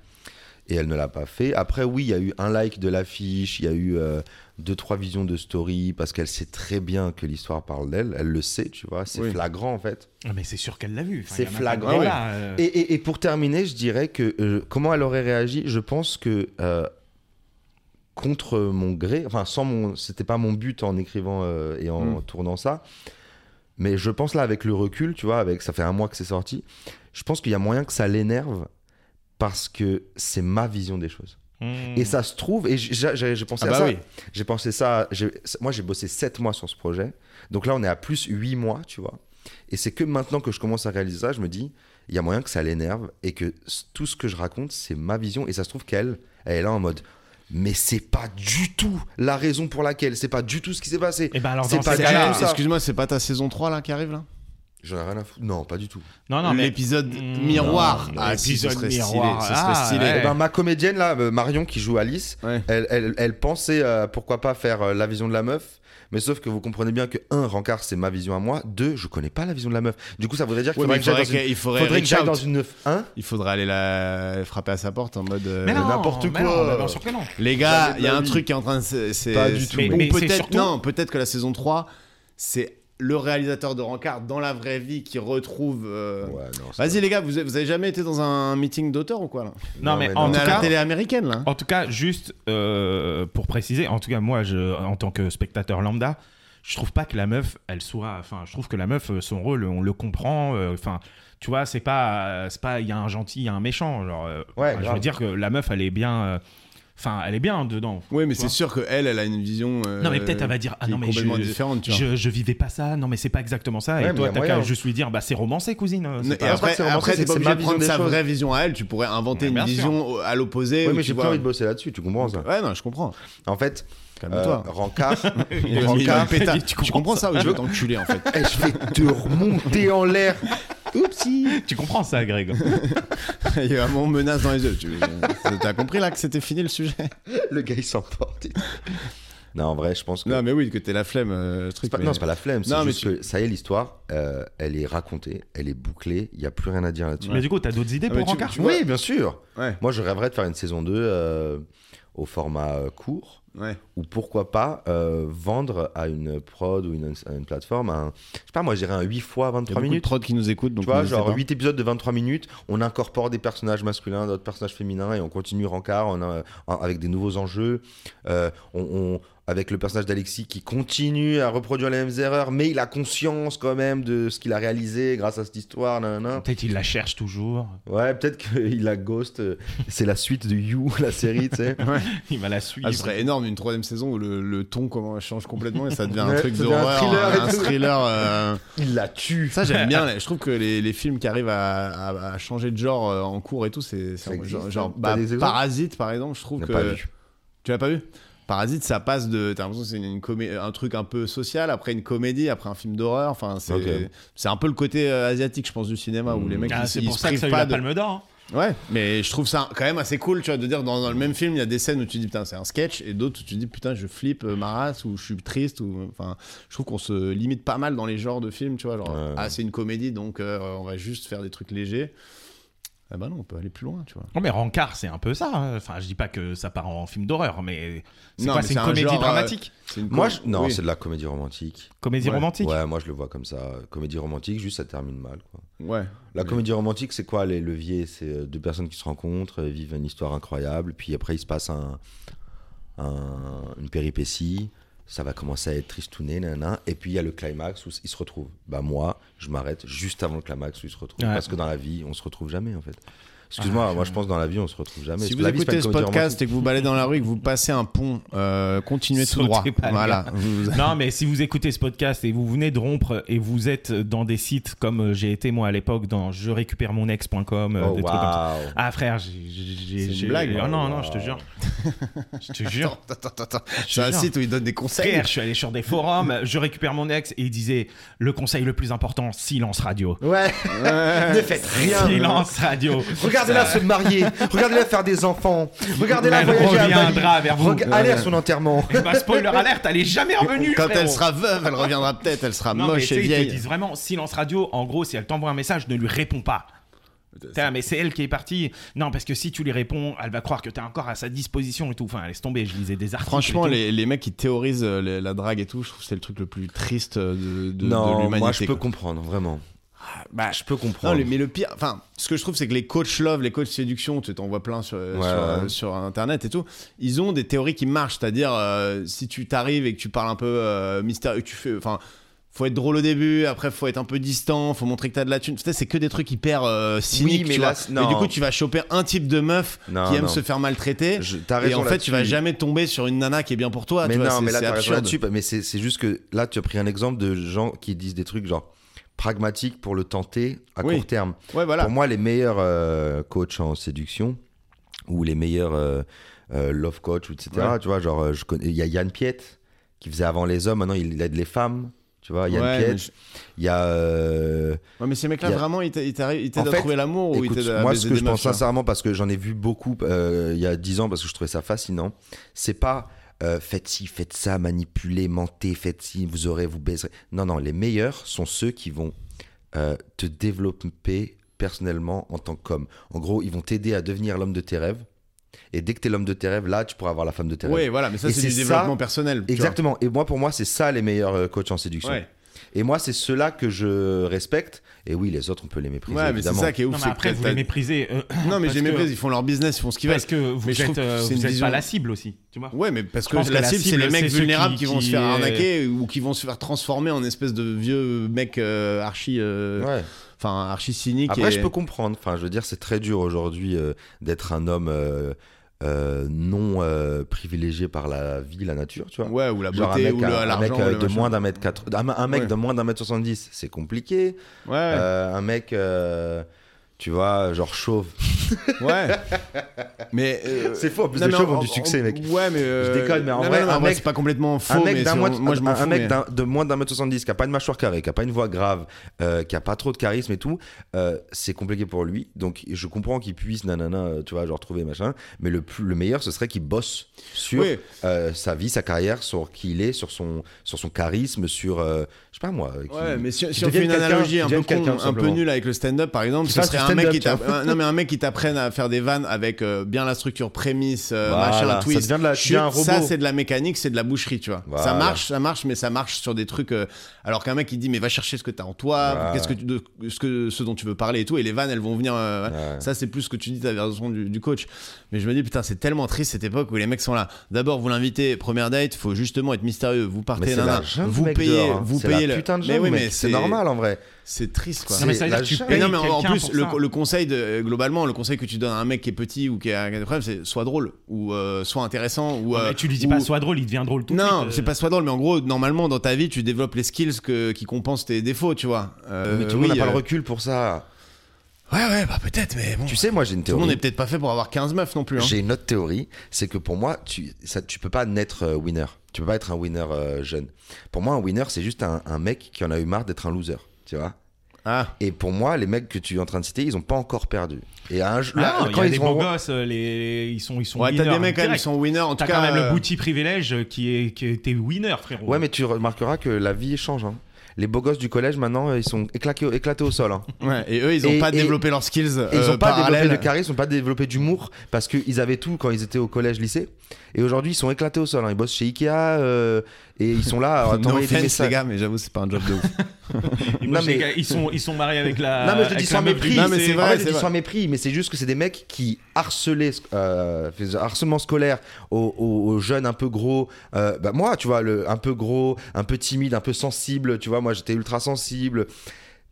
A: et elle ne l'a pas fait. Après, oui, il y a eu un like de l'affiche, il y a eu euh, deux, trois visions de story, parce qu'elle sait très bien que l'histoire parle d'elle, elle le sait, tu vois, c'est
B: Oui.
A: flagrant en fait.
D: Ah, mais c'est sûr qu'elle l'a vu. Enfin,
A: C'est
D: y en a pas
A: flagrant.
D: de débat, euh.
A: Et, et- et pour terminer, je dirais que euh, comment elle aurait réagi, je pense que euh, contre mon gré, enfin, sans mon, c'était pas mon but en écrivant euh, et en tournant ça, mais je pense là avec le recul, tu vois, avec ça fait un mois que c'est sorti, je pense qu'il y a moyen que ça l'énerve parce que c'est ma vision des choses.
D: Mmh.
A: Et ça se trouve, et j- j'a- j'ai j'ai pensé
B: Hmm. Ah
A: à
B: bah
A: ça.
B: oui.
A: J'ai pensé ça. j'ai- Moi, j'ai bossé 7 mois sur ce projet. Donc là, on est à plus 8 mois, tu vois. Et c'est que maintenant que je commence à réaliser ça, je me dis, il y a moyen que ça l'énerve et que s- tout ce que je raconte, c'est ma vision. Et ça se trouve qu'elle, elle est là en mode, mais c'est pas du tout la raison pour laquelle, c'est pas du tout ce qui s'est passé.
D: Eh ben alors
A: C'est
D: dans
A: pas
D: ces
A: grave.
D: cas-là-
A: tout ça.
B: Excuse-moi, c'est pas ta saison 3 là qui arrive là
A: J'en ai rien à foutre. Non, pas du tout.
D: Ah Non, non, mais
B: L'épisode
D: Mmh.
B: miroir.
D: Non,
B: ah, si, ce
D: l'épisode
B: serait
D: miroir.
B: stylé. Ce serait
D: Ah,
B: stylé.
D: ouais.
A: Eh ben, ma comédienne, là, euh, Marion, qui joue Alice,
B: Ouais.
A: elle, elle- elle pensait, euh, pourquoi pas, faire euh, la vision de la meuf. Mais sauf que vous comprenez bien que, un, Rancard, c'est ma vision à moi. Deux, je connais pas la vision de la meuf. Du coup, ça voudrait dire qu'il
B: Ouais, mais
A: faudrait que j'aille
B: il faudrait,
A: dans une-
B: qu'il faudrait
A: faudrait que
B: reach
A: j'aille
B: out.
A: dans une 1.
B: Il faudrait aller la frapper à sa porte en mode. euh,
D: Mais non,
A: n'importe
D: mais
A: quoi.
D: non, mais bien sûr que non.
B: Les gars,
A: Jamais de
B: il y a
A: la
B: un
A: vie.
B: truc qui est en train de. se- c'est-
A: Pas du
B: c'est-
A: tout.
D: Mais-
B: Ou
D: mais c'est
B: peut-être
D: surtout-
B: non, peut-être que la saison 3 c'est le réalisateur de Rancard dans la vraie vie qui retrouve. euh,
A: Ouais, non, c'est-
B: Vas-y les gars, vous, vous avez jamais été dans un meeting d'auteur ou quoi là
D: Non,
A: Non,
D: mais,
A: mais
D: en
B: On est
D: tout
B: à la
D: cas,
B: télé américaine là.
D: En tout cas, juste euh, pour préciser, en tout cas, moi, je, en tant que spectateur lambda, je trouve pas que la meuf, elle soit. Enfin, je trouve que la meuf, euh, son rôle, on le comprend. euh, Enfin, tu vois, c'est pas, euh, c'est pas, il y a un gentil, il y a un méchant. Genre, euh,
A: Ouais,
D: enfin, je veux
A: grave.
D: dire que la meuf, elle est bien. euh, Enfin, elle est bien dedans.
B: Oui, mais
D: Tu
B: c'est
D: vois.
B: sûr que elle, elle a une vision. euh,
D: non, mais peut-être elle va dire, ah
B: qui est
D: non, mais je,
B: complètement différente, tu vois.
D: je, je vivais pas ça. Non, mais c'est pas exactement ça.
A: Ouais,
D: Et
A: mais
D: toi,
A: y a
D: t'as
A: moyen.
D: qu'à juste lui dire, bah, c'est romancé, cousine. euh, c'est
B: hein. Et
D: pas-
A: après,
B: après,
A: c'est vraiment-
B: après,
A: c'est-
B: t'es pas
A: c'est
B: obligé
A: ma
B: de
A: vision
B: prendre
A: des
B: sa
A: choses.
B: vraie vision à elle, tu pourrais inventer
D: Ouais,
B: une
D: bien
B: vision au- à l'opposé.
A: Ouais,
B: ou
A: mais
B: tu
A: j'ai plus
B: vois.
A: envie de bosser là-dessus, tu comprends ça
B: Ouais, non, je comprends.
A: En fait, euh,
B: Calme-toi.
A: Rancard,
B: Il a mis un
A: Rancard,
B: pétard.
D: Tu
B: Tu
D: comprends
B: comprends ça Oui, je veux t'enculer en fait.
A: Eh, je vais te remonter en l'air. Oupsie.
D: Tu comprends ça, Greg
B: Il y a vraiment menace dans les yeux. Tu as compris là que c'était fini le sujet
A: Le gars, il s'emporte. et tout. non, en vrai, je pense que.
B: Non, mais oui, que t'es la flemme. euh, le
A: C'est
B: truc,
A: pas-
B: mais-
A: Non, c'est pas la flemme.
B: Non,
A: C'est
B: mais
A: juste
B: tu-
A: que ça y est, l'histoire, euh, elle est racontée, elle est bouclée, il n'y a plus rien à dire là-dessus.
D: Mais du coup, t'as d'autres idées
B: Ah,
D: pour
B: mais tu-
D: Rancard
B: tu vois-
A: Oui, bien sûr.
B: Ouais,
A: Moi, je rêverais de faire une saison 2 euh, au format euh, court.
B: ouais.
A: Ou pourquoi pas euh, vendre à une prod ou une, à une plateforme un, je sais pas moi je dirais un 8 fois
B: Il y a
A: 23
B: beaucoup de
A: minutes
B: prods qui nous écoutent. Donc
A: tu vois
B: n'hésitez
A: genre
B: pas.
A: 8 épisodes de 23 minutes on incorpore des personnages masculins d'autres personnages féminins et on continue rencard on a- en- avec des nouveaux enjeux Euh, on, on- avec le personnage d'Alexis qui continue à reproduire les mêmes erreurs mais il a conscience quand même de ce qu'il a réalisé grâce à cette histoire nanana.
D: Peut-être il la cherche toujours.
A: ouais peut-être qu'il a ghost euh, c'est la suite de You la série tu sais
D: Il va la
B: Ah,
D: suivre.
B: ce serait énorme une troisième saison où le, le ton comment, change complètement et ça devient un
A: Ouais,
B: truc
A: ça devient un
B: d'horreur,
A: thriller et
B: un
A: tout.
B: thriller. euh,
A: il la tue
B: Ça j'aime bien. là. Je trouve que les, les films qui arrivent à, à- à changer de genre euh, en cours et tout, c'est
A: Ça
B: c'est un- genre,
A: existe,
B: genre,
A: hein
B: bah,
A: T'as des exemples
B: Parasite par exemple. Je
A: On
B: trouve
A: n'a
B: que
A: pas vu.
B: tu l'as pas vu. Parasite, ça passe de. T'as l'impression que c'est une, comé- un truc un peu social, après une comédie, après un film d'horreur. Enfin, c'est
A: Ok. Mm.
B: c'est un peu le côté euh, asiatique, je pense, du cinéma où les mecs
D: Ah,
B: ils,
D: c'est
B: ils
D: pour
B: se
D: ça que
B: privent
D: ça a eu
B: pas
D: la
B: de.
D: Palme d'Or. hein.
B: Ouais, mais je trouve ça quand même assez cool, tu vois, de dire dans, dans le même film, il y a des scènes où tu dis putain, c'est un sketch, et d'autres où tu dis putain, je flippe euh, ma race, ou je suis triste, ou enfin, je trouve qu'on se limite pas mal dans les genres de films, tu vois, genre,
A: Ouais.
B: ah, c'est une comédie, donc euh, on va juste faire des trucs légers. Ah bah non, on peut aller plus loin, tu vois.
D: Non mais Rancard, c'est un peu ça. hein. Enfin, je dis pas que ça part en film d'horreur, mais c'est
B: Non,
D: quoi
B: mais
D: C'est une
B: c'est un
D: comédie
B: genre, euh,
D: dramatique
B: C'est une
A: moi
B: com-
A: je- non
B: oui.
A: c'est de la comédie romantique
D: Comédie
B: ouais.
D: romantique
A: ouais moi je le vois comme ça comédie romantique juste ça termine mal quoi
B: Ouais.
A: La
B: Mais-
A: comédie romantique, c'est quoi les leviers C'est euh, deux personnes qui se rencontrent, euh, vivent une histoire incroyable, puis après il se passe un, un- une péripétie, ça va commencer à être tristouné, nanana, et puis il y a le climax où ils se retrouvent. Bah moi, je m'arrête juste avant le climax où ils se retrouvent,
D: Ouais.
A: parce que dans la vie, on se retrouve jamais en fait. Excuse-moi, moi je pense que dans la vie, on se retrouve jamais.
B: Ah, Si
A: Parce
B: vous
A: que la vie, c'est pas
B: écoutez
A: une
B: ce
A: comédie
B: podcast et que vous baladez dans la rue et que vous passez un pont, euh, continuez tout
D: Sautez
B: droit.
D: pas, les
B: Voilà.
D: gars.
B: Vous- vous-
D: Non, mais si vous écoutez ce podcast et vous venez de rompre et vous êtes dans des sites comme euh, j'ai été moi à l'époque dans je récupère mon ex.com, euh,
A: romantique.
D: des
A: Oh,
D: trucs comme ça.
A: waouh.
D: Ah frère, j'ai- j'ai
B: C'est une
D: j'ai-
B: blague,
D: Ah,
A: hein.
D: non non, je te jure. je te jure.
B: Attends, attends, attends.
D: Je
B: C'est
D: te
B: un
D: jure.
B: site où ils donnent des conseils.
D: Frère, je suis allé sur des forums, je récupère mon ex et il disait le conseil le plus important, silence radio.
A: Ouais, ne faites rien.
B: hein.
D: Silence radio.
A: Euh, Regardez-la se marier, regardez-la faire des enfants, regardez-la
D: Elle
A: voyager à Bali.
D: reviendra vers vous.
A: Rega- Allez à
B: Euh,
A: son enterrement.
D: Eh
B: Bah,
D: ben, spoiler alerte, elle est jamais revenue.
B: Quand
D: frérot.
B: elle sera veuve, elle reviendra peut-être, elle sera
D: Non, mais
B: moche
D: tu sais,
B: et
D: ils te
B: vieille.
D: disent vraiment silence radio. En gros, si elle t'envoie un message, ne lui réponds pas. Putain, mais c'est elle qui est partie. Non, parce que si tu lui réponds, elle va croire que t'es encore à sa disposition et tout. Enfin, laisse tomber, je lisais des articles.
B: Franchement,
D: et tout.
B: les, les mecs qui théorisent euh, les- la drague et tout, je trouve que c'est le truc le plus triste euh, de, de- de
A: non,
B: l'humanité.
A: moi je peux
B: quoi.
A: comprendre, vraiment. je peux
B: Non,
A: comprendre.
B: le- mais le pire, enfin, ce que je trouve, c'est que les coachs love, les coachs séduction, tu t'en vois plein sur, euh,
A: Ouais,
B: sur, euh,
A: ouais.
B: sur internet et tout, ils ont des théories qui marchent, c'est-à-dire euh, si tu t'arrives et que tu parles un peu euh, mystérieux, tu fais, enfin, faut être drôle au début, après faut être un peu distant, faut montrer que t'as de la thune. Tu sais, c'est que des trucs hyper euh, cyniques,
A: mais
B: tu
A: là,
B: vois.
A: non.
B: Mais du coup, tu vas choper un type de meuf
A: Non,
B: qui aime
A: non.
B: se faire maltraiter.
A: Je- T'as
B: Et
A: raison.
B: en fait, tu vas
A: là-dessus.
B: jamais tomber sur une nana qui est bien pour toi.
A: Mais
B: tu vois,
A: non,
B: c'est-
A: mais là,
B: c'est
A: t'as raison
B: absurde.
A: là-dessus. Mais c'est c'est juste que là, tu as pris un exemple de gens qui disent des trucs genre pragmatiques pour le tenter à
B: Oui.
A: court terme.
B: Ouais, voilà.
A: Pour moi, les meilleurs euh, coachs en séduction ou les meilleurs euh, euh, love coach, etc.
B: Ouais.
A: Tu vois, genre, euh, je connais- il y a Yann Piette qui faisait avant les hommes, maintenant il aide les femmes. Tu vois, Yann
B: Ouais, mais
A: Piette.
B: je-
A: Il y a. euh,
B: Ouais, mais ces mecs-là,
A: Y a-
B: vraiment, ils t'a- ils t'arri- ils
A: En
B: t'aident à
A: fait,
B: trouver l'amour ou ils
A: Écoute,
B: t'aident Oh, à
A: moi,
B: baiser
A: ce que
B: des
A: je pense
B: meufs, là.
A: sincèrement, parce que j'en ai vu beaucoup euh, il y a 10 ans, parce que je trouvais ça fascinant, c'est pas euh, faites ci, faites ça, manipulez, mentez, faites ci, vous aurez, vous baiserez. Non, non, les meilleurs sont ceux qui vont euh, te développer personnellement en tant qu'homme. En gros, ils vont t'aider à devenir l'homme de tes rêves. Et dès que t'es l'homme de tes rêves, là, tu pourras avoir la femme de tes
B: Ouais,
A: rêves.
B: voilà, mais ça,
A: Et
B: c'est
A: c'est
B: du
A: ça-
B: développement personnel. tu vois.
A: Exactement. Et moi, pour moi, c'est ça les meilleurs euh, coachs en séduction.
B: Ouais.
A: Et moi, c'est ceux-là que je respecte. Et oui, les autres, on peut les mépriser.
B: Ouais, mais c'est
A: évidemment.
B: ça qui est ouf.
D: Non, mais
B: c'est que
D: après, vous
B: t'as-
D: les méprisez. euh,
B: Non, mais
D: parce
B: j'ai
D: que-
B: méprise, ils font leur business, ils font ce qu'ils veulent.
D: Parce que vous
B: Mais je trouve
D: êtes,
B: que
D: euh,
B: c'est
D: vous
B: une
D: êtes
B: vision-
D: pas la cible aussi, tu vois.
B: Ouais, mais parce que,
D: pense que
B: la
D: la
B: cible, c'est
D: cible,
B: les mecs
D: c'est ceux
B: vulnérables
D: qui-
B: qui, vont
D: qui,
B: se faire
D: euh,
B: arnaquer ou qui vont se faire transformer en espèce de vieux mec euh, archi, euh,
A: Ouais.
B: enfin archi cynique.
A: Après,
B: et-
A: je peux comprendre. Enfin, je veux dire, c'est très dur aujourd'hui euh, d'être un homme euh, euh, non euh, privilégié par la vie, la nature, tu vois.
B: Ouais, ou la
A: Genre un
B: beauté
A: mec,
B: ou le-
A: un- un mec,
B: l'argent. ou
A: euh,
B: le
A: de
B: machin.
A: moins d'un mètre quatre, un, un mec
B: Ouais.
A: de moins d'un mètre soixante-dix, c'est compliqué.
B: Ouais,
A: Euh, un mec, euh, tu vois, genre chauve.
B: ouais. mais. euh,
A: C'est faux. En plus,
B: non,
A: les
B: mais
A: chauves
B: en-
A: ont du
B: en-
A: succès, mec.
B: Ouais, mais. euh,
A: déconne, mais en
B: non,
A: vrai,
B: non, non,
A: un
B: en vrai,
A: mec-
B: c'est pas complètement faux.
A: un mec,
B: mais
A: d'un
B: c'est-
A: mois-
B: moi, je m'en
A: un
B: fous,
A: mec
B: mais-
A: d'un- de moins d'un mètre 70 qui a pas une mâchoire carrée, qui a pas une voix grave, euh, qui a pas trop de charisme et tout, euh, c'est compliqué pour lui. Donc je comprends qu'il puisse nanana, euh, tu vois, genre trouver machin. Mais le plus, le meilleur, ce serait qu'il bosse sur
B: Oui.
A: euh, sa vie, sa carrière, sur qui il est, sur son, sur son charisme, sur, euh, je sais pas moi. qu'il-
B: Ouais, mais si, si
A: qu'il
B: on fait
A: devienne
B: une
A: quelqu'un-
B: analogie un
A: qu'il
B: peu,
A: devienne
B: con,
A: quelqu'un,
B: un peu
A: simplement.
B: nulle avec le stand-up par exemple,
A: Qu'il
B: ce
A: fasse
B: serait
A: du
B: un mec,
A: stand-up,
B: qui
A: tu
B: t'app- un- non, mais un mec qui t'apprenne à faire des vannes avec euh, bien la structure prémisse, euh,
A: Voilà,
B: machin,
A: ça
B: twist.
A: devient de la- tu
B: Chut,
A: deviens un
B: ça
A: robot.
B: c'est de la mécanique, c'est de la boucherie, tu vois. Ça
A: Voilà.
B: marche, ça marche, mais ça marche sur des trucs. euh, alors qu'un mec il dit mais va chercher ce que t'as en toi,
A: Voilà.
B: qu'est-ce que tu, de- ce que ce dont tu veux parler et tout, et les vannes elles vont venir. euh,
A: Ouais.
B: ça, c'est plus ce que tu dis, t'avais raison du, du coach. Mais je me dis, putain, c'est tellement triste cette époque où les mecs sont là. D'abord, vous l'invitez, première date, faut justement être mystérieux. Vous
A: Mais
B: partez,
A: c'est
B: nanana,
A: la jungle,
B: vous
A: mec,
B: payez,
A: dehors, hein.
B: vous
A: C'est
B: payez
A: la
B: le-
A: putain de
B: mais
A: jungle,
B: oui,
A: mec.
B: mais
A: c'est normal en vrai.
B: C'est triste, quoi.
A: C'est
D: Non, mais ça veut
A: la
D: dire que tu
A: jungle.
B: Mais
D: payes
B: non, mais en- en
D: quelqu'un
B: plus,
D: pour
B: le,
D: ça.
B: le conseil, de, euh, globalement, le conseil que tu donnes à un mec qui est petit ou qui a des problèmes, c'est soit drôle ou euh, soit intéressant ou.
D: Non, mais
B: euh,
D: tu lui dis
B: ou-
D: pas soit drôle, il devient drôle tout de suite.
B: Non,
D: euh.
B: c'est pas soit drôle, mais en gros, normalement, dans ta vie, tu développes les skills que- qui compensent tes défauts, tu vois. Euh,
A: mais tout le monde
B: oui,
A: n'a pas
B: euh,
A: le recul pour ça.
B: Ouais, ouais, bah peut-être, mais bon.
A: Tu sais, moi j'ai une
B: Tout le
A: théorie.
B: monde n'est peut-être pas fait pour avoir 15 meufs non plus. hein.
A: J'ai une autre théorie, c'est que pour moi, tu, ça, tu peux pas naître euh, winner. Tu peux pas être un winner euh, jeune. Pour moi, un winner, c'est juste un, un mec qui en a eu marre d'être un loser. Tu vois
B: Ah.
A: Et pour moi, les mecs que tu es en train de citer, ils ont pas encore perdu. Et un, jour- là,
D: Ah, non, il y
A: quand
D: a
A: ils
D: des beaux
A: auront-
D: gosses, euh, les... ils sont, ils sont
B: Ouais, t'as
D: winners
B: des mecs quand même qui
D: direct.
B: sont winners. En tout
D: T'as
B: cas,
D: quand même
B: euh,
D: le bouti privilège euh, qui est, qui est- t'es winner, frérot.
A: Ouais, mais tu remarqueras que la vie change. hein. Les beaux gosses du collège, maintenant, ils sont éclaqués, au- éclatés au sol. hein.
B: ouais, et eux, ils ont
A: Et-
B: pas
A: et-
B: développé leurs skills.
A: Et ils
B: euh,
A: ont pas développé
B: parallèles.
A: de charisme, ils ont pas développé d'humour parce qu'ils avaient tout quand ils étaient au collège, lycée. Et aujourd'hui, ils sont éclatés au sol. hein. Ils bossent chez Ikea euh, et ils sont là à
B: No
A: t'envoyer des
B: offense,
A: messages.
B: les gars, mais j'avoue, c'est pas un job de ouf.
D: Ils-
A: non,
D: ils-
A: mais-
D: ils sont, ils sont mariés avec la.
A: Non mais je te
D: Euh, avec
A: dis
D: la
A: sans
D: meuf du
A: mépris.
B: Non, mais
D: lycée.
B: c'est vrai,
A: En fait, je te dis
B: vrai.
A: sans mépris, mais c'est juste que c'est des mecs qui harcelaient, euh, faisaient harcèlement scolaire aux, aux- aux jeunes un peu gros. Euh, bah, moi, tu vois, le, un peu gros, un peu timide, un peu sensible. Tu vois, moi, j'étais ultra sensible.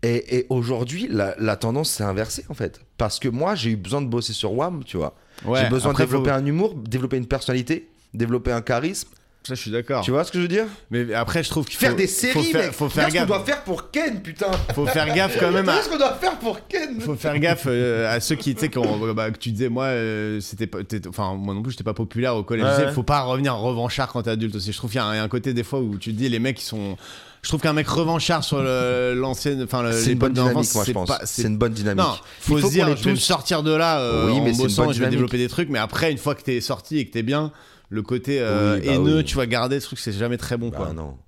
A: Et, et aujourd'hui, la, la tendance s'est inversée en fait, parce que moi, j'ai eu besoin de bosser sur WAM, tu vois.
B: Ouais,
A: j'ai besoin
B: après,
A: de développer
B: faut-
A: un humour, développer une personnalité, développer un charisme.
B: Ça, je suis d'accord.
A: Tu vois ce que je veux dire
B: Mais après, je trouve qu'il faut
A: Faire des
B: faut
A: séries,
B: faire-
A: mec.
B: Faut
A: Regarde
B: faire
A: ce qu'on
B: gaffe.
A: doit faire pour Ken, putain.
B: Faut faire gaffe quand même. à-
A: Regarde ce qu'on doit faire pour Ken.
B: Faut faire gaffe euh, à ceux qui, tu sais, qui ont- bah, que tu disais, moi, euh, c'était pas, t'étais- enfin, moi non plus, j'étais pas populaire au collège.
A: Ouais,
B: Je sais,
A: ouais.
B: Faut pas revenir revanchard quand t'es adulte aussi. Je trouve qu'il y a un, un côté des fois où tu te dis, les mecs, ils sont. Je trouve qu'un mec revanchard sur le- l'ancienne, enfin, le-
A: C'est une bonne
B: l'époque
A: dynamique,
B: d'enfance,
A: moi, je
B: c'est
A: pense.
B: pas-
A: C'est une bonne dynamique.
B: Non, faut,
A: Il faut
B: se dire,
A: qu'on
B: je
A: ait
B: vais me
A: tous-
B: sortir de là euh,
A: Oui,
B: en
A: mais c'est une
B: bossant,
A: bonne
B: je vais
A: dynamique.
B: développer des trucs, mais après, une fois que t'es sorti et que t'es bien, le côté euh,
A: Oui, bah
B: haineux,
A: oui.
B: tu vas garder ce truc, c'est jamais très bon,
A: Bah,
B: quoi.
A: non.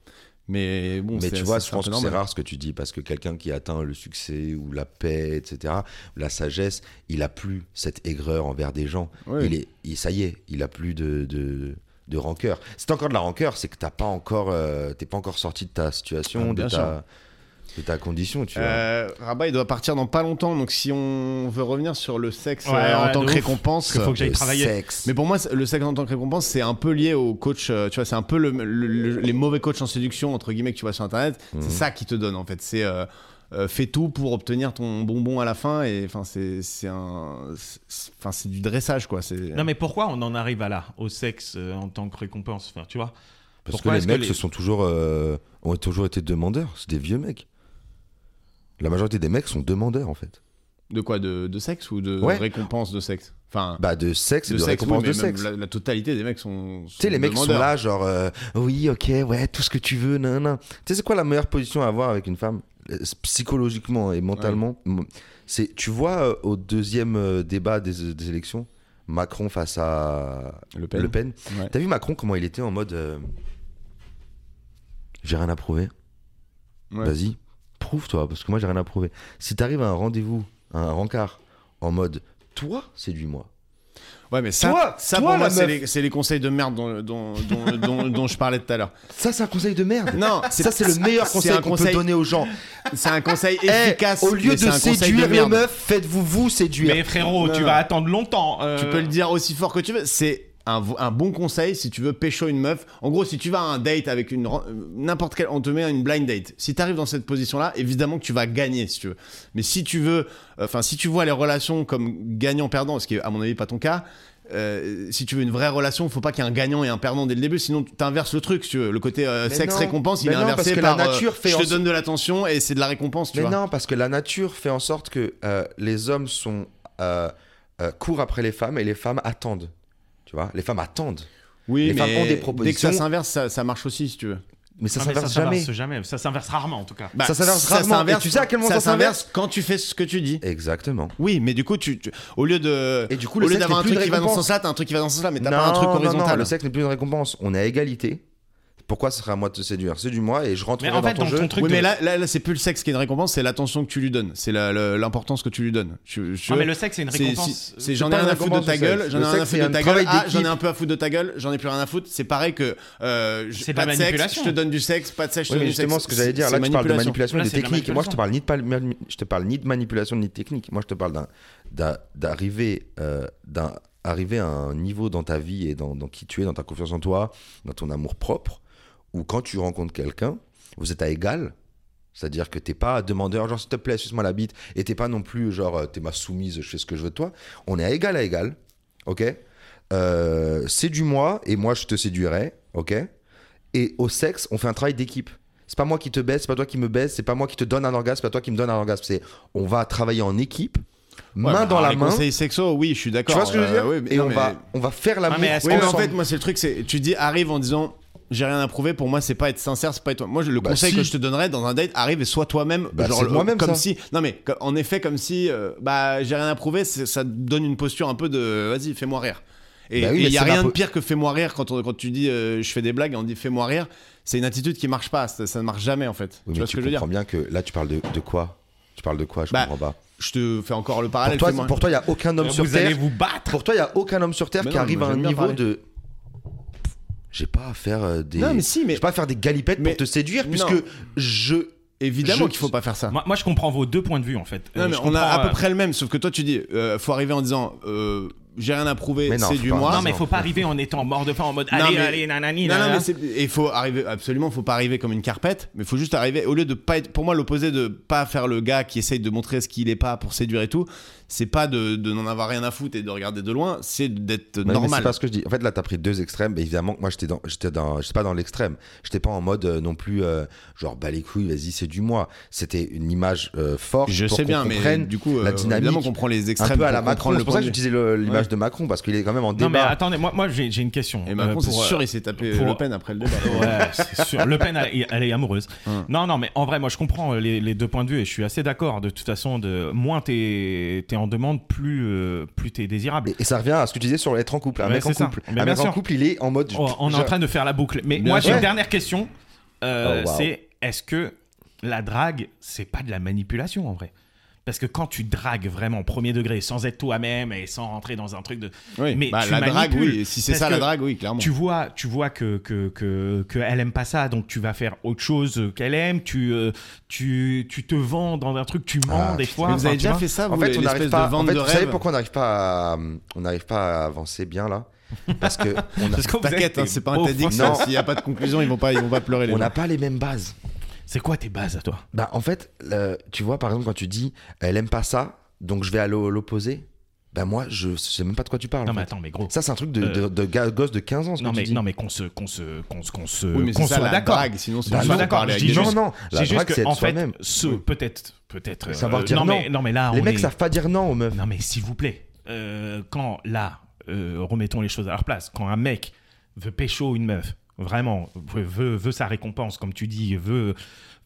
B: Mais bon,
A: Mais
B: c'est-
A: tu vois, je
B: c'est un
A: pense
B: peu
A: que c'est
B: normal.
A: rare ce que tu dis parce que quelqu'un qui atteint le succès ou la paix, etc., la sagesse, il a plus cette aigreur envers des gens.
B: Oui.
A: Il est, il- ça y est, il a plus de, de, de rancœur. C'est encore de la rancœur, c'est que t'as pas encore, euh, t'es pas encore sorti de ta situation,
B: Ah, bien
A: de ta, de ta condition, tu vois.
B: Euh, Rabat, il doit partir dans pas longtemps, donc si on veut revenir sur le sexe
D: Ouais,
B: euh, en
D: ouais,
B: tant
D: de
B: que
D: ouf.
B: récompense. euh,
D: Parce que faut que j'aille
A: Le
D: travailler.
A: sexe.
B: Mais pour moi, c'est- le sexe en tant que récompense, c'est un peu lié au coach. euh, Tu vois, c'est un peu le- le- le- les mauvais coachs en séduction, entre guillemets, que tu vois sur internet.
A: Mhm.
B: C'est ça qui te donne, en fait. C'est euh, euh, fais tout pour obtenir ton bonbon à la fin. Et enfin, c'est c'est un. c'est- c'est- Enfin, c'est du dressage, quoi. C'est.
D: Non, mais pourquoi on en arrive à là, au sexe euh, en tant que récompense enfin, Tu vois
A: Parce que
D: Pourquoi
A: les
D: est-ce
A: mecs
D: que les-
A: se sont toujours, euh, ont toujours été demandeurs. C'est des vieux mecs. La majorité des mecs sont demandeurs en fait.
B: De quoi de, de sexe ou de
A: Ouais.
B: récompense de sexe Enfin,
A: Bah de sexe et de,
B: sexe,
A: récompense
B: oui, mais
A: de
B: même
A: sexe.
B: La, la totalité des mecs sont.
A: Tu sais, les mecs qui sont
B: demandeurs.
A: là, genre, euh, oui, ok, ouais, tout ce que tu veux, nan, nan. Tu sais, c'est quoi la meilleure position à avoir avec une femme Euh, Psychologiquement et mentalement. Mm. C'est, tu vois, euh, au deuxième euh, débat des, des élections, Macron face à
B: Le Pen.
A: Le Pen.
B: Ouais.
A: T'as vu Macron, comment il était en mode. euh, j'ai rien à prouver.
B: Ouais.
A: Vas-y, prouve-toi, parce que moi, j'ai rien à prouver. Si t'arrives à un rendez-vous, à un rencard, en mode, toi, séduis-moi.
B: Ouais, mais ça,
A: Toi,
B: ça
A: toi,
B: pour moi,
A: la
B: c'est
A: meuf.
B: les, c'est les conseils de merde dont, dont, dont, dont- dont je parlais tout à l'heure.
A: Ça, c'est un conseil de merde.
B: Non,
A: Ça, c'est le meilleur
B: c'est
A: conseil
B: un
A: qu'on peut
B: conseil
A: donner aux gens.
B: C'est un conseil
A: Eh,
B: efficace.
A: au lieu
B: mais
A: de
B: c'est un conseil
A: séduire
B: de
A: les
B: merde.
A: meufs, faites-vous vous séduire.
D: Mais frérot,
B: Non,
D: tu
B: non.
D: vas attendre longtemps.
B: Tu
D: euh,
B: peux le dire aussi fort que tu veux. C'est un, vo- un bon conseil si tu veux pécho une meuf. En gros, si tu vas à un date avec une ren- euh, n'importe quelle, on te met à une blind date. Si t'arrives dans cette position-là, évidemment que tu vas gagner si tu veux. Mais si tu veux, enfin si tu vois les relations comme gagnant-perdant, ce qui est à mon avis pas ton cas. euh, si tu veux une vraie relation, faut pas qu'il y ait un gagnant et un perdant dès le début, sinon tu inverses le truc. si tu veux. Le côté euh,
A: Mais
B: sexe
A: non.
B: récompense, il
A: Mais
B: est
A: non,
B: inversé
A: parce que la
B: par euh,
A: nature fait
B: je
A: en
B: te
A: sorte-
B: donne de l'attention et c'est de la récompense. Tu
A: Mais
B: vois.
A: non, parce que la nature fait en sorte que euh, les hommes sont euh, euh, courent après les femmes et les femmes attendent. Tu vois, les femmes attendent.
B: Oui,
A: Les
B: mais
A: femmes ont des
B: dès que ça
A: propositions.
B: s'inverse, ça, ça marche aussi si tu veux.
A: Mais ça
D: non, mais
A: s'inverse
D: s'inverse
A: jamais.
D: jamais. Ça s'inverse rarement en tout cas.
B: Bah,
A: Ça s'inverse rarement.
B: s'inverse-
A: Et tu sais à quel moment ça
B: s'inverse quand tu fais ce que tu dis.
A: Exactement.
B: Oui, mais du coup, tu, tu- au lieu de,
A: Et du coup,
B: au
A: le
B: lieu
A: sexe
B: d'avoir
A: n'est
B: un
A: plus
B: truc
A: une
B: qui va dans ce
A: récompense.
B: sens-là, t'as un truc qui va dans ce sens-là, mais t'as pas un truc
A: Non, non,
B: horizontal.
A: le sexe n'est plus une récompense. On est à égalité. Pourquoi ce serait à moi de te séduire Séduis-moi et je rentrerai
D: Mais en fait,
A: dans ton
D: dans
A: jeu.
D: ton truc
B: oui,
D: de-
B: mais là, là, là, c'est plus le sexe qui est une récompense, c'est l'attention que tu lui donnes, c'est la- le- l'importance que tu lui donnes. Tu- tu
D: Non,
B: veux-
D: Ah, mais le sexe, c'est une
B: c'est-
D: récompense.
B: c'est- c'est j'en ai
A: pas
B: rien
A: une
B: à foutre de
A: récompense,
B: ta
A: le
B: gueule,
A: sexe.
B: j'en ai
A: Le
B: rien à
A: sexe,
B: foutre
A: c'est
B: de
A: un
B: ta gueule,
A: travail
B: ah, j'en ai
A: d'équipe.
B: un peu à foutre de ta gueule, j'en ai plus rien à foutre. C'est pareil que euh, je-
D: C'est de
B: pas
D: la
B: de sexe,
D: manipulation.
B: je te donne du sexe, pas de sexe, je
A: Oui, mais
B: te donne du sexe.
A: justement, ce que j'allais dire,
B: c'est-
A: là,
B: c'est
A: tu parles de manipulation
D: Là,
A: et de
D: c'est de la
A: technique. Et moi, je te parle ni de pal- mani- je te parle ni de manipulation ni de technique. Moi, je te parle d'un d'a- d'arriver euh, d'un arriver à un niveau dans ta vie et dans, dans qui tu es, dans ta confiance en toi, dans ton amour propre, où quand tu rencontres quelqu'un, vous êtes à égal. C'est-à-dire que t'es pas demandeur, genre s'il te plaît, suce-moi la bite, et t'es pas non plus genre euh, t'es ma soumise, je fais ce que je veux de toi. On est à égal à égal, ok euh, séduis-moi et moi je te séduirai, ok Et au sexe, on fait un travail d'équipe. C'est pas moi qui te baisse, c'est pas toi qui me baisse, c'est pas moi qui te donne un orgasme, c'est pas toi qui me donne un orgasme. C'est on va travailler en équipe,
B: Ouais,
A: main
B: bah,
A: dans
B: alors,
A: la
B: les
A: main.
B: Conseils sexo, oui, je suis d'accord.
A: Tu vois ce que je veux
B: Euh,
A: dire
B: oui, mais-
A: Et
B: non,
A: on
B: mais-
A: va on va faire l'amour
D: Ah, mais est-ce
B: Oui, mais en
A: ensemble.
B: fait, moi, c'est le truc, c'est tu dis arrive en disant j'ai rien à prouver. Pour moi, c'est pas être sincère, c'est pas être toi. Moi, je- le
A: Bah,
B: conseil
A: si.
B: que je te donnerais dans un date, arrive et sois toi-même.
A: Bah,
B: genre
A: c'est
B: le-
A: moi-même,
B: comme
A: ça.
B: si. Non, mais co- en effet, comme si euh, bah j'ai rien à prouver, c'est- ça te donne une posture un peu de vas-y, fais-moi rire. Et il
A: Bah oui, mais
B: y a
A: c'est ma
B: rien de
A: po-
B: pire que fais-moi rire quand, on- quand tu dis euh, je fais des blagues et on dit fais-moi rire. C'est une attitude qui marche pas, ça, ça ne marche jamais en fait.
A: Oui,
B: tu
A: mais
B: vois ce
A: tu
B: que je veux dire
A: comprends bien que là tu parles de, de quoi Tu parles de quoi Je
B: Bah,
A: comprends pas.
B: Je te fais encore le
A: Pour
B: parallèle.
A: toi,
B: fais-moi-
A: pour toi, il y a aucun homme
D: Vous
A: sur
D: allez
A: terre.
D: vous battre.
A: Pour toi, il y a aucun homme sur terre
B: Mais
A: qui
B: non,
A: arrive
B: moi,
A: à un
B: j'aime bien
A: niveau
B: parler.
A: de. J'ai pas à faire euh, des.
B: Non, mais si, mais-
A: J'ai pas à faire des galipettes
B: Mais-
A: pour te séduire,
B: Non.
A: puisque je
B: évidemment
A: je-
B: qu'il faut pas faire ça.
D: Moi, moi, je comprends vos deux points de vue en fait. Euh,
B: Non, mais
D: je
B: on a
D: comprends,
B: à
D: euh,
B: peu près le même, sauf que toi tu dis, euh, faut arriver en disant, euh, j'ai rien à prouver,
A: Mais non,
B: c'est
A: faut
B: du
A: pas.
B: moi.
D: Non, mais faut pas arriver en étant mort de faim en mode
B: Non,
D: allez,
B: mais-
D: allez, nanani,
B: Non, non,
D: nanana.
B: mais c'est- et faut arriver absolument, faut pas arriver comme une carpette, mais faut juste arriver au lieu de pas être. Pour moi, l'opposé de pas faire le gars qui essaye de montrer ce qu'il est pas pour séduire et tout, c'est pas de, de n'en avoir rien à foutre et de regarder de loin, c'est d'être
A: Non, mais
B: normal.
A: C'est pas ce que je dis. En fait, là, t'as pris deux extrêmes. mais évidemment, que moi, j'étais dans, j'étais dans, j'étais pas dans l'extrême. J'étais pas en mode euh, non plus, euh, genre, bah les couilles, vas-y, c'est du moi. C'était une image euh, forte.
B: Je
A: pour
B: sais
A: qu'on
B: bien, mais
A: comprenne
B: du coup, euh,
A: la dynamique,
B: évidemment qu'on prend les
A: un
B: extrêmes
A: peu à la
B: pour
A: Macron.
B: comprendre
A: C'est pour ça que
B: point de vue.
A: j'utilisais le- l'image
B: Ouais.
A: de Macron parce qu'il est quand même en
D: Non, mais
A: débat.
D: attendez, moi, moi j'ai j'ai une question.
B: Et
D: euh,
B: Macron, Eh ben, c'est
D: pour, euh,
B: sûr, il s'est tapé
D: pour-
B: Le Pen après le débat.
D: Ouais, c'est sûr. Le Pen, elle, elle est amoureuse.
B: Hum.
D: Non, non, mais en vrai, moi, je comprends euh, les, les deux points de vue et je suis assez d'accord. De toute façon, de moins t'es t'es en demande, plus, euh, plus t'es désirable.
A: Et, et ça revient à ce que tu disais sur être en couple. Un
D: Ouais,
A: mec en
D: c'est ça.
A: couple.
D: Mais
A: un
D: bien
A: mec en
D: sûr.
A: couple, il est en mode.
D: Oh, on est en train de faire la boucle. Mais moi, j'ai
A: sûr.
D: une dernière question. euh,
A: Oh, wow.
D: C'est est-ce que la drague, c'est pas de la manipulation en vrai parce que quand tu dragues vraiment premier degré, sans être toi-même et sans rentrer dans un truc de,
B: Oui,
D: Mais
B: bah,
D: tu
B: la drague,
D: manipules.
B: oui. Si c'est
D: Parce
B: ça la
D: que
B: drague, oui, clairement.
D: Tu vois, tu vois que que, que que elle aime pas ça, donc tu vas faire autre chose euh, qu'elle aime. Tu euh, tu tu te vends dans un truc, tu mens
A: Ah,
D: des
A: putain.
D: fois.
B: Mais vous
D: enfin,
B: avez
D: tu
B: déjà
D: vois.
B: fait ça, vous,
A: En fait, on
B: l'espèce
A: n'arrive
B: de
A: pas. En
B: vente
A: fait,
B: de
A: vous savez
B: rêve
A: pourquoi on n'arrive pas, à, on n'arrive pas à avancer bien là, parce que on a-
D: Parce que vous
B: T'inquiète,
D: êtes
B: hein,
D: des
B: c'est pas un
D: beaux
B: TEDx.
D: fous.
A: Non.
B: S'il n'y a pas de conclusion, ils vont pas, ils vont pas pleurer les
A: on
B: gens.
A: n'a pas les mêmes bases.
D: C'est quoi tes bases à toi
A: Bah en fait, le- tu vois par exemple quand tu dis elle aime pas ça, donc je vais à l'o- l'opposé. Bah moi je sais même pas de quoi tu parles.
D: Non
A: en
D: mais
A: fait.
D: attends, mais gros.
A: Ça c'est un truc de, de,
D: Euh,
A: de ga- gosse de 15 ans. Ce
D: Non
A: que tu
D: mais
A: dis.
D: non mais qu'on se qu'on se qu'on se qu'on se
B: Oui, mais
D: euh, qu'on
B: c'est ça
D: soit
B: la
D: d'accord.
B: drague, sinon c'est
A: Bah
B: juste
A: non,
B: pas parler
D: je
B: avec
D: dis
B: des
D: juste-
A: non
B: gens.
A: non, la
D: C'est juste
A: drague
D: que
A: c'est être
D: en fait,
A: soi-même.
D: ce peut-être peut-être.
A: Savoir
D: euh,
A: dire
D: non,
A: non.
D: mais non mais là
A: Les
D: on
A: mecs
D: est-
A: savent pas dire non aux meufs.
D: Non mais s'il vous plaît, euh, quand là, euh, remettons les choses à leur place, quand un mec veut pécho une meuf, vraiment, veut, veut, veut sa récompense, comme tu dis, veut,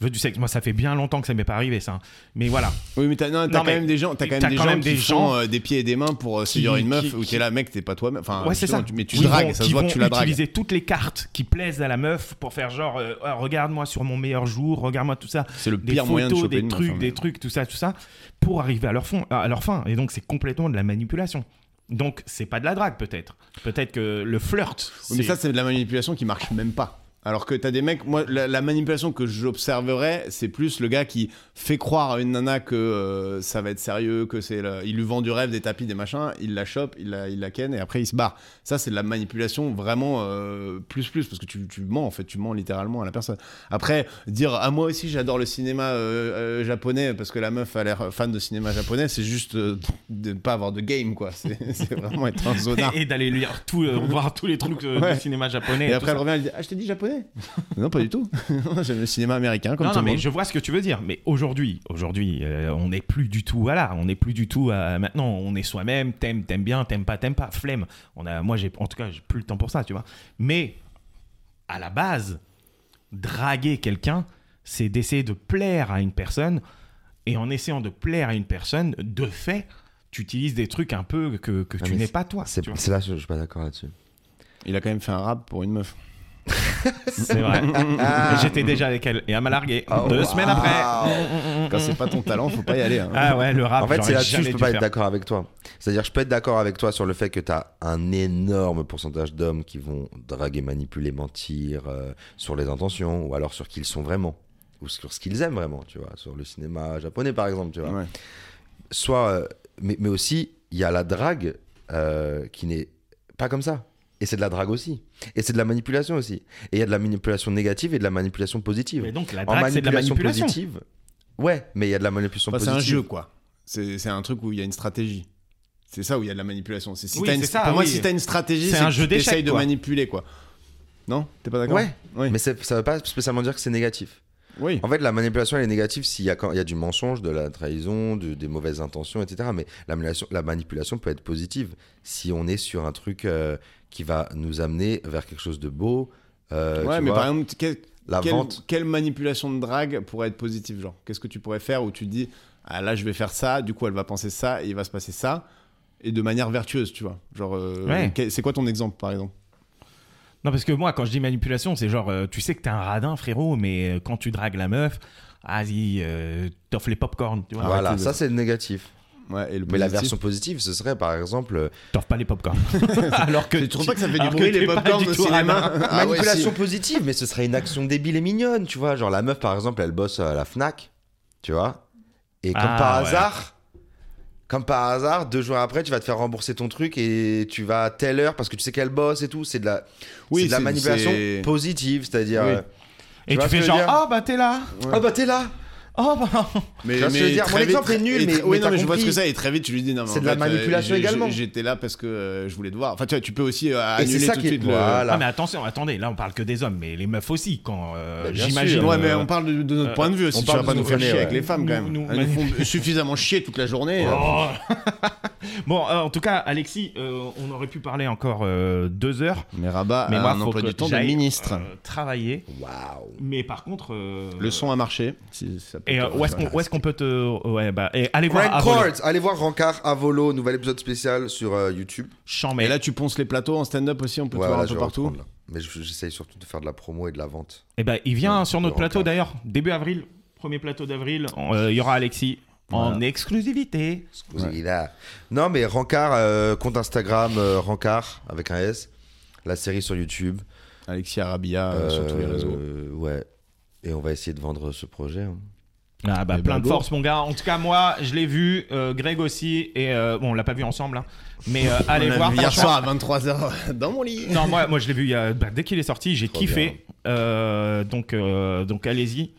D: veut du sexe, moi ça fait bien longtemps que ça m'est pas arrivé ça, hein. mais voilà.
B: Oui, mais t'as non, t'as
D: Non,
B: quand
D: mais
B: même des gens, t'as quand
D: t'as
B: même des
D: quand
B: gens
D: même des
B: qui
D: gens
B: font euh, des pieds et des mains pour euh, séduire une meuf
D: qui-
B: où
D: qui-
B: t'es là, mec, t'es pas toi-même. Enfin,
D: ouais c'est
B: Ah, justement,
D: ça.
B: tu- mais tu
D: Qui
B: dragues,
D: vont-
B: ça
D: qui
B: se voit
D: vont
B: que tu la dragues.
D: utiliser toutes les cartes qui plaisent à la meuf pour faire genre, euh, Ah, regarde-moi sur mon meilleur jour, regarde-moi tout ça.
B: C'est le
D: des
B: pire moyen de
D: photos,
B: choper
D: des
B: une meuf,
D: trucs,
B: hein, mais-
D: des trucs, tout ça, tout ça, pour arriver à leur, fond, à leur fin. Et donc c'est complètement de la manipulation. Donc, c'est pas de la drague, peut-être. Peut-être que le flirt.
B: Oui, mais
D: c'est-
B: ça, c'est de la manipulation qui marche même pas. Alors que t'as des mecs, moi, la, la manipulation que j'observerais, c'est plus le gars qui fait croire à une nana que euh, ça va être sérieux, que c'est, la- il lui vend du rêve, des tapis, des machins, il la chope, il la, il la ken et après il se barre. Ça, c'est de la manipulation vraiment euh, plus plus parce que tu, tu mens en fait, tu mens littéralement à la personne. Après, dire ah moi aussi j'adore le cinéma euh, euh, japonais parce que la meuf a l'air euh, fan de cinéma japonais, c'est juste euh, de pas avoir de game quoi. C'est, c'est vraiment être un zonard.
D: Et, et d'aller lire tout, euh, voir tous les trucs euh,
B: Ouais.
D: du cinéma japonais.
B: Et
D: tout
B: après, elle
D: ça.
B: revient, elle dit Ah, je t'ai dit japonais Non, pas du tout. J'aime le cinéma américain, comme
D: non,
B: tout
D: non,
B: le
D: mais
B: monde.
D: je vois ce que tu veux dire. Mais aujourd'hui, aujourd'hui, euh, on n'est plus du tout. Voilà, on n'est plus du tout. à- maintenant, on est soi-même. T'aimes, t'aimes bien, t'aimes pas, t'aimes pas. Flemme. On a, moi, j'ai, en tout cas, j'ai plus le temps pour ça, tu vois. Mais à la base, draguer quelqu'un, c'est d'essayer de plaire à une personne. Et en essayant de plaire à une personne, de fait, tu utilises des trucs un peu que, que
A: Ah,
D: tu
A: mais
D: n'es
A: c'est-
D: pas toi.
A: C'est
D: tu vois.
A: c'est là, je, je suis pas d'accord là-dessus.
B: Il a quand même fait un rap pour une meuf.
D: C'est vrai. Et J'étais déjà avec elle et elle m'a largué
A: Ah,
D: deux semaines après.
B: Quand c'est pas ton talent, faut pas y aller. hein.
D: Ah ouais, le rap.
A: En fait,
D: j'aurais
A: c'est là-dessus,
D: jamais
A: je peux
D: dû
A: pas
D: faire.
A: être d'accord avec toi. C'est-à-dire, je peux être d'accord avec toi sur le fait que t'as un énorme pourcentage d'hommes qui vont draguer, manipuler, mentir euh, sur les intentions, ou alors sur qui ils sont vraiment, ou sur ce qu'ils aiment vraiment, tu vois, sur le cinéma japonais par exemple, tu vois.
B: Ouais.
A: Soit, euh, mais, mais aussi, il y a la drague euh, qui n'est pas comme ça. Et c'est de la drague aussi. Et c'est de la manipulation aussi. Et il y a de la manipulation négative et de la manipulation positive.
D: Mais donc la
A: en
D: drague, c'est de la
A: manipulation
D: manipulation.
A: positive, ouais, mais il y a de la manipulation
B: Enfin, c'est
A: positive.
B: un jeu, quoi. C'est c'est un truc où il y a une stratégie. C'est ça où il y a de la manipulation. C'est Si
D: Oui,
B: t'as une,
D: c'est ça,
B: pour moi,
D: oui.
B: si t'as une stratégie,
D: C'est
B: c'est
D: un
B: que
D: jeu
B: tu t'essayes
D: d'échecs,
B: de
D: quoi.
B: manipuler, quoi. Non T'es pas d'accord
A: Ouais.
B: Oui.
A: Mais c'est- ça veut pas spécialement dire que c'est négatif.
B: oui.
A: En fait, la manipulation, elle est négative s'il y, a quand- il y a du mensonge, de la trahison, du- des mauvaises intentions, etc. Mais la manipulation, la manipulation peut être positive si on est sur un truc euh, qui va nous amener vers quelque chose de beau. euh,
B: ouais,
A: tu
B: mais
A: vois,
B: par exemple, quel-
A: la
B: quelle,
A: vente.
B: quelle manipulation de drague pourrait être positive genre Qu'est-ce que tu pourrais faire où tu te dis ah là je vais faire ça, du coup elle va penser ça et il va se passer ça et de manière vertueuse, tu vois. Genre euh,
D: Ouais.
B: quel- c'est quoi ton exemple par exemple
D: Non, parce que moi, quand je dis manipulation, c'est genre, euh, tu sais que t'es un radin, frérot, mais euh, quand tu dragues la meuf, vas-y, euh, t'offres les popcorn, tu vois.
A: Voilà,
B: Arrêtez de-
A: ça c'est le négatif.
B: Ouais, et le
A: Mais la
B: positif
A: version positive, ce serait par exemple euh,
D: T'offres pas les popcorn. Alors que
B: Tu trouves pas que ça fait du
D: alors que
B: bruit
D: t'es
B: les
D: pas
B: popcorns
D: du
B: au
D: tout
B: cinéma
D: radin.
B: Ah ouais,
A: manipulation
B: si.
A: positive, mais ce serait une action débile et mignonne, tu vois. Genre la meuf, par exemple, elle bosse euh, à la Fnac, tu vois. Et comme
D: Ah,
A: par
D: ouais.
A: hasard, comme par hasard, deux jours après, tu vas te faire rembourser ton truc et tu vas à telle heure parce que tu sais qu'elle bosse et tout. C'est de la,
B: Oui,
A: c'est de la
B: c'est-
A: manipulation
B: c'est-
A: positive, c'est-à-dire.
B: Oui.
A: euh,
D: Et
A: vois
D: tu
A: ce que
D: fais
A: je
D: genre,
A: veux dire
D: ah bah t'es là.
A: Ah bah t'es là.
D: Oh bah.
B: Mais,
A: Tu vois ce que je veux dire Mon
B: très vite-
A: exemple est nul,
B: et
A: mais-
B: tr- oui,
A: mais
B: non,
A: t'as
B: mais je vois ce
A: compris.
B: que c'est. Et très vite, tu lui dis non, mais
A: C'est
B: en
A: de la
B: fait,
A: manipulation
B: euh, j'ai-
A: également.
B: j'ai- J'étais là parce que euh, je voulais te voir. Enfin, tu vois, tu peux aussi
A: Et
B: euh,
A: c'est
B: annuler
A: ça
B: tout de
A: qui est.
B: suite. le-
A: Voilà.
D: Ah, mais attention, attendez, là on parle que des hommes, mais les meufs aussi, quand euh,
A: Bah, bien
D: j'imagine.
A: sûr.
B: Ouais, mais
D: euh,
B: on parle de, de notre
D: euh,
B: point de vue aussi.
A: on
B: Tu
A: parle
B: vas pas
A: de
B: nous
A: nos
B: faire chier
A: années,
B: avec
A: ouais.
B: les femmes quand même.
D: Nous- nous-
B: Elles nous font suffisamment chier toute la journée. euh.
D: Oh. bon, euh, en tout cas, Alexis, euh, on aurait pu parler encore euh, deux heures.
B: Mais Rabat
D: Mais
B: a
D: moi,
B: un
D: faut
B: emploi
D: que
B: du temps de
D: j'aille,
B: ministre.
D: euh, travailler.
A: Waouh.
D: Mais par contre. euh,
B: Le son a marché. si ça peut
D: Et
B: te-
D: euh, où est-ce qu'on où est-ce qu'on peut te. Ouais, bah. et allez voir.
A: Rank
D: Avolo.
A: Chords, allez voir Rancard Avolo, nouvel épisode spécial sur euh, YouTube.
D: Chant,
B: Et
D: mais
B: là, tu ponces les plateaux en stand-up aussi. On peut
A: Ouais,
B: te voir
A: voilà,
B: un
A: je
B: peu
A: vais
B: partout.
A: reprendre, là. Mais je- j'essaye surtout de faire de la promo et de la vente.
D: Eh ben, il vient
A: Ouais,
D: sur
A: le
D: notre
A: rencard.
D: plateau d'ailleurs, début avril, premier plateau d'avril. on- euh, Il y aura Alexis en exclusivité.
A: Vous avez là. Non, mais Rancard, euh, compte Instagram euh, Rancard avec un S. La série sur YouTube.
B: Alexis Arabia euh, sur tous les
A: Euh,
B: réseaux.
A: Ouais. Et on va essayer de vendre ce projet. hein.
D: Ah bah,
B: Eh ben,
D: plein de
B: go.
D: force, mon gars. En tout cas, moi, je l'ai vu, euh, Greg aussi, et euh, bon, on l'a pas vu ensemble, hein. mais euh, allez
B: On a
D: voir.
B: vu Hier
D: franchement-
B: soir à 23h dans mon lit.
D: Non, moi, moi, je l'ai vu il y a- bah, dès qu'il est sorti, j'ai
A: Trop
D: kiffé. Euh, donc, euh, donc, allez-y.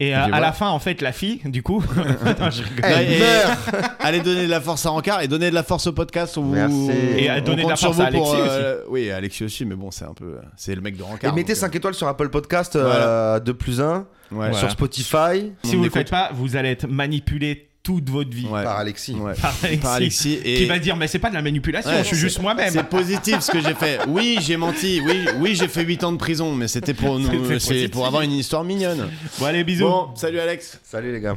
D: Et euh, à
B: voilà.
D: la fin, en fait, la fille, du coup. Non, je rigole.
B: Ouais,
A: Elle
B: et-
A: meurt
B: Allez donner de la force à Rancard et donner de la force au podcast. On vous-
A: Merci. Et
D: à
B: on
D: donner de
B: compte
D: la
B: sur
D: force à
B: vous pour, euh,
D: Alexis
B: Oui, Alexis aussi, mais bon, c'est un peu. euh, C'est le mec de
A: Et
B: Rancard.
A: mettez
B: donc,
A: 5 étoiles sur Apple Podcast euh,
B: Voilà.
A: 2 plus 1.
B: euh, ouais.
A: Sur
D: Voilà.
A: Spotify.
B: Eh,
D: Si vous ne le
B: écoute.
D: faites pas, vous allez être manipulé toute votre vie
B: Ouais.
A: Par Alexis.
B: Ouais.
D: par Alexis.
B: Par Alexis. Et...
D: Qui va dire, mais c'est pas de la manipulation,
B: Ouais,
D: je suis
B: c'est-
D: juste moi-même.
B: C'est positif ce que j'ai fait. Oui, j'ai menti. Oui, oui, j'ai fait 8 ans de prison, mais c'était pour
D: C'était
B: nous, c'est
D: positif.
B: pour avoir une histoire mignonne.
D: Bon, allez, bisous.
B: Bon, salut Alex.
A: Salut les gars.